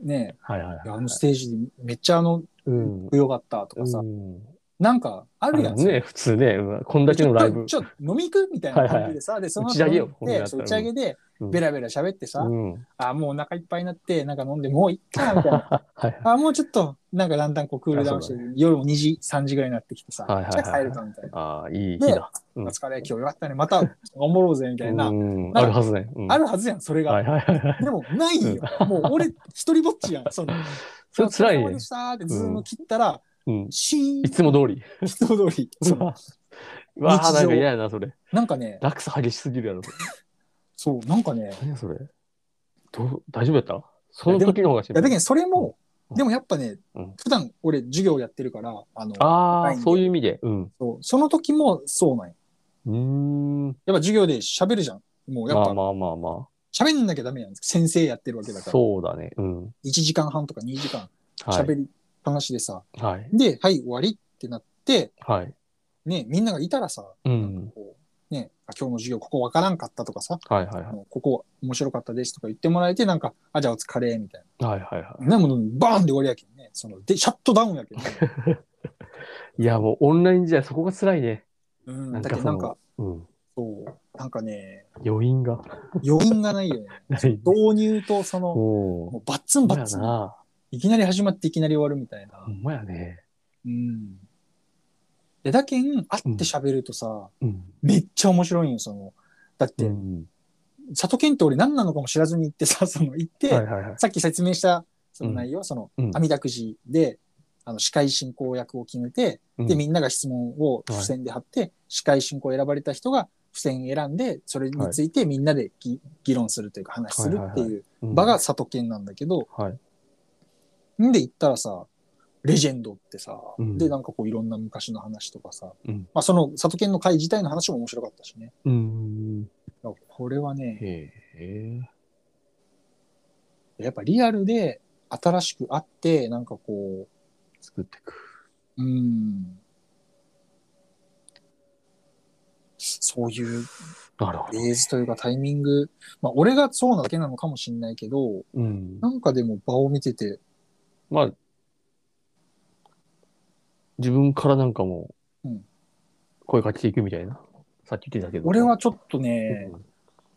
[SPEAKER 2] ね
[SPEAKER 1] はいはい
[SPEAKER 2] えいや
[SPEAKER 1] はい。
[SPEAKER 2] あのステージめっちゃあの、
[SPEAKER 1] うん。
[SPEAKER 2] 良かったとかさ、
[SPEAKER 1] うん
[SPEAKER 2] なんかあるやん。
[SPEAKER 1] ね、普通ね、うんこんだけのライブ。
[SPEAKER 2] ちょっとちょっと飲み行くみたいな感じでさ、で、その
[SPEAKER 1] 打ち上げよ
[SPEAKER 2] 飲ん
[SPEAKER 1] 今度や
[SPEAKER 2] で
[SPEAKER 1] った
[SPEAKER 2] そ
[SPEAKER 1] ら
[SPEAKER 2] う打ち上げで、
[SPEAKER 1] うん
[SPEAKER 2] ベラベラ喋ってさ、
[SPEAKER 1] うん。はい
[SPEAKER 2] あ、もうお腹いっぱいになって、なんか飲んで、もういっか、みたいな。
[SPEAKER 1] はい。
[SPEAKER 2] あ、もうちょっと、なんかだんだんこうクールダウンして、
[SPEAKER 1] あそ
[SPEAKER 2] 夜も2時、3時ぐらいになってきてさ、
[SPEAKER 1] はいはいはい
[SPEAKER 2] じゃあ帰るか、みたいな。
[SPEAKER 1] ああ、いい日
[SPEAKER 2] で
[SPEAKER 1] だ。う
[SPEAKER 2] お
[SPEAKER 1] ん
[SPEAKER 2] 疲れ、今日よかったね。また頑張ろうぜ、みたいな。
[SPEAKER 1] うん
[SPEAKER 2] な
[SPEAKER 1] あるはずね。うん
[SPEAKER 2] あるはずやん、それが。
[SPEAKER 1] はいはいはいはい。
[SPEAKER 2] でも、ないよ。もう、俺、一人ぼっちやん。その、
[SPEAKER 1] それ辛い
[SPEAKER 2] お疲様
[SPEAKER 1] ね
[SPEAKER 2] で。したーって、ズーム切ったら、
[SPEAKER 1] うん。
[SPEAKER 2] シ
[SPEAKER 1] い
[SPEAKER 2] ー
[SPEAKER 1] つも通り。
[SPEAKER 2] ン、人通り。 その
[SPEAKER 1] うわ
[SPEAKER 2] 日
[SPEAKER 1] あ、
[SPEAKER 2] 常
[SPEAKER 1] なんか嫌やな、それ。
[SPEAKER 2] なんかね、
[SPEAKER 1] 落差激しすぎるやろ。
[SPEAKER 2] そう、なんかね、い
[SPEAKER 1] 何やそれ。どう大丈夫やったその時の方が心
[SPEAKER 2] や、だ
[SPEAKER 1] 配
[SPEAKER 2] けど、それも
[SPEAKER 1] う、ん
[SPEAKER 2] でもやっぱね
[SPEAKER 1] うん、
[SPEAKER 2] 普段俺、授業やってるから、あの、
[SPEAKER 1] あ
[SPEAKER 2] ない
[SPEAKER 1] あ、
[SPEAKER 2] んで
[SPEAKER 1] そういう意味で。うん。
[SPEAKER 2] そうその時もそうなんよ
[SPEAKER 1] うーん。
[SPEAKER 2] やっぱ授業で喋るじゃん。もう、や
[SPEAKER 1] ま
[SPEAKER 2] っ
[SPEAKER 1] あ
[SPEAKER 2] ぱ、
[SPEAKER 1] まあまあま
[SPEAKER 2] 喋んなきゃダメやん。先生やってるわけだ
[SPEAKER 1] あ。
[SPEAKER 2] から。
[SPEAKER 1] そうだね。うん。
[SPEAKER 2] 1時間半とか2時間
[SPEAKER 1] は
[SPEAKER 2] 喋
[SPEAKER 1] い。
[SPEAKER 2] りっぱなしでさ、
[SPEAKER 1] はい。
[SPEAKER 2] で、はい、終わりってなって、
[SPEAKER 1] はい。
[SPEAKER 2] ね、みんながいたらさ、
[SPEAKER 1] う
[SPEAKER 2] なん
[SPEAKER 1] ん
[SPEAKER 2] か。こうね、あ今日の授業ここわからんかったとかさ、
[SPEAKER 1] はいはい
[SPEAKER 2] あ
[SPEAKER 1] は
[SPEAKER 2] のここ面白かったですとか言ってもらえて、なんか、あ、じゃあお疲れ、みたい
[SPEAKER 1] い。はいはいは
[SPEAKER 2] な。なもうバーンで終わりやけんね。その、で、シャットダウンや けんね。
[SPEAKER 1] い。いや、もうオンライン時代そこが辛いね。
[SPEAKER 2] うん、
[SPEAKER 1] なん
[SPEAKER 2] だ
[SPEAKER 1] か
[SPEAKER 2] けど
[SPEAKER 1] そ
[SPEAKER 2] な
[SPEAKER 1] の
[SPEAKER 2] んか、
[SPEAKER 1] うん。
[SPEAKER 2] そう、なんかね、
[SPEAKER 1] 余韻が
[SPEAKER 2] 余韻がないよね。
[SPEAKER 1] ない。
[SPEAKER 2] 導入とその、も
[SPEAKER 1] お
[SPEAKER 2] うバッツン
[SPEAKER 1] ほんま
[SPEAKER 2] バッ
[SPEAKER 1] や
[SPEAKER 2] ツン。
[SPEAKER 1] な。
[SPEAKER 2] いきなり始まっていきなり終わるみたいな
[SPEAKER 1] ほ。んまやね。
[SPEAKER 2] うん。で、だけん、会って喋るとさ、
[SPEAKER 1] うん。
[SPEAKER 2] めっちゃ面白いんよ、その。だって、
[SPEAKER 1] うん
[SPEAKER 2] 里健って俺何なのかも知らずに行ってさ、 その行って、
[SPEAKER 1] はいはいはい。
[SPEAKER 2] さっき説明したその内容、その、
[SPEAKER 1] うん
[SPEAKER 2] あみだくじで、あの、司会進行役を決めて、で、みんなが質問を付箋で貼って、司会進行選ばれた人が付箋選んで、それについてみんなでぎ、議論するというか話するって
[SPEAKER 1] はいはい
[SPEAKER 2] いう
[SPEAKER 1] うん
[SPEAKER 2] 場が里健なんだけど、
[SPEAKER 1] はい。
[SPEAKER 2] んで行ったらさ、レジェンドってさ、
[SPEAKER 1] うん
[SPEAKER 2] で、なんかこういろんな昔の話とかさ、
[SPEAKER 1] うん
[SPEAKER 2] まあその里健の会自体の話も面白かったしね。
[SPEAKER 1] うん。
[SPEAKER 2] だからこれはね、
[SPEAKER 1] へえ。
[SPEAKER 2] やっぱリアルで新しく会って、なんかこ
[SPEAKER 1] 作ってく。
[SPEAKER 2] う、うん。そういう
[SPEAKER 1] なるほ
[SPEAKER 2] レ
[SPEAKER 1] ど。
[SPEAKER 2] ーズというかタイミング、まあ俺がそうなだけなのかもしれないけど、
[SPEAKER 1] うん
[SPEAKER 2] な。んかでも場を見てて、
[SPEAKER 1] まあ、自分からなんかも
[SPEAKER 2] うん
[SPEAKER 1] 声かけていくみたいな。さっき言ってたけど。
[SPEAKER 2] 俺はちょっと
[SPEAKER 1] う
[SPEAKER 2] ね、
[SPEAKER 1] ん、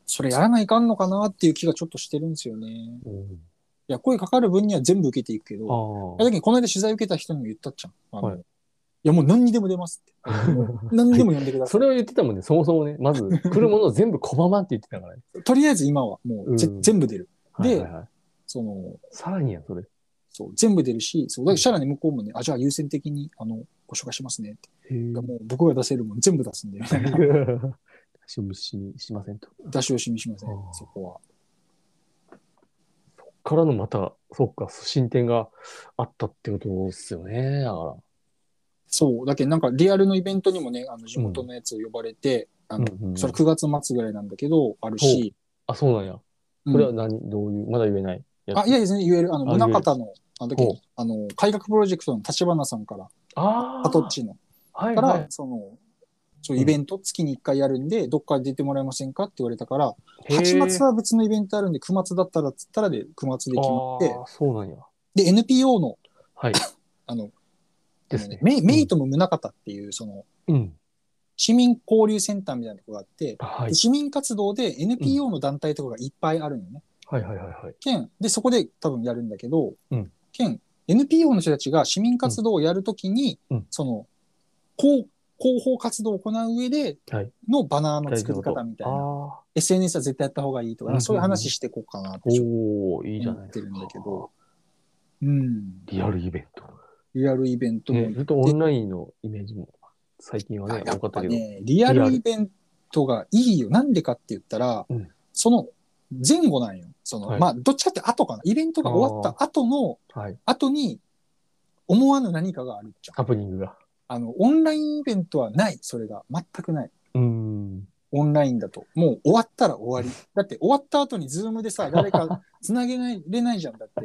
[SPEAKER 2] それやらないかんのかなっていう気がちょっとしてるんですよね。い
[SPEAKER 1] うん
[SPEAKER 2] や、声かかる分には全部受けていくけど、
[SPEAKER 1] あ
[SPEAKER 2] だけどこの間取材受けた人にも言ったっちゃん。あの
[SPEAKER 1] はい
[SPEAKER 2] い、や、もう何にでも出ますって。 何にでも呼んでくだ
[SPEAKER 1] あ。
[SPEAKER 2] さ
[SPEAKER 1] そ
[SPEAKER 2] い。
[SPEAKER 1] れを言ってたもんね、そもそもね、ま ず来るものを全部拒まんって言ってたからね。
[SPEAKER 2] とりあえず今はもうぜ、
[SPEAKER 1] うん
[SPEAKER 2] 全部出る。 で
[SPEAKER 1] はいはいはい
[SPEAKER 2] その、
[SPEAKER 1] さらにや、それ。
[SPEAKER 2] そう、全部出るし、そう、だからさらに向こうもね、あ、じゃあ優先的に、あの、ご紹介しますねって。い やもう僕が出せるもん全部出すんで、みたいな。
[SPEAKER 1] 足を無視にしませんと。
[SPEAKER 2] 出し惜しみしません
[SPEAKER 1] あー、
[SPEAKER 2] そこは。
[SPEAKER 1] からのまた、そうか、進展があったってことですよね。だから。
[SPEAKER 2] そう、だけどなんかリアルのイベントにもね、あの地元のやつを呼ばれて、あの
[SPEAKER 1] うんうん
[SPEAKER 2] それ9月末ぐらいなんだけど、あるし、
[SPEAKER 1] あ、そうなんや。
[SPEAKER 2] うん
[SPEAKER 1] これは何、どういう、まだ言えないやつ
[SPEAKER 2] あ、いやですね、言える、あの、
[SPEAKER 1] あ言える
[SPEAKER 2] 宗方の、あの時
[SPEAKER 1] ほう
[SPEAKER 2] あの、改革プロジェクトの立花さんから、
[SPEAKER 1] あ
[SPEAKER 2] パトッチの、
[SPEAKER 1] はい
[SPEAKER 2] か
[SPEAKER 1] は
[SPEAKER 2] ら、その、そうイベント月に1回やるんで、どっかで出てもらえませんかって言われたから、
[SPEAKER 1] い。
[SPEAKER 2] 8月
[SPEAKER 1] は
[SPEAKER 2] は別のイベントあるんで、9月だったらっつったらで、9月で決まって、
[SPEAKER 1] そうなんや。
[SPEAKER 2] で、NPO の、
[SPEAKER 1] はい。
[SPEAKER 2] あの、
[SPEAKER 1] ですね。
[SPEAKER 2] メイメイトム宗方っていう、その、
[SPEAKER 1] うん。
[SPEAKER 2] 市民交流センターみたいなとこがあって、
[SPEAKER 1] はい
[SPEAKER 2] で。市民活動で NPO の団体とかがいっぱいあるんよね。
[SPEAKER 1] はいはいはいはい。
[SPEAKER 2] 県、で、そこで多分やるんだけど、
[SPEAKER 1] うん
[SPEAKER 2] 県、NPO の人たちが市民活動をやるときに、
[SPEAKER 1] うん
[SPEAKER 2] その、広広報活動を行う上で
[SPEAKER 1] はい
[SPEAKER 2] のバナーの作り方みたい
[SPEAKER 1] あ
[SPEAKER 2] な、
[SPEAKER 1] あ
[SPEAKER 2] SNS は絶対やった方がいいとか、
[SPEAKER 1] うんうんうん
[SPEAKER 2] そういう話していこうかなって
[SPEAKER 1] ー。おおいいじゃ
[SPEAKER 2] 思
[SPEAKER 1] ない
[SPEAKER 2] っ
[SPEAKER 1] です
[SPEAKER 2] てる
[SPEAKER 1] か。
[SPEAKER 2] んだけど、うん、
[SPEAKER 1] リアルイベント。
[SPEAKER 2] リアルイベントも、
[SPEAKER 1] ね、ずっとオンラインのイメージも最近はね、
[SPEAKER 2] や
[SPEAKER 1] 多
[SPEAKER 2] っ
[SPEAKER 1] かった
[SPEAKER 2] ぱ
[SPEAKER 1] けど。
[SPEAKER 2] ね、リアルイベントがいいよ。なんでかって言ったら、
[SPEAKER 1] うん
[SPEAKER 2] その前後なんよ。その、
[SPEAKER 1] はい
[SPEAKER 2] まあ、どっちかって後かな。イベントが終わった後の、
[SPEAKER 1] はい。
[SPEAKER 2] 後に、思わぬ何かがあるじゃん。
[SPEAKER 1] ハプニングが。
[SPEAKER 2] あの、オンラインイベントはない。それが。全くない。
[SPEAKER 1] うーん。
[SPEAKER 2] オンラインだと。もう終わったら終わり。だって終わった後にズームでさ、誰か繋げない、れないじゃん。だって。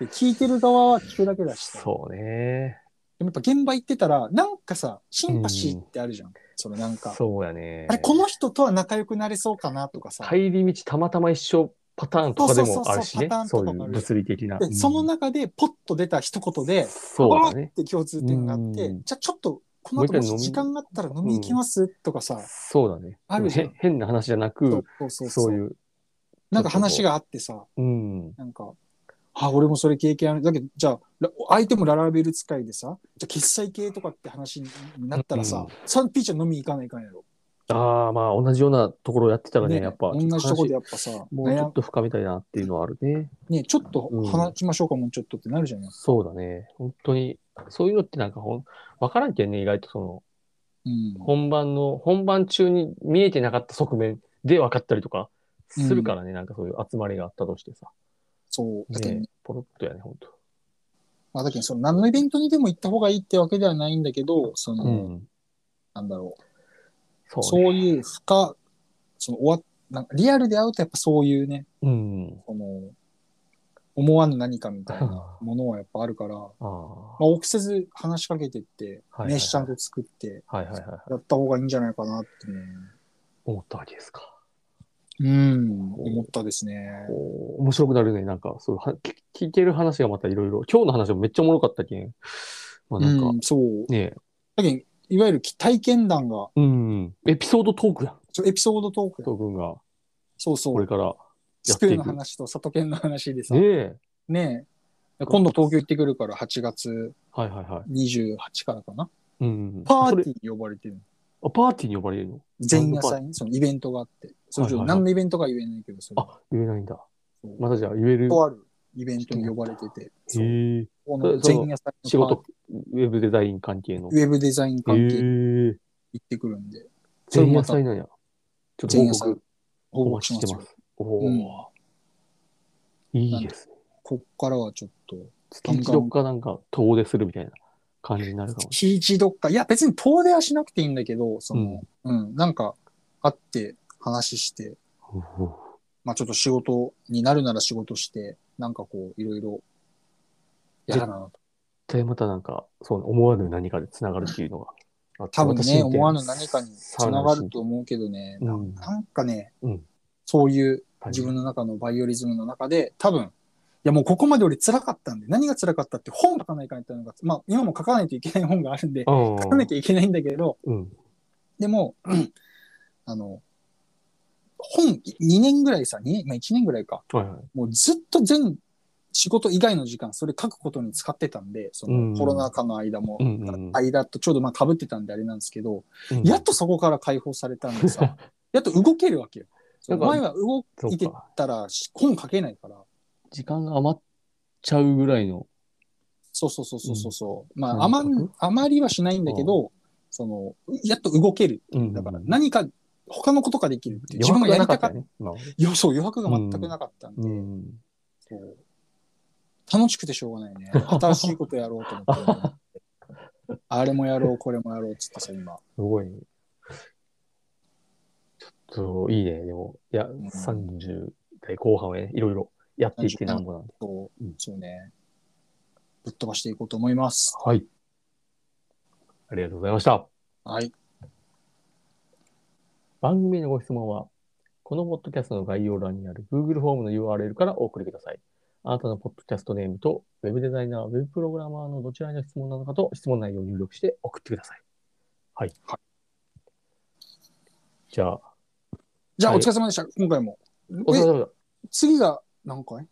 [SPEAKER 2] で聞いてる側は聞くだけだしさ。
[SPEAKER 1] そうね。
[SPEAKER 2] でもやっぱ現場行ってたら、なんかさ、シンパシーってあるじゃん。そのなんか。
[SPEAKER 1] そうやね。
[SPEAKER 2] あれ、この人とは仲良くなれそうかなとかさ。
[SPEAKER 1] 入り道たまたま一緒パターンとかでもあるしねそう
[SPEAKER 2] そう。そそうそう
[SPEAKER 1] う
[SPEAKER 2] パターンとか
[SPEAKER 1] い
[SPEAKER 2] もあ
[SPEAKER 1] う
[SPEAKER 2] る
[SPEAKER 1] 物理的な。
[SPEAKER 2] で、その中で、ポッと出た一言で、
[SPEAKER 1] そう
[SPEAKER 2] わ
[SPEAKER 1] だ
[SPEAKER 2] ーっ
[SPEAKER 1] ね。
[SPEAKER 2] て共通点があって、
[SPEAKER 1] うん
[SPEAKER 2] じゃあちょっと、この後
[SPEAKER 1] もう一回
[SPEAKER 2] も
[SPEAKER 1] 飲み
[SPEAKER 2] し時間があったら飲み行きます、とかさ、
[SPEAKER 1] そうだね。
[SPEAKER 2] あるじゃん
[SPEAKER 1] へ変な話じゃな
[SPEAKER 2] そう
[SPEAKER 1] く、
[SPEAKER 2] そうそう
[SPEAKER 1] そういう。
[SPEAKER 2] なんか話があってさ、
[SPEAKER 1] うん。
[SPEAKER 2] なんか、あ、俺もそれ経験ある。だけど、じゃあ、ら相手もララベル使いでさ、じゃあ決済系とかって話になった
[SPEAKER 1] う
[SPEAKER 2] ら
[SPEAKER 1] ん
[SPEAKER 2] さ、サンピーちゃん飲み行かないかんやろ。
[SPEAKER 1] ああ、まあ同じようなところをやってたらね、やっぱ。
[SPEAKER 2] 同じとこで
[SPEAKER 1] 話
[SPEAKER 2] やっぱさ、
[SPEAKER 1] もうちょ
[SPEAKER 2] 悩
[SPEAKER 1] っと深めたいなっていうのはあるね。
[SPEAKER 2] ね、ちょっと
[SPEAKER 1] うん
[SPEAKER 2] 話しましょうか、もうちょっとってなるじゃん。
[SPEAKER 1] そうだね。本当に、そういうのってなんかほん、わからんけんね、意外とその、
[SPEAKER 2] うん。
[SPEAKER 1] 本番の、本番中に見えてなかった側面で分かったりとかするからね、なんかそういう集まりがあったとしてさ。
[SPEAKER 2] そう。だけどね
[SPEAKER 1] ね、ポロッとやね、本当。
[SPEAKER 2] まあ、だけど、その何のイベントにでも行った方がいいってわけではないんだけど、その、
[SPEAKER 1] うん。
[SPEAKER 2] なんだろう。
[SPEAKER 1] そうね。
[SPEAKER 2] そういう深、その終わっなんかリアルで会うとやっぱそういうね、
[SPEAKER 1] うん。
[SPEAKER 2] この、思わぬ何かみた いなものはやっぱあるから、ま
[SPEAKER 1] ああ。
[SPEAKER 2] あ、臆せず話しかけてって、
[SPEAKER 1] はいはい
[SPEAKER 2] 名刺ちゃんと作って、
[SPEAKER 1] はいはいはい。
[SPEAKER 2] やった方がいいんじゃないかなってね、
[SPEAKER 1] 思ったわけですか。
[SPEAKER 2] うん、思ったですね。
[SPEAKER 1] おー面白くなるね。なんか、そうは、聞聞いてる話がまたいろいろ。今日の話もめっちゃおもろかったけん。まあなんか、
[SPEAKER 2] うん、そう。
[SPEAKER 1] ね
[SPEAKER 2] だけど、いわゆる体験談が、
[SPEAKER 1] え、うん。エピソードトークやん。
[SPEAKER 2] そうエピソードトーク
[SPEAKER 1] ト、ークンが、
[SPEAKER 2] そうそ
[SPEAKER 1] これ
[SPEAKER 2] う、
[SPEAKER 1] からやっ
[SPEAKER 2] スク
[SPEAKER 1] て
[SPEAKER 2] ー
[SPEAKER 1] い
[SPEAKER 2] ル
[SPEAKER 1] く
[SPEAKER 2] の。話と里犬の話でさ、
[SPEAKER 1] ねえ。
[SPEAKER 2] ねえ。今度東京行ってくるから8月
[SPEAKER 1] はいはいはい。
[SPEAKER 2] 28からかな。
[SPEAKER 1] うん。
[SPEAKER 2] パー
[SPEAKER 1] ィー
[SPEAKER 2] ティー呼ばれてるの。
[SPEAKER 1] あ、パーティーに呼ばれるの
[SPEAKER 2] 前夜祭にそのイベントがあって。それちょっと何のイベントか言えないけど、それ。
[SPEAKER 1] あ、言えないんだ
[SPEAKER 2] そう。
[SPEAKER 1] またじゃあ言える。
[SPEAKER 2] とあるイベントに呼ばれてて。
[SPEAKER 1] へえ。
[SPEAKER 2] この前夜祭
[SPEAKER 1] 仕
[SPEAKER 2] のパー
[SPEAKER 1] 事、ウェブデザイン関係の。
[SPEAKER 2] ティーウェブデザイン
[SPEAKER 1] へ
[SPEAKER 2] 関係行
[SPEAKER 1] え。
[SPEAKER 2] ってくるんで、それ
[SPEAKER 1] 前
[SPEAKER 2] も
[SPEAKER 1] 夜
[SPEAKER 2] また
[SPEAKER 1] 祭なんや。ちょっと
[SPEAKER 2] 前夜
[SPEAKER 1] 報
[SPEAKER 2] 祭
[SPEAKER 1] 告お
[SPEAKER 2] 応募
[SPEAKER 1] 待ちし
[SPEAKER 2] しま
[SPEAKER 1] て
[SPEAKER 2] す
[SPEAKER 1] ま
[SPEAKER 2] よ。
[SPEAKER 1] す。おおー。いいですね
[SPEAKER 2] こっからはちょっと、
[SPEAKER 1] 月一どっかなんか遠出するみたいな感じになるかもし
[SPEAKER 2] 日一どっか、いや別に遠出はしなくていいんだけど、その、うん、なんか会って話して、
[SPEAKER 1] れない。
[SPEAKER 2] まあちょっと仕事になるなら仕事して、なんかこう、いろいろ、やらなと。
[SPEAKER 1] 絶対またなんか、そうね思わぬ何かで繋がるっていうのがあって。
[SPEAKER 2] 多分
[SPEAKER 1] 私に
[SPEAKER 2] ね、
[SPEAKER 1] とって
[SPEAKER 2] 思わぬ何かにつながると思うけどね、
[SPEAKER 1] う
[SPEAKER 2] なんなんかね、
[SPEAKER 1] うん
[SPEAKER 2] そういう
[SPEAKER 1] はい
[SPEAKER 2] 自分の中のバイオリズムの中で、多分、やもうここまで俺辛かったんで、何が辛かったって本書かないかんってのが、まあ今も書かないといけない本があるん
[SPEAKER 1] う
[SPEAKER 2] で、
[SPEAKER 1] ん
[SPEAKER 2] 書かなきゃいけないんだけど、
[SPEAKER 1] うん。
[SPEAKER 2] でも、 あの、本2年ぐらいさ、2年、まあ1年ぐらいか、
[SPEAKER 1] はいはい。
[SPEAKER 2] もうずっと全仕事以外の時間、それ書くことに使ってたんで、そ
[SPEAKER 1] うん
[SPEAKER 2] のコロナ禍の間も、
[SPEAKER 1] うんうん
[SPEAKER 2] 間とちょうどまあ被ってたんであれなんですけど、
[SPEAKER 1] うん
[SPEAKER 2] やっとそこから解放されたん でさ、やっと動けるわけよ。そ
[SPEAKER 1] なん
[SPEAKER 2] の
[SPEAKER 1] か
[SPEAKER 2] 前は動
[SPEAKER 1] そう
[SPEAKER 2] いて
[SPEAKER 1] か。
[SPEAKER 2] たらし本書けないから、
[SPEAKER 1] 時間が余っちゃうぐらいの。
[SPEAKER 2] そうそうそうそうそう。うま
[SPEAKER 1] な
[SPEAKER 2] あ、あ
[SPEAKER 1] る
[SPEAKER 2] ま
[SPEAKER 1] ほど
[SPEAKER 2] ん、あまりはしないんだけど、その、やっと動ける。
[SPEAKER 1] うん
[SPEAKER 2] だから何か、他のことができるっていう。自分が
[SPEAKER 1] 余
[SPEAKER 2] や
[SPEAKER 1] 白
[SPEAKER 2] り
[SPEAKER 1] が
[SPEAKER 2] た
[SPEAKER 1] な
[SPEAKER 2] か
[SPEAKER 1] かったた。
[SPEAKER 2] っ
[SPEAKER 1] よね。まあ
[SPEAKER 2] よ、そう、余白が全くなかったんで、
[SPEAKER 1] うん。
[SPEAKER 2] そう楽しくてしょうがな いね。新しいことやろうと思って。あれもやろう、これもやろうっつってさ、今。
[SPEAKER 1] すごい。ちょっと、いいね。でも、いや、
[SPEAKER 2] ん
[SPEAKER 1] 30代後半はね、いろいろやっていってなんぼなんで。
[SPEAKER 2] そう
[SPEAKER 1] うん
[SPEAKER 2] そうね。ぶっ飛ばしていこうと思います。
[SPEAKER 1] はい。ありがとうございました。
[SPEAKER 2] はい。
[SPEAKER 1] 番組へのご質問は、このポッドキャストの概要欄にある Google フォームの URL からお送りください。あなたのポッドキャストネームと、ウェブデザイナー、ウェブプログラマーのどちらの質問なのかと、質問内容を入力して送ってください。はい。
[SPEAKER 2] は
[SPEAKER 1] じゃあ、
[SPEAKER 2] じゃあ、
[SPEAKER 1] はい
[SPEAKER 2] お疲れ様でした。今回も。
[SPEAKER 1] お疲れ
[SPEAKER 2] で
[SPEAKER 1] 様でした
[SPEAKER 2] 次が何回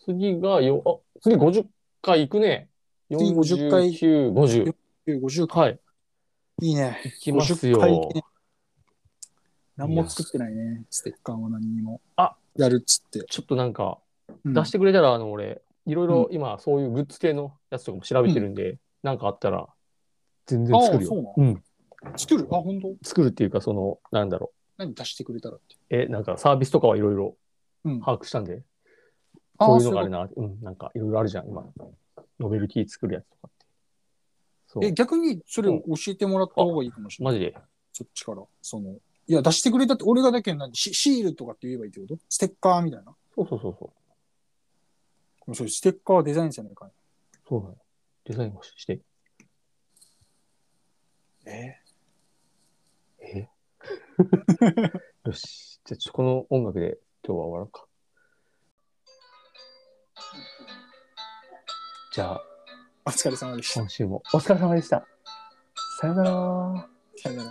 [SPEAKER 1] 次がよ、あ、次50回いくね。
[SPEAKER 2] 次50回
[SPEAKER 1] 49 50。
[SPEAKER 2] ?50 回。
[SPEAKER 1] はい。
[SPEAKER 2] いいね。
[SPEAKER 1] いきます
[SPEAKER 2] 50回
[SPEAKER 1] よ
[SPEAKER 2] 記。念何も作ってないね。ステッカーも何にも。
[SPEAKER 1] あ
[SPEAKER 2] やるっつって。
[SPEAKER 1] ちょっとなんか、
[SPEAKER 2] うん
[SPEAKER 1] 出してくれたら、あの、俺、いろいろ今、そういうグッズ系のやつとかも調べてるんで、なんかあったら、全然作る
[SPEAKER 2] ああそう
[SPEAKER 1] よ
[SPEAKER 2] な。
[SPEAKER 1] うん
[SPEAKER 2] 作るあ、本当？
[SPEAKER 1] 作るっていうか、その、なんだろ
[SPEAKER 2] 何出してくれたらって。
[SPEAKER 1] う。え、なんかサービスとかはいろいろ
[SPEAKER 2] うん。
[SPEAKER 1] 把握したんで、
[SPEAKER 2] あ
[SPEAKER 1] こういうのがあ
[SPEAKER 2] そ
[SPEAKER 1] るな。うん、なんかいろいろあるじゃん、今。ノベルティ作るやつとかって。そう
[SPEAKER 2] え、。逆にそれを教えてもらった方がいいかもしれない。
[SPEAKER 1] マジで。
[SPEAKER 2] そっちから。その、いや、出してくれたって、俺がだけ何シシールとかって言えばいいってことステッカーみたいな。
[SPEAKER 1] そうそうそうそう。
[SPEAKER 2] そういうステッカーはデザインじゃないかね。
[SPEAKER 1] そうなの。デザインをして。
[SPEAKER 2] え
[SPEAKER 1] えよし。じゃあ、ちょっとこの音楽で今日は終わろうか。じゃあ、
[SPEAKER 2] お疲れ様でした。
[SPEAKER 1] 今週もお疲れ様でした。さよなら。
[SPEAKER 2] さよなら。